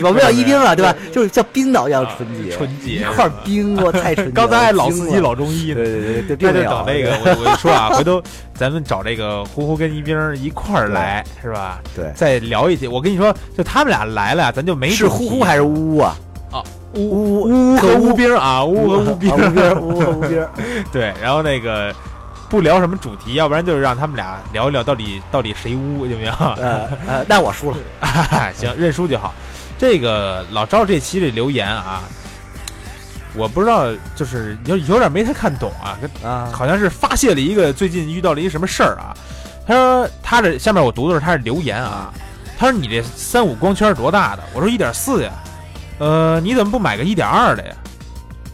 S4: 我们要一冰啊，对吧
S3: 对？
S4: 就是像冰岛一样
S3: 啊
S4: 纯洁，
S3: 纯洁
S4: 一块冰，我太纯洁了。
S3: 刚才还老司
S4: 惊
S3: 机
S4: 了
S3: 老中医呢
S4: 对。对对对，
S3: 那
S4: 并
S3: 就
S4: 没有
S3: 等这个，我我说啊，回 头咱们找这个呼呼跟一冰儿一块儿来，是吧？
S4: 对
S3: 再聊一节。我跟你说，就他们俩来了，咱就没
S4: 是呼呼还是呜啊？
S3: 乌
S4: 乌
S3: 和
S4: 和
S3: 乌
S4: 乌
S3: 冰儿啊？乌和乌冰
S4: 啊
S3: 儿，
S4: 乌冰儿，乌和乌冰儿。
S3: 对，然后那个不聊什么主题，要不然就是让他们俩聊一聊到底到底谁污，有没有？哎
S4: 呃呃，那我输了。
S3: 行，认输就好。这个老赵这期这留言啊，我不知道，就是有有点没太看懂啊，跟
S4: 啊
S3: 好像是发泄了一个最近遇到了一什么事儿啊。他说他这下面我读的是他的留言啊，他说你这三五光圈是多大的？我说一点四呀。呃，你怎么不买个一点二的呀？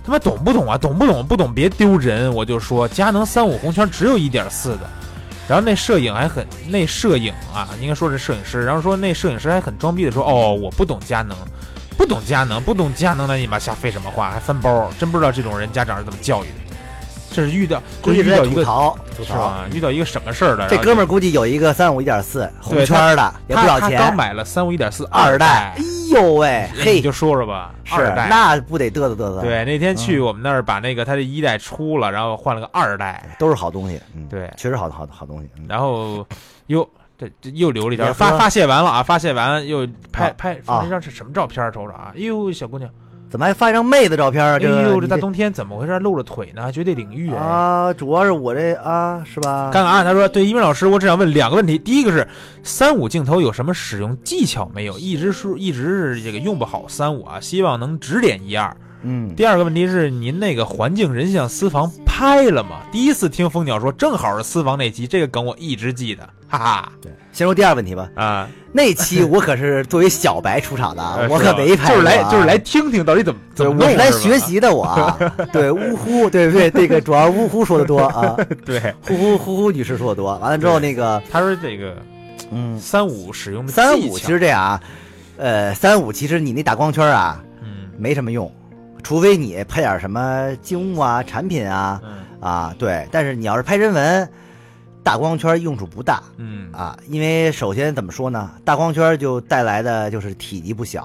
S3: 他妈懂不懂啊？懂不懂？不懂别丢人。我就说佳能三五红圈只有一点四的，然后那摄影还很那摄影啊，应该说是摄影师，然后说那摄影师还很装逼的说哦我不懂佳能，不懂佳能，不懂佳能，那你妈瞎废什么话？还翻包，真不知道这种人家长是怎么教育的。这是遇到，
S4: 估
S3: 这
S4: 计
S3: 是遇
S4: 是在
S3: 到一
S4: 吐
S3: 个
S4: 槽吐
S3: 是
S4: 槽。
S3: 吧？遇到一个什么事儿了？
S4: 这
S3: 然后
S4: 哥们儿估计有一个三五一点四红
S3: 对
S4: 圈
S3: 他
S4: 儿的，也不
S3: 他
S4: 少
S3: 他
S4: 钱。
S3: 刚买了三五一点四
S4: 二代
S3: 代，，
S4: 哎呦喂，
S3: 你
S4: 嘿，
S3: 就说说吧，
S4: 是
S3: 二代
S4: 那嗯不得嘚瑟嘚瑟？，
S3: 对，那天去我们那儿把那个他的一代出了，然后换了个二代，
S4: 都是好东西，嗯，
S3: 对
S4: 确实好好好东西。嗯
S3: 然后哟，这这又留了一条
S4: 也
S3: 发
S4: 说
S3: 发泄完了啊，发泄完又拍
S4: 啊
S3: 拍发了一张是什么照片儿？瞅瞅啊，哎呦，小姑娘，
S4: 怎么还发一张妹子照片啊？
S3: 哎
S4: 这个
S3: 呦，这
S4: 你
S3: 大冬天怎么回事？露着腿呢，绝对领域哎
S4: 啊，主要是我这啊，是吧？
S3: 看看啊，他说：“对，一鸣老师，我只想问两个问题。第一个是三五镜头有什么使用技巧没有？一直是一直是这个用不好三五啊，希望能指点一二。
S4: 嗯，
S3: 第二个问题是您那个环境人像私房拍了吗？第一次听蜂鸟说，正好是私房那期，这个梗我一直记得，哈哈
S4: 先说第二个问题吧。
S3: 啊！
S4: 那期我可是作为小白出场的啊
S3: 呃，
S4: 我
S3: 是吧
S4: 可没拍
S3: 就是
S4: 过啊，
S3: 来就是来听听到底怎么怎
S4: 对，
S3: 么
S4: 我
S3: 弄
S4: 是来
S3: 吧
S4: 学，习的，我啊，对，呜呼，对对，这个主要是呜呼说的多啊，
S3: 对。”
S4: 呼呼呼呼女士说的多，完了之后那个，
S3: 他说：“这个
S4: 嗯，
S3: 三五使用的
S4: 三
S3: 技
S4: 五
S3: 巧
S4: 其实这样啊，呃，三五其实你那打光圈啊
S3: 嗯
S4: 没什么用，除非你拍点什么精物啊、产品啊
S3: 嗯
S4: 啊，对，但是你要是拍人文，大光圈用处不大，
S3: 嗯
S4: 啊，因为首先怎么说呢，大光圈就带来的就是体积不小，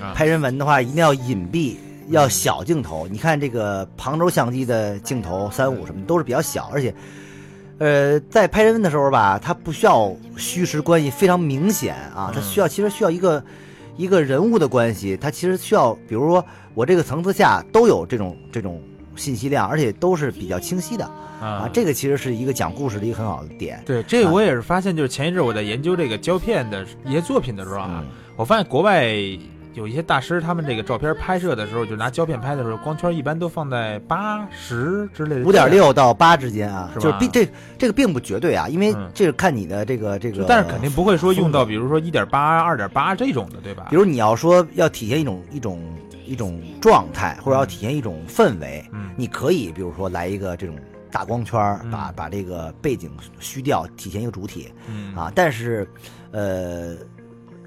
S3: 啊
S4: 拍人文的话一定要隐蔽，要小镜头。你看这个旁轴相机的镜头三五什么都是比较小，而且，呃，在拍人文的时候吧，它不需要虚实关系非常明显啊，它
S3: 嗯
S4: 需要其实需要一个一个人物的关系，它其实需要，比如说我这个层次下都有这种这种信息量，而且都是比较清晰的啊
S3: 啊，
S4: 这个其实是一个讲故事的一个很好的点。
S3: 对，这
S4: 啊
S3: 我也是发现，就是前一阵我在研究这个胶片的一些作品的时候啊，
S4: 嗯
S3: 我发现国外有一些大师，他们这个照片拍摄的时候，就拿胶片拍的时候，光圈一般都放在八十之类的，
S4: 五点。六到八之间啊，
S3: 是吧
S4: 就是并这这个并不绝对啊，因为
S3: 嗯
S4: 这是看你的这个这个，
S3: 但是肯定不会说用到，比如说一点八、二点八这种的，对吧？
S4: 比如你要说要体现一种一种一种状态，或者要体现一种氛围，
S3: 嗯，
S4: 你可以比如说来一个这种大光圈儿
S3: 嗯，
S4: 把把这个背景虚掉，体现一个主体
S3: 嗯
S4: 啊。但是，呃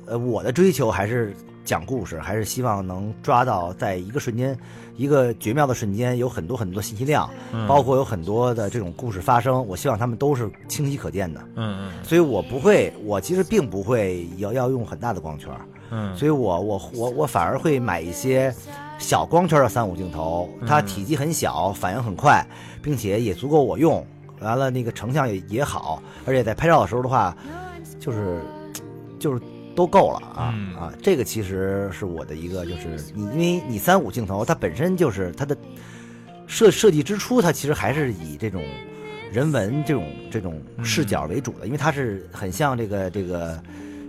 S4: 呃，我的追求还是讲故事，还是希望能抓到在一个瞬间，一个绝妙的瞬间，有很多很多信息量，
S3: 嗯
S4: 包括有很多的这种故事发生。我希望他们都是清晰可见的，
S3: 嗯
S4: 所以我不会，我其实并不会要要用很大的光圈，
S3: 嗯
S4: 所以我我我我反而会买一些小光圈的三五镜头，
S3: 嗯
S4: 它体积很小，反应很快，并且也足够我用。完了，那个成像也也好，而且在拍照的时候的话，就是就是都够了啊、
S3: 嗯
S4: 啊！这个其实是我的一个，就是你因为你三五镜头，它本身就是它的设设计之初，它其实还是以这种人文这种这种视角为主的，因为它是很像这个这个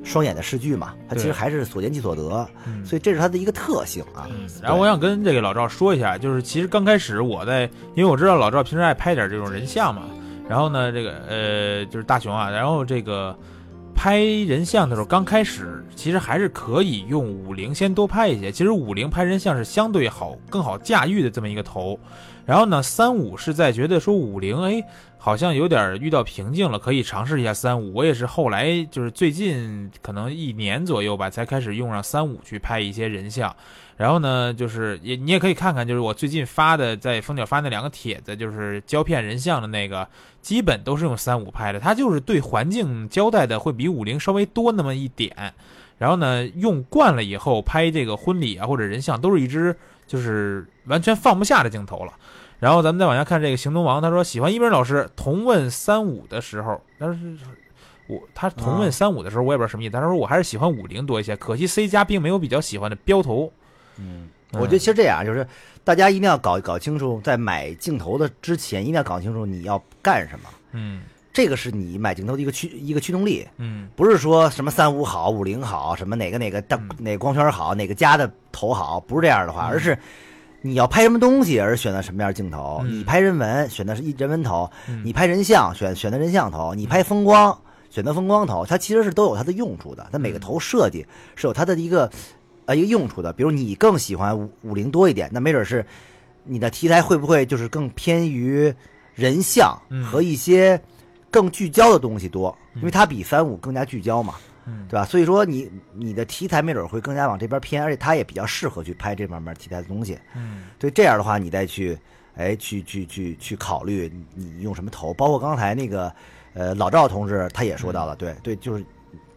S4: 双眼的视距嘛，它其实
S3: 对
S4: 还是所见即所得，
S3: 嗯
S4: 所以这是它的一个特性啊。
S3: 嗯，然后我想跟这个老赵说一下，就是其实刚开始我在，因为我知道老赵平时爱拍点这种人像嘛，然后呢，这个呃就是大熊啊，然后这个拍人像的时候，刚开始其实还是可以用五零先多拍一些，其实五零拍人像是相对好更好驾驭的这么一个头，然后呢三五是在觉得说五零哎好像有点遇到瓶颈了，可以尝试一下三五。我也是后来就是最近可能一年左右吧，才开始用上三五去拍一些人像。然后呢，就是也你也可以看看，就是我最近发的在蜂鸟发那两个帖子，就是胶片人像的那个，基本都是用三五拍的，它就是对环境交代的会比五零稍微多那么一点。然后呢，用惯了以后拍这个婚礼啊或者人像，都是一支就是完全放不下的镜头了。然后咱们再往下看这个行动王，他说喜欢一鸣老师，同问三五的时候，但是我他同问三五的时候，我也不知道什么意思。他说我还是喜欢五零多一些，可惜 C 加并没有比较喜欢的标头。
S4: 嗯，
S3: 嗯
S4: 我觉得其实这样就是，大家一定要搞搞清楚，在买镜头的之前，一定要搞清楚你要干什么。
S3: 嗯
S4: 这个是你买镜头的一个驱一个驱动力，
S3: 嗯
S4: 不是说什么三五好、五零好，什么哪个哪个大
S3: 嗯
S4: 哪个光圈好，哪个加的头好，不是这样的话，而是你要拍什么东西而选择什么样的镜头。
S3: 嗯
S4: 你拍人文选的是一人文头，
S3: 嗯
S4: 你拍人像选选的人像头，你拍风光选择风光头，它其实是都有它的用处的。它每个头设
S3: 嗯
S4: 计是有它的一个呃一个用处的。比如你更喜欢五五零多一点，那没准是你的题材会不会就是更偏于人像
S3: 嗯
S4: 和一些更聚焦的东西多，因为它比三五更加聚焦嘛。
S3: 嗯
S4: 对吧？所以说你你的题材没准会更加往这边偏，而且它也比较适合去拍这方面题材的东西。
S3: 嗯
S4: 对，这样的话你再去，哎，去去去去考虑你你用什么头，包括刚才那个，呃，老赵同志他也说到了，
S3: 嗯
S4: 对对，就是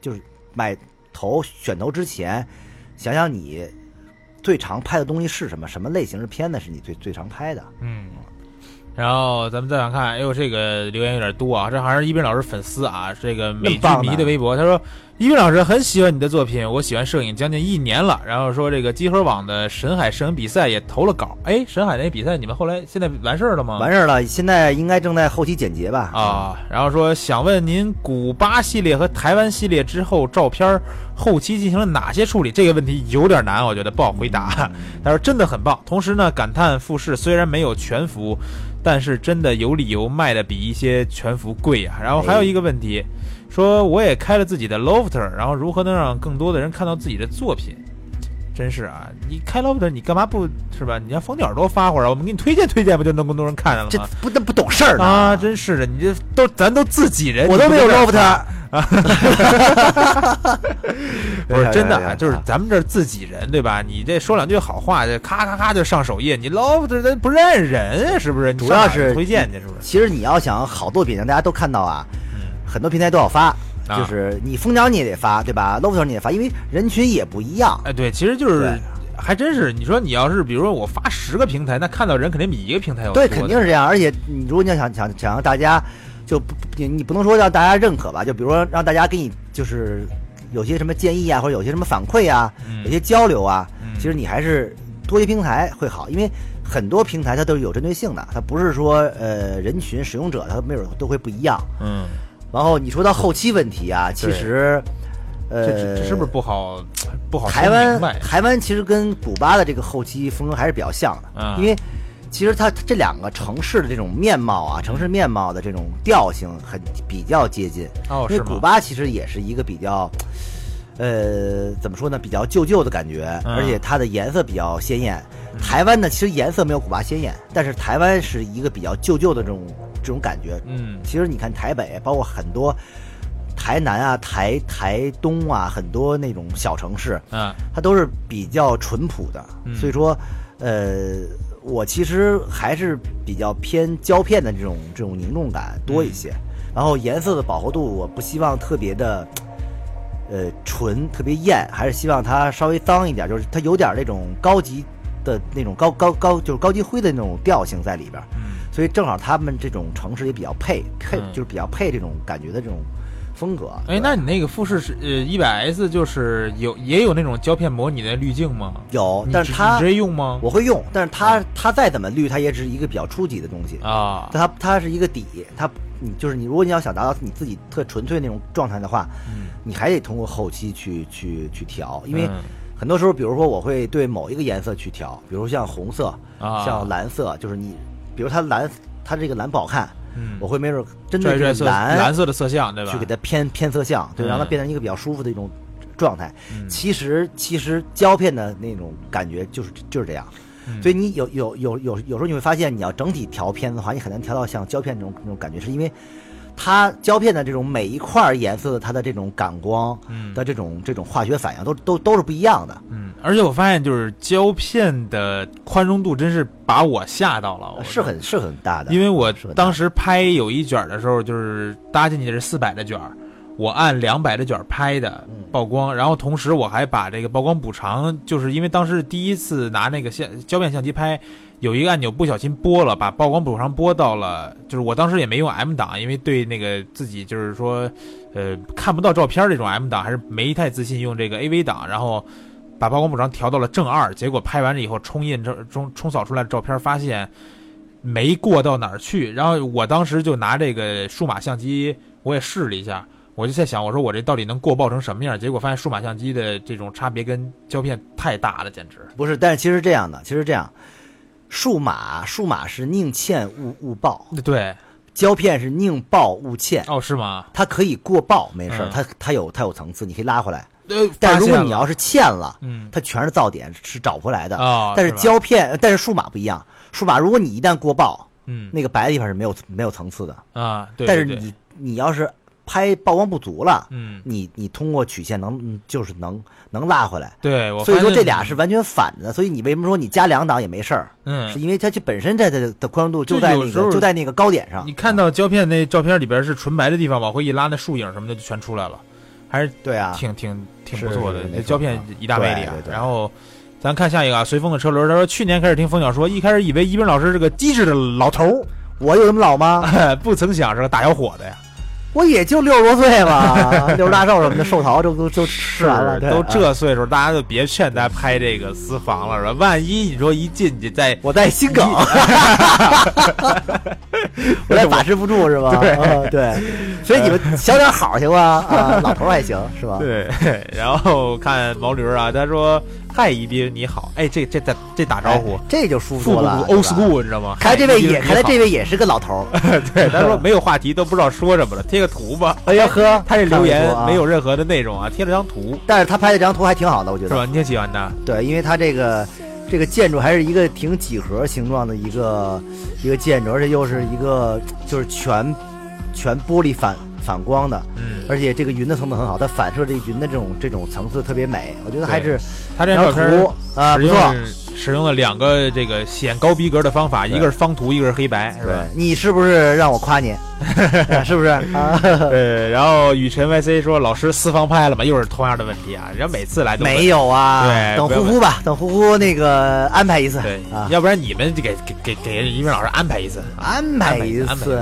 S4: 就是买头选头之前，想想你最常拍的东西是什么，什么类型的片子是你最最常拍的。
S3: 嗯。然后咱们再往看，哎呦，这个留言有点多啊！这还是一斌老师粉丝啊，这个美剧迷的微博，他说一斌老师很喜欢你的作品，我喜欢摄影将近一年了。然后说这个集合网的沈海摄影比赛也投了稿，哎，沈海那比赛你们后来现在完事儿了吗？
S4: 完事儿了，现在应该正在后期剪辑吧？
S3: 啊，然后说想问您，古巴系列和台湾系列之后，照片儿后期进行了哪些处理？这个问题有点难，我觉得不好回答。 他说真的很棒，同时呢感叹富士虽然没有全幅，但是真的有理由卖的比一些全幅贵啊。然后还有一个问题，说我也开了自己的 Lofter，然后如何能让更多的人看到自己的作品？真是啊，你开 Lofter 你干嘛不是吧？你让蜂鸟多发会儿啊，我们给你推荐推荐，不就能更多人看见了吗？
S4: 这不那不懂事儿呢
S3: 啊，真是的，你这都咱都自己人，
S4: 我都没有 loft
S3: 他，
S4: 啊，
S3: 不是真的
S4: 哎呀哎
S3: 啊，
S4: 呀
S3: 就是咱们这儿自己人对吧？你这说两句好话，这咔咔咔就上首页，你 loft 咱不认识人啊，是不是？你
S4: 主要
S3: 上哪儿
S4: 是
S3: 推荐去是不是？
S4: 其实你要想好作品让大家都看到啊，很多平台都要发，
S3: 啊
S4: 就是你蜂鸟你也得发，对吧？Lofter 你也发，因为人群也不一样。
S3: 哎，对，其实就是
S4: 对
S3: 还真是，你说你要是比如说我发十个平台，那看到人肯定比一个平台要多
S4: 对，
S3: 的，
S4: 肯定是这样。而且你如果你要想想想让大家就不你你不能说让大家认可吧，就比如说让大家给你就是有些什么建议啊，或者有些什么反馈啊，
S3: 嗯
S4: 有些交流啊，
S3: 嗯
S4: 其实你还是多些平台会好，因为很多平台它都是有针对性的，它不是说呃人群使用者他没准都会不一样。
S3: 嗯，
S4: 然后你说到后期问题啊，其
S3: 对
S4: 实，
S3: 这
S4: 呃，
S3: 这这是不是不好不好
S4: 台
S3: 说明
S4: 湾
S3: 白？
S4: 台湾其实跟古巴的这个后期风格还是比较像的，
S3: 啊
S4: 因为其实它这两个城市的这种面貌
S3: 嗯
S4: 啊，城市面貌的这种调性很比较接近。
S3: 哦
S4: 因为
S3: 是吗
S4: 古巴其实也是一个比较。呃，怎么说呢？比较旧旧的感觉，
S3: 嗯
S4: 而且它的颜色比较鲜艳。台湾呢，其实颜色没有古巴鲜艳，但是台湾是一个比较旧旧的这种这种感觉。
S3: 嗯
S4: 其实你看台北，包括很多台南啊、台台东啊，很多那种小城市，
S3: 嗯
S4: 它都是比较淳朴的，
S3: 嗯
S4: 所以说，呃，我其实还是比较偏胶片的这种这种凝重感
S3: 嗯
S4: 多一些，然后颜色的饱和度我不希望特别的，呃，纯特别艳，还是希望它稍微脏一点，就是它有点那种高级的那种高高高就是高级灰的那种调性在里边儿，
S3: 嗯
S4: 所以正好他们这种城市也比较配配，
S3: 嗯
S4: 就是比较配这种感觉的这种风格。
S3: 哎，
S4: 对
S3: 那你那个富士是呃一百 S 就是有也有那种胶片模拟的滤镜吗？
S4: 有，
S3: 你
S4: 但是
S3: 直
S4: 它
S3: 你直接用吗？
S4: 我会用，但是它它再怎么绿，它也只是一个比较初级的东西。
S3: 嗯啊，
S4: 它它是一个底，它你就是你，如果你要想达到你自己特纯粹那种状态的话，
S3: 嗯
S4: 你还得通过后期去去去调，因为
S3: 嗯
S4: 很多时候，比如说我会对某一个颜色去调，比如像红色，
S3: 啊
S4: 像蓝色，就是你，比如它蓝，它这个蓝不好看，
S3: 嗯，
S4: 我会没准真
S3: 拽
S4: 的
S3: 拽
S4: 是
S3: 色蓝
S4: 蓝
S3: 色的色相对吧？
S4: 去给它偏偏色相，对，
S3: 嗯
S4: 让它变成一个比较舒服的一种状态。
S3: 嗯
S4: 其实其实胶片的那种感觉就是就是这样，
S3: 嗯
S4: 所以你有有有有有时候你会发现，你要整体调片的话，你很难调到像胶片那种那种感觉，是因为它胶片的这种每一块颜色的它的这种感光
S3: 嗯
S4: 的这种这种化学反应都都都是不一样的。
S3: 嗯，而且我发现就是胶片的宽容度真是把我吓到了，我
S4: 是很是很大的，
S3: 因为我
S4: 是很大
S3: 当时拍有一卷儿的时候，就是搭进去的是四百的卷儿，我按两百的卷儿拍的
S4: 嗯
S3: 曝光，然后同时我还把这个曝光补偿，就是因为当时第一次拿那个相胶片相机拍，有一个按钮不小心拨了，把曝光补偿拨到了，就是我当时也没用 M 档，因为对那个自己就是说，呃，看不到照片儿这种 M 档还是没太自信用这个 AV 档，然后。把曝光补偿调到了正二，结果拍完了以后冲印这冲冲扫出来的照片，发现没过到哪儿去。然后我当时就拿这个数码相机，我也试了一下，我就在想，我说我这到底能过曝成什么样？结果发现数码相机的这种差别跟胶片太大了，简 直。
S4: 不是，但是其实这样的，其实这样，数码数码是宁欠勿勿爆，
S3: 对，
S4: 胶片是宁爆勿欠。
S3: 哦，是吗？
S4: 它可以过曝，没事儿，
S3: 嗯
S4: 它它有它有层次，你可以拉回来。
S3: 呃，
S4: 但如
S3: 发
S4: 果
S3: 现
S4: 你
S3: 了，
S4: 要是欠了，
S3: 嗯，
S4: 它全是噪点，是找不回来的。
S3: 哦
S4: 但是
S3: 是吧
S4: 胶片，呃但是数码不一样，数码如果你一旦过曝，
S3: 嗯，
S4: 那个白的地方是没有没有层次的。
S3: 啊，对，
S4: 但是
S3: 对对
S4: 你你要是拍曝光不足了，
S3: 嗯，
S4: 你你通过曲线能嗯就是能能拉回来。
S3: 对，我
S4: 所以
S3: 发
S4: 说
S3: 现
S4: 这俩是完全反的，所以你为什么说你加两档也没事儿？
S3: 嗯
S4: 是。因为它这本身在它的的宽容度就
S3: 就
S4: 在
S3: 有
S4: 那
S3: 时候
S4: 个就在那个高点上。
S3: 你看到胶片那照片里边是纯白的地方，往回一拉，那树影什么的就全出来了，还是
S4: 对啊，
S3: 挺挺挺
S4: 是
S3: 不错的
S4: 是，
S3: 那
S4: 没错
S3: 胶片
S4: 啊
S3: 一大魅力啊
S4: 对对。对
S3: 然后咱看下一个啊，随风的车轮，他说去年开始听风鸟说，一开始以为一斌老师是个机智的老头
S4: 我有那么老吗？
S3: 儿， 不曾想是个大小伙子呀，
S4: 我也就六十多 岁吧，六十大寿什么的，寿桃都都都吃完了，对
S3: 都
S4: 啊
S3: 这岁数，大家就别劝他拍这个私房了，是吧？万一你说一进去再
S4: 我在心 梗，我在把持不住是吧？
S3: 对呃
S4: 啊对，所以你们小点好行吗？啊，老头儿还行是吧？
S3: 对， 然后看毛驴儿啊，他说嗨，一斌你好，哎，这这这这打招呼
S4: 哎。这就舒
S3: 复
S4: 服
S3: 古
S4: 了。
S3: old
S4: 对吧
S3: school，你知道吗？
S4: 看来这
S3: 嗨
S4: 位
S3: 一斌
S4: 也，
S3: 你
S4: 看来
S3: 好
S4: 这位也是个老头 儿。
S3: 对，他 说没有话题都不知道说什么了，贴个图吧。
S4: 哎呀呵，
S3: 他这留
S4: 看
S3: 言
S4: 不出啊
S3: 没有，任何的内容啊，贴了张图
S4: 但是他拍的这张图还挺好的，我觉
S3: 是
S4: 得。
S3: 吧？你挺喜欢的，
S4: 对，因为他这个这个建筑还是一个挺几何形状的一个一个建筑，而且又是一个就是全全玻璃反反光的。
S3: 嗯，
S4: 而且这个云的层次很好，它反射这云的这种这种层次特别美，我觉得还
S3: 对
S4: 是
S3: 他这
S4: 这
S3: 张照
S4: 张
S3: 片
S4: 图啊
S3: 使
S4: 不
S3: 用
S4: 错。
S3: 使用了两个这个显高逼格的方法，一个是方图，一个是黑白，是吧
S4: 对？，你是不是让我夸你？ 是不是啊？
S3: 对，呃然后雨辰 YC 说老师私房拍了吗？又是同样的问题啊，人家每次来都问
S4: 没有啊，
S3: 对
S4: 等
S3: 不要
S4: 呼呼吧，等呼呼那个安排一次
S3: 对，
S4: 啊，
S3: 要不然你们就给给给给一鸣老师安排一次，
S4: 安排一
S3: 安排
S4: 次，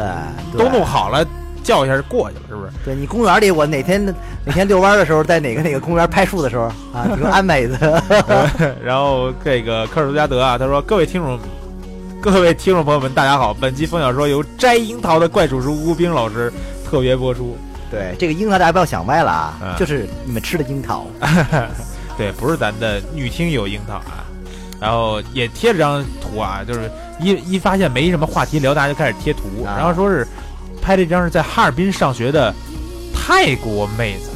S4: 对
S3: 都弄好了叫一下就过去了，是不是？
S4: 对你公园里，我哪天哪天遛弯的时候，在哪个哪个公园拍树的时候 啊，你给我安排一次。啊
S3: 然后这个科尔多加德啊，他说：“各位听众，各位听众朋友们，大家好！本期风小说由摘樱桃的怪叔叔吴冰老师特别播出。
S4: 对， 这个樱桃大家不要想歪了啊
S3: 嗯，
S4: 就是你们吃的樱桃。
S3: 对，不是咱的女听友樱桃啊。然后也贴了张图啊，就是一一发现没什么话题聊，大家就开始贴图，
S4: 啊
S3: 然后说是拍这张是在哈尔滨上学的泰国妹子。”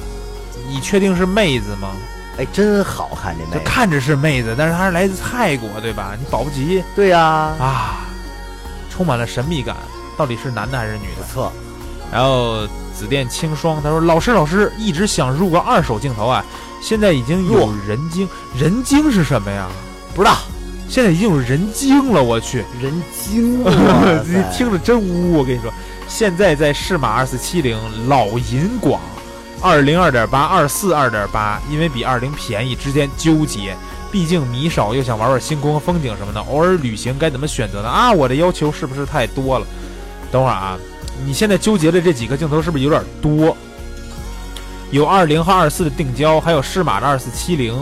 S3: 你确定是妹子吗？
S4: 哎，真好看这
S3: 就
S4: 妹子。
S3: 看着是妹子，但是她是来自泰国，对吧？你保不齐
S4: 对呀，
S3: 啊，充满了神秘感。到底是男的还是女
S4: 不
S3: 的？
S4: 错，
S3: 然后紫电清霜他说：“老师，老师，一直想入个二手镜头啊，现在已经有人精，人精是什么呀？
S4: 不知道
S3: 现在已经有人精了，我去，
S4: 人精
S3: 你听着真污，我跟你说，现在在适马二四七零老银广。”二零二点八，二四二点八，因为比二零便宜，之间纠结。毕竟米少，又想玩玩星空和风景什么的，偶尔旅行该怎么选择呢？啊，我的要求是不是太多了？等会儿啊，你现在纠结的这几个镜头是不是有点多？有二零和二四的定焦，还有适马的二四七零。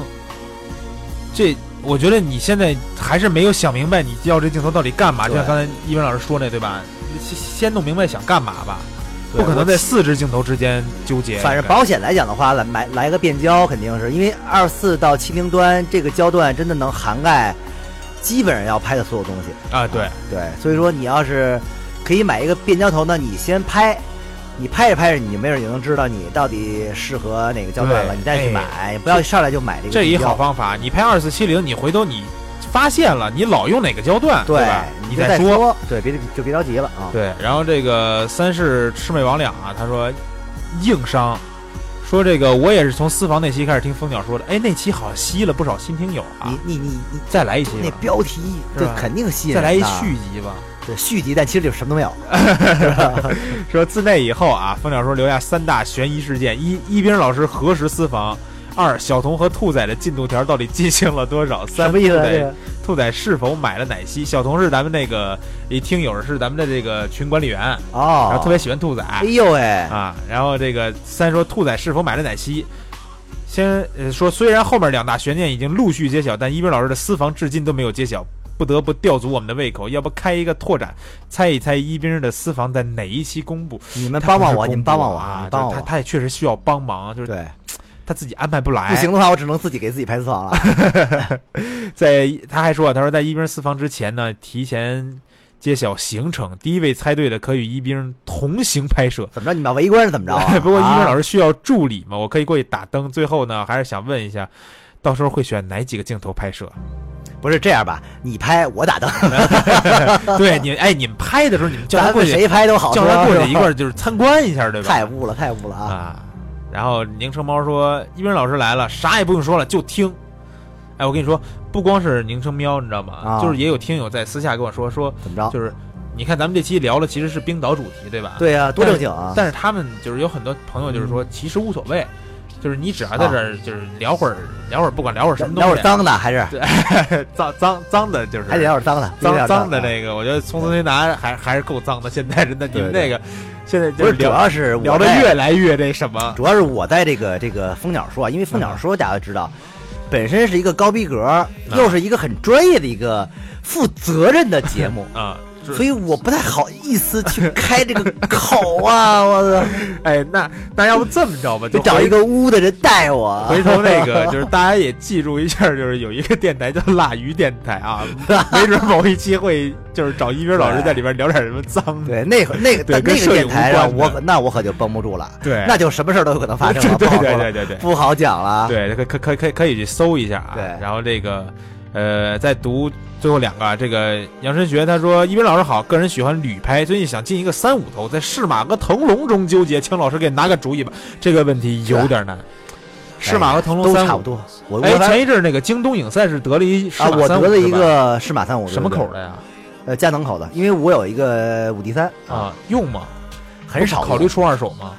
S3: 这我觉得你现在还是没有想明白你要这镜头到底干嘛。就
S4: 对
S3: 像刚才一文老师说那，对吧？先先弄明白想干嘛吧，
S4: 对
S3: 不可能在四支镜头之间纠结。
S4: 反正保险来讲的话，来买来个变焦肯定是因为二四到七零端这个焦段真的能涵盖基本上要拍的所有东西。
S3: 啊，对，
S4: 对，所以说你要是可以买一个变焦头呢，你先拍，你拍着拍着，你没准就能知道你到底适合哪个焦段
S3: 对哎
S4: 了，你再去买，不要上来就买这个
S3: 这一
S4: 变焦
S3: 好。方法。你拍二四七零，你回头你发现了，你老用哪个焦段，
S4: 对
S3: 吧？你
S4: 你就
S3: 再
S4: 说，
S3: 说。
S4: 对，别就别着急了啊。
S3: 对，然后这个三世魑魅魍魉啊，他说硬伤，说这个我也是从私房那期开始听蜂鸟说的，哎，那期好像吸了不少新听友啊
S4: 你，你你你
S3: 再来一期
S4: 那
S3: 吧，
S4: 标题
S3: 是
S4: 这
S3: 吧
S4: 肯定吸引
S3: 再
S4: 人的，
S3: 来一续集吧。
S4: 对续集，但其实里什么都没有。
S3: 说自那以后啊，蜂鸟说留下三大悬疑事件：一，一兵老师何时私房；二，小童和兔仔的进度条到底进行了多少；三，
S4: 什么意思
S3: 兔
S4: 啊
S3: 仔
S4: 这个
S3: 兔仔是否买了奶昔？小童是咱们那个一听友是咱们的这个群管理员，然
S4: 哦
S3: 后，特别喜欢兔仔
S4: 哎呦喂，
S3: 啊。然后这个三说兔仔是否买了奶昔？先呃说，虽然后面两大悬念已经陆续揭晓，但一兵老师的私房至今都没有揭晓，不得不吊足我们的胃口。要不开一个拓展，猜一猜一兵的私房在哪一期公布？
S4: 你们帮帮我，你们帮帮我
S3: 啊！
S4: 你
S3: 就
S4: 帮
S3: 是
S4: 帮
S3: 他
S4: 我。
S3: 他也确实需要帮忙，就是哎
S4: 对，
S3: 他自己安排不来。
S4: 不行，的话，我只能自己给自己拍私房了。
S3: 在他还说啊，他说在一兵四方之前呢，提前揭晓行程，第一位猜对的可与一兵同行拍摄。
S4: 怎么着？你们要围观是怎么着啊
S3: ？不过一兵老
S4: 师
S3: 师需要助理嘛，我可以过去打灯。最后呢，还是想问一下，到时候会选哪几个镜头拍摄？
S4: 不是这样吧？你拍，我打灯，
S3: 对你，哎，你们拍的时候，你们叫他
S4: 咱
S3: 过
S4: 们
S3: 去，
S4: 谁拍都好
S3: 叫
S4: 说。
S3: 他过去一
S4: 是
S3: 块
S4: 吧
S3: 儿就是参观一下，对吧？
S4: 太污了，太污了啊！
S3: 啊。然后宁成猫说：“一鸣老师来了，啥也不用说了，就听。”哎，我跟你说，不光是宁成喵，你知道吗？
S4: 啊
S3: 就是也有听友在私下跟我说，说
S4: 怎么着？
S3: 就是你看咱们这期聊了其实是冰岛主题，对吧？。
S4: 对啊，多正经啊！嗯
S3: 但是他们就是有很多朋友就是说，其实无所谓，就是你只要在这儿就是聊会儿，聊会儿不管聊会儿什么
S4: 啊聊
S3: 东
S4: 会
S3: 西啊
S4: 儿，脏的还是
S3: 脏脏脏的，就是
S4: 还得聊会儿脏的，啊必须
S3: 脏
S4: 聊点
S3: 脏的
S4: 这。
S3: 那个，我觉得《匆匆推拿》还还是够脏的。现在 真的，你们
S4: 对
S3: 那个现在
S4: 不
S3: 就是
S4: 是，主
S3: 聊
S4: 要是我
S3: 聊的
S4: 在
S3: 越来越那什么。，
S4: 主要是我在这个这个蜂鸟说啊，因为蜂鸟说大家知道，本身是一个高逼格，又是一个很专业的一个负责任的节目
S3: 啊， 就是
S4: 所以我不太好意思去开这个口啊！我操，
S3: 哎，那那要不这么 着吧，就
S4: 得找
S3: 回
S4: 一。个污的人带我。啊
S3: 回头那个就是大家也记住一下，就是有一个电台叫辣鱼电台 啊，没准某一期会就是找一斌老师在里边聊点什么脏的。
S4: 对，那会那个
S3: 对
S4: 但
S3: 跟
S4: 那个
S3: 摄影
S4: 电台上，
S3: 无关
S4: 我可那我可就绷不住了。
S3: 对
S4: 那就什么事儿都有可能发生 了，
S3: 对
S4: 不好
S3: 对
S4: 说
S3: 对
S4: 了
S3: 对对
S4: 不好讲了。哎
S3: 对，可可可可以可以去搜一下啊。
S4: 对
S3: 然后这个呃，再读最后两个啊，这个杨申学他说：“一斌老师好，个人喜欢旅拍，最近想进一个三五头，在适马和腾龙中纠结，请老师给拿个主意吧。这个问题有点难。适马和腾龙
S4: 哎都
S3: 三
S4: 差
S3: 五
S4: 不，多。我我
S3: 哎，
S4: 反正
S3: 前一阵儿那个京东影赛是得了一适
S4: 啊，
S3: 马
S4: 我
S3: 三五
S4: 得了
S3: 是
S4: 一
S3: 吧
S4: 个适马三五，对
S3: 什么
S4: 对
S3: 口的呀？
S4: 呃，佳能口的，因为我有一个五 D 三，
S3: 啊，用吗？
S4: 很少
S3: 考虑出二手吗？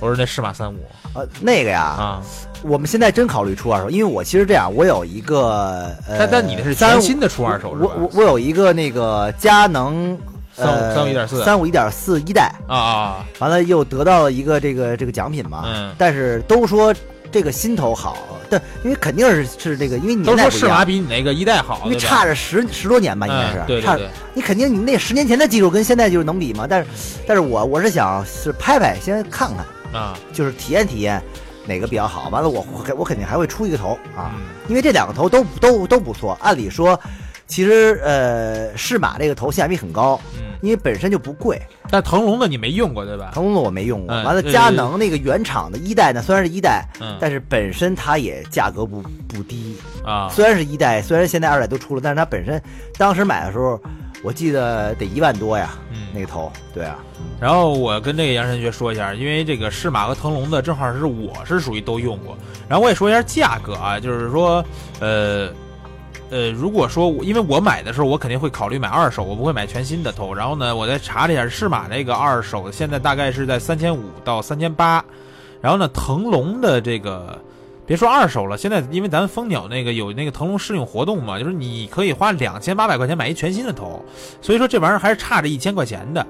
S3: 我说那适马三五
S4: 呃那个呀。
S3: 啊，
S4: 我们现在真考虑出二手，因为我其实这样，我有一个呃，
S3: 但但你那是
S4: 三
S3: 全
S4: 五
S3: 新的出二手是
S4: 我我
S3: 吧？
S4: 我有一个那个佳能呃
S3: 三五351.4
S4: 三五一点四一代，
S3: 啊啊
S4: 完了又得到了一个这个这个奖品嘛。
S3: 嗯
S4: 但是都说这个新头好，但因为肯定是是这个，因为
S3: 都
S4: 年
S3: 说
S4: 代嗯不一
S3: 适马
S4: 样，
S3: 比你那个一代好，
S4: 因为
S3: 对吧
S4: 差着十十多年吧，应该是、
S3: 嗯，对
S4: 差
S3: 对对。
S4: 着你肯定你那十年前的技术跟现在就是能比吗？但是，但是我我是想是拍拍先看看，
S3: 啊，
S4: 就是体验体验哪个比较好。完了我我肯定还会出一个头啊。
S3: 嗯
S4: 因为这两个头都都都不错。按理说，其实呃，适马这个头性价比很高，
S3: 嗯
S4: 因为本身就不贵。
S3: 但腾龙的你没用过对吧？
S4: 腾龙的我没用过，
S3: 嗯
S4: 完了
S3: 对
S4: 佳能那个原厂的一代呢，虽然是一代，
S3: 嗯
S4: 但是本身它也价格不不低，
S3: 啊，
S4: 虽然是一代，虽然现在二代都出了，但是它本身当时买的时候，我记得得一万多呀，
S3: 嗯
S4: 那个头，对啊，
S3: 然后我跟这个杨神学说一下，因为这个适马和腾龙的正好是我是属于都用过，然后我也说一下价格啊，就是说，呃，呃，如果说我因为我买的时候，我肯定会考虑买二手，我不会买全新的头。然后呢，我再查了一下适马那个二手，现在大概是在三千五到三千八。然后呢，腾龙的这个。别说二手了，现在因为咱们蜂鸟那个有那个腾龙试用活动嘛，就是你可以花两千八百块钱买一全新的头，所以说这玩意儿还是差着一千块钱的。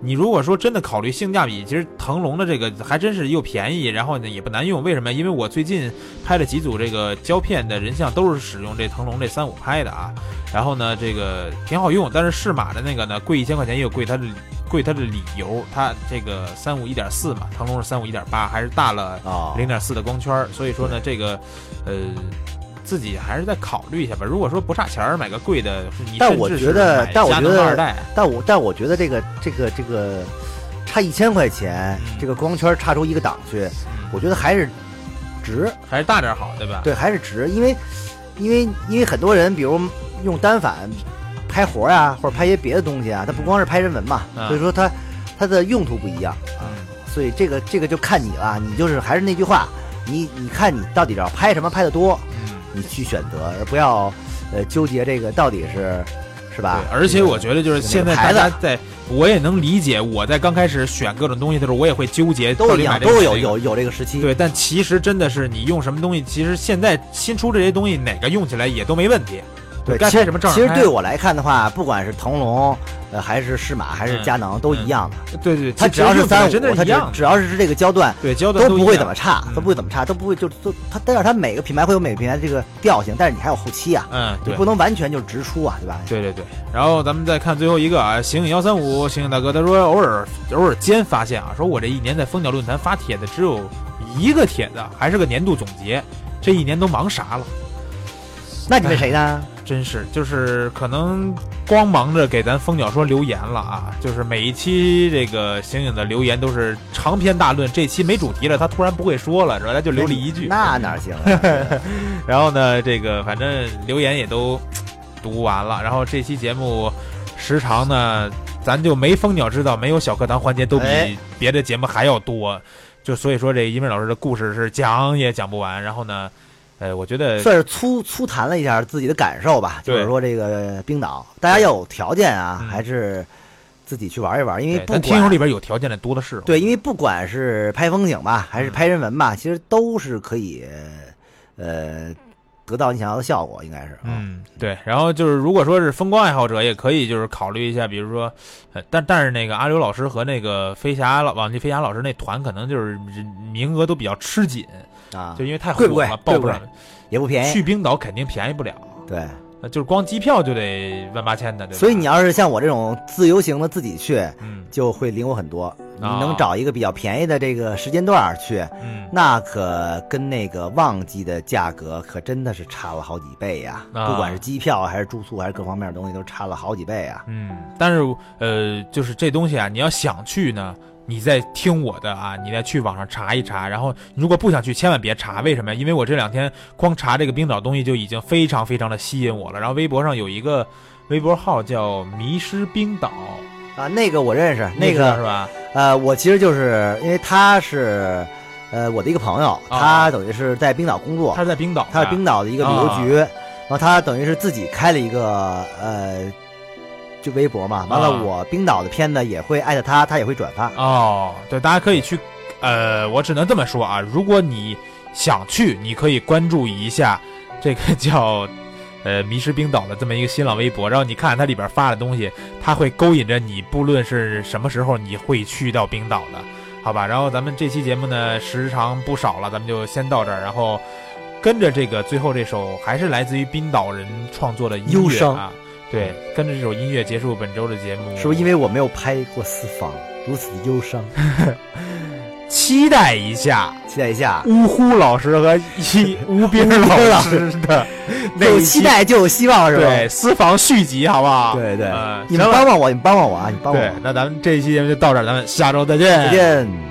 S3: 你如果说真的考虑性价比，其实腾龙的这个还真是又便宜，然后呢也不难用。为什么？因为我最近拍了几组这个胶片的人像，都是使用这腾龙这三五拍的啊。然后呢，这个挺好用，但是适马的那个呢，贵一千块钱也有贵它的贵它的理由。它这个三五一点四嘛，腾龙是三五一点八，还是大了
S4: 啊、
S3: 零点四的光圈儿，所以说呢，这个，呃，自己还是再考虑一下吧。如果说不差钱儿，买个贵的，你
S4: 但
S3: 甚
S4: 我
S3: 至
S4: 觉
S3: 是
S4: 得
S3: 买
S4: 但我
S3: 佳
S4: 觉
S3: 能的
S4: 得
S3: 二代，
S4: 但我但我觉得这个这个这个差一千块钱，
S3: 嗯
S4: 这个光圈差出一个档去，我觉得还是值，
S3: 还是大点儿好，对吧？
S4: 对，还是值，因为因为因为很多人，比如用单反拍活呀、或者拍一些别的东西啊，它不光是拍人文嘛，
S3: 嗯
S4: 所以说它它的用途不一样啊，
S3: 嗯
S4: 所以这个这个就看你了，你就是还是那句话，你你看你到底要拍什么拍的多，
S3: 嗯，
S4: 你去选择，而不要呃纠结这个到底是是吧
S3: 对，？而且我觉得就是现在大
S4: 啊
S3: 家在，我也能理解，我在刚开始选各种东西的时候，我也会纠结
S4: 都
S3: 到
S4: 一
S3: 底买
S4: 样，
S3: 这个
S4: 都有
S3: 哪个
S4: 有有这个时期，
S3: 对，但其实真的是你用什么东西，其实现在新出这些东西哪个用起来也都没问题。
S4: 对，
S3: 该
S4: 其实
S3: 拍什么照样
S4: 其实
S3: 拍
S4: 对我来看的话，不管是腾龙，呃，还是适马，还是
S3: 嗯
S4: 佳能，都一样的。
S3: 对对，
S4: 它
S3: 其
S4: 只
S3: 实
S4: 要是
S3: 用起来
S4: 三五
S3: 真的，
S4: 它
S3: 是一
S4: 只
S3: 样的，
S4: 只要是这个焦段，
S3: 对，胶的
S4: 都不
S3: 一
S4: 会
S3: 样
S4: 怎么差，
S3: 嗯
S4: 都不会怎么差，都不会就都它。但是它每个品牌会有每个品牌这个调性，但是你还有后期啊，
S3: 嗯，
S4: 你
S3: 对
S4: 不。能完全就直出啊，对吧？
S3: 对对对，然后咱们再看最后一个啊，醒醒幺三五，醒醒大哥，他说偶尔偶尔间发现啊，说我这一年在蜂鸟论坛发帖子只有一个帖子，还是个年度总结，这一年都忙啥了？
S4: 那你问谁呢？
S3: 真是，就是可能光忙着给咱蜂鸟说留言了啊，就是每一期这个醒醒的留言都是长篇大论，这期没主题了，他突然不会说了，然后他就 留了一句，
S4: 那哪行 啊？
S3: 然后呢，这个反正留言也都读完了，然后这期节目时长呢，咱就没蜂鸟知道，没有小课堂环节，都比
S4: 哎
S3: 别的节目还要多，就所以说这一鸣老师的故事是讲也讲不完，然后呢，呃，我觉得
S4: 算是粗粗谈了一下自己的感受吧，就
S3: 对
S4: 是说这个冰岛，大家要有条件啊
S3: 嗯，
S4: 还是自己去玩一玩，因为
S3: 对
S4: 不
S3: 咱听友
S4: 管
S3: 里边有条件的多的是，
S4: 对，因为不管是拍风景吧，
S3: 嗯
S4: 还是拍人文吧，其实都是可以，呃，得到你想要的效果，应该是。，
S3: 嗯，对。然后就是，如果说是风光爱好者，也可以就是考虑一下，比如说，呃，但但是那个阿刘老师和那个飞侠老往期飞侠老师那团，可能就是名额都比较吃紧，
S4: 啊
S3: 就，因为太火
S4: 贵
S3: 了，报
S4: 不贵贵
S3: 不
S4: 不
S3: 上。
S4: 也不便宜。
S3: 去冰岛肯定便宜不了，
S4: 对，
S3: 呃就是光机票就得万八千的，对吧
S4: 所以你要是像我这种自由行的自己去，
S3: 嗯
S4: 就会灵活很多。你
S3: 啊
S4: 能找一个比较便宜的这个时间段儿去，
S3: 嗯
S4: 那可跟那个旺季的价格可真的是差了好几倍呀、
S3: 啊
S4: 不管是机票还是住宿还是各方面的东西，都差了好几倍啊。
S3: 嗯，但是呃，就是这东西啊，你要想去呢。你再听我的啊，你再去网上查一查，然后你如果不想去，千万别查。为什么呀？因为我这两天光查这个冰岛东西就已经非常非常的吸引我了。然后微博上有一个微博号叫“迷失冰岛
S4: 啊，那个我认识，”，那
S3: 你知道
S4: 个
S3: 是吧？
S4: 呃，我其实就是因为他是，呃，我的一个朋友，
S3: 啊
S4: 他等于是在冰岛工作，
S3: 他是在冰岛的，啊
S4: 他是冰岛的一个旅游局，然后他等于是自己开了一个呃，就微博嘛。完了，
S3: 啊
S4: 我冰岛的片子也会艾特他，他也会转发。
S3: 哦，对，大家可以去，呃，我只能这么说啊，如果你想去，你可以关注一下这个叫呃迷失冰岛的这么一个新浪微博，然后你看它里边发的东西，它会勾引着你，不论是什么时候，你会去到冰岛的，好吧？然后咱们这期节目呢，时长不少了，咱们就先到这儿，然后。跟着这个最后这首还是来自于冰岛人创作的音
S4: 忧
S3: 乐
S4: 伤
S3: 啊，对，跟着这首音乐结束本周的节目，
S4: 是不是因为我没有拍过私房，如此忧伤？
S3: 期待一下
S4: 期期待一下，
S3: 呜呼老师和一吴斌老师的那
S4: 有
S3: 一期
S4: 期待就有希望是吧？
S3: 对私房续集，好不好？
S4: 对对
S3: 嗯，
S4: 你们
S3: 行了
S4: 帮帮我，你们帮帮我啊，你帮帮
S3: 对
S4: 我，，
S3: 那咱们这一期节目就到这儿，咱们下周再见，
S4: 再见。